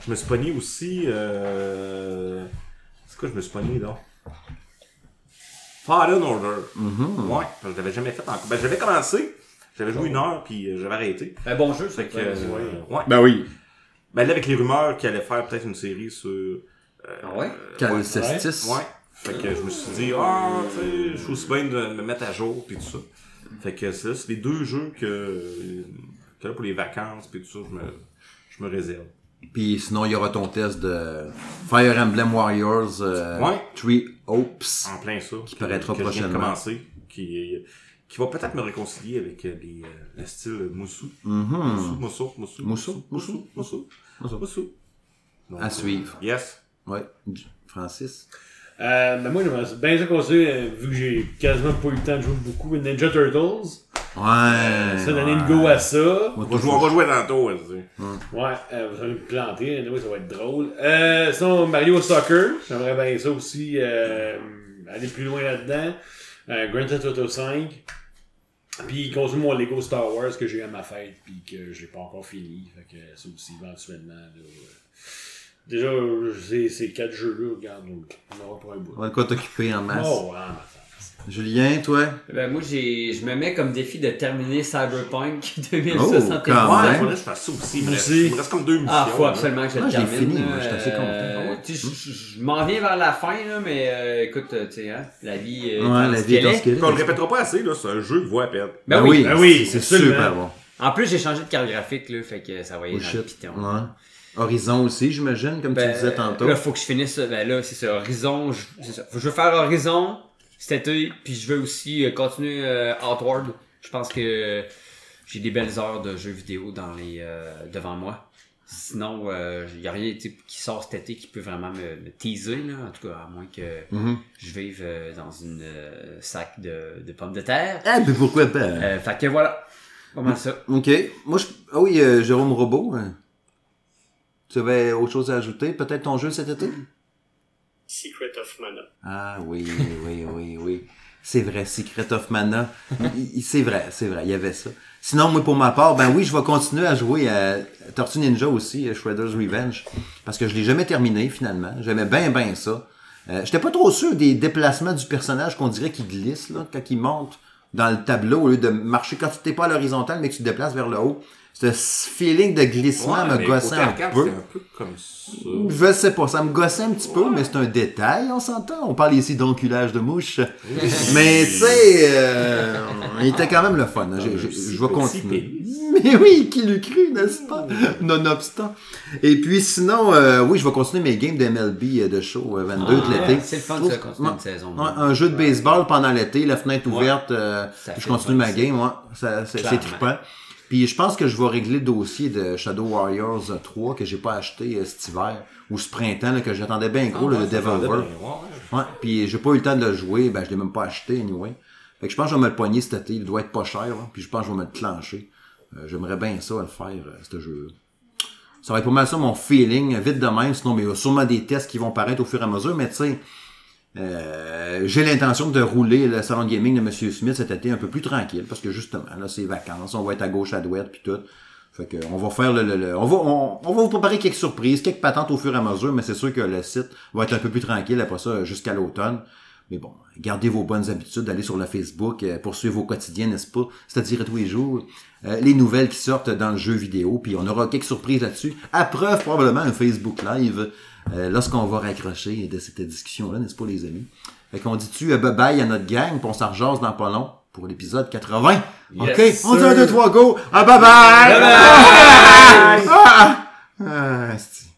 D: Je me suis pogné aussi. Euh... C'est quoi, je me suis pogné, donc? Fallen Order. Ouais, parce que je l'avais jamais fait encore. Ben, j'avais commencé, j'avais joué une heure, puis euh, j'avais arrêté.
B: Un bon jeu, c'est
D: Fait que, euh, ouais.
A: Ben oui.
D: Ben là, avec les rumeurs qu'il allait faire peut-être une série sur. euh,
B: ah ouais?
A: Calcestis.
D: Ouais. Fait que je me suis dit, ah, tu sais, je suis aussi bien de me mettre à jour, puis tout ça. Fait que ça, c'est les deux jeux que, que là, pour les vacances, puis tout ça, je me, je me réserve.
A: Puis sinon, il y aura ton test de Fire Emblem Warriors euh,
D: Ouais. Ah.
A: Three Hopes.
D: En plein ça.
A: Qui paraîtra
D: que je viens de
A: prochainement.
D: commencer, qui, qui va peut-être me réconcilier avec euh, les, euh, le style Moussou.
A: Mhm.
D: Moussou, Moussou, Moussou.
A: Moussou,
D: Moussou, Moussou.
A: Moussou.
D: Moussou. Donc, euh,
A: À suivre.
D: Yes.
A: Ouais. J- Francis.
C: Euh, ben moi, j'aimerais ça- ben ça continuer, euh, vu que j'ai quasiment pas eu le temps de jouer beaucoup, Ninja Turtles.
A: Ouais.
C: Euh,
D: Ben
C: ça, donner une go à ça.
A: Moi,
D: On va jouer, on va jouer tantôt, elle dit.
C: Ouais, euh, vous allez me planter, anyway, ça va être drôle. Euh, sinon, Mario Soccer, j'aimerais bien ça aussi, euh, aller plus loin là-dedans. Euh, Grand Theft Auto 5. Puis continuer mon Lego Star Wars que j'ai eu à ma fête, puis que j'ai pas encore fini. Fait que ça aussi, éventuellement, là, euh, Déjà, euh, ces, ces quatre jeux-là, regarde, on on aura pas un bout.
A: On va de quoi t'occuper en masse.
C: Oh, ouais, attends.
A: Julien, toi?
G: Ben, moi, j'ai, je me mets comme défi de terminer
B: [LAUGHS]
G: Cyberpunk
A: Oh,
G: 2071.
A: quand
D: Ouais,
A: même.
D: faudrait que je fasse ça aussi. Il me reste,
C: Aussi.
D: il me reste comme deux missions.
G: Ah, faut
D: là.
G: absolument que je
A: Ah,
G: le
A: j'ai
G: termine.
A: fini,
G: là.
A: moi, j'étais assez content.
G: Euh,
A: Ah ouais.
G: tu sais, je- je je m'en viens vers la fin, là, mais euh, écoute, euh, tu sais, hein, la vie. euh,
A: Ouais,
G: dans
A: la
G: ce
A: vie est
G: qu'elle
A: dans
G: est.
A: ce qu'elle est.
D: Qu'on le répétera pas assez, là, c'est un jeu qui vaut à peine.
G: Ben
A: Ben oui,
G: oui,
C: ben oui,
A: c'est
C: absolument.
A: super bon.
G: En plus, j'ai changé de carte graphique, là, fait que ça va y
A: Oh
G: aller dans le
A: shit.
G: piton.
A: Ouais. Horizon aussi, j'imagine, comme tu
G: Ben,
A: disais tantôt.
G: Là, faut que je finisse. Ben là, c'est ça. Horizon, je, c'est ça. je veux faire Horizon cet été, puis je veux aussi euh, continuer euh, Outward. Je pense que j'ai des belles heures de jeux vidéo dans les, euh, devant moi. Sinon, il n'y a rien tu sais, qui sort cet été qui peut vraiment me, me teaser, là. En tout cas, à moins que
A: Mhm.
G: je vive euh, dans une euh, sac de, de pommes de terre.
A: Ah, mais pourquoi pas?
G: Euh, fait que voilà. Comment ça?
A: OK. Moi, je... Ah oui, euh, Jérôme Robot. hein. Tu avais autre chose à ajouter? Peut-être ton jeu cet été?
E: Secret of Mana.
A: Ah oui, oui, oui, oui. C'est vrai, Secret of Mana. Il- il- C'est vrai, c'est vrai, il y avait ça. Sinon, moi, pour ma part, ben oui, je vais continuer à jouer à Tortue Ninja aussi, à Shredder's Revenge, parce que je l'ai jamais terminé, finalement. J'aimais bien, bien ça. Euh, J'étais pas trop sûr des déplacements du personnage qu'on dirait qu'il glisse, là, quand il monte dans le tableau, au lieu de marcher quand tu t'es pas à l'horizontale, mais que tu te déplaces vers le haut. Ce feeling de glissement
D: Ouais,
A: me
D: mais
A: gossait
D: côté
A: un
D: arcade,
A: peu.
D: c'était un peu comme ça.
A: Je sais pas, ça me gossait un petit peu, mais c'est un détail, on s'entend. On parle ici d'enculage de
G: [LAUGHS]
A: mouche. mais tu sais, euh, il était quand même le fun. hein. J'ai- j'ai- Je vais continuer. Mais oui, qui l'eût cru, n'est-ce pas? Nonobstant. Et puis sinon, euh, oui, je vais continuer mes games d'MLB euh, de show euh, 22 de l'été.
G: C'est le fun
A: Je
G: de
A: trouve-
G: continuer
A: Ouais.
G: une saison.
A: Ouais, un jeu de baseball pendant l'été, la fenêtre
G: Ouais.
A: ouverte, euh,
G: Ça
A: je
G: fait
A: continue
G: le fun,
A: ma
G: ça.
A: game, ouais. Ça- c'est c'est
G: Clairement.
A: trippant. Puis je pense que je vais régler le dossier de Shadow Warriors 3 que j'ai pas acheté euh, cet hiver ou ce printemps là, que j'attendais bien gros
G: Ah,
A: là, le Devolver. Ouais, puis j'ai pas eu le temps de le jouer, ben je l'ai même pas acheté anyway. Fait que je pense que je vais me le pogner cet été, il doit être pas cher, là. puis je pense que je vais me le clencher. Euh, J'aimerais bien ça le faire, euh, ce jeu Ça va être pour mal ça mon feeling, vite de même, sinon mais il y a sûrement des tests qui vont paraître au fur et à mesure, mais tu sais, euh, j'ai l'intention de rouler le salon de gaming de M. Smith cet été un peu plus tranquille, parce que justement, là, c'est vacances, on va être à gauche, à droite, puis tout. Fait que, on va faire le, le- le- on va, on, on va vous préparer quelques surprises, quelques patentes au fur et à mesure, mais c'est sûr que le site va être un peu plus tranquille après ça, jusqu'à l'automne. Mais bon, gardez vos bonnes habitudes, allez sur le Facebook, euh, poursuivez vos quotidiens, n'est-ce pas? C'est-à-dire à tous les jours, euh, les nouvelles qui sortent dans le jeu vidéo, puis on aura quelques surprises là-dessus. À preuve, probablement, un Facebook Live, euh, lorsqu'on va raccrocher de cette discussion-là, n'est-ce pas, les amis? Fait qu'on dit-tu euh, bye-bye à notre gang, puis on s'en rejase dans pas long pour l'épisode 80. OK?
G: Yes,
A: On dit
G: sir.
A: un, deux, trois, go! Ah, bye-bye! Ah, ah, Ah, c'est...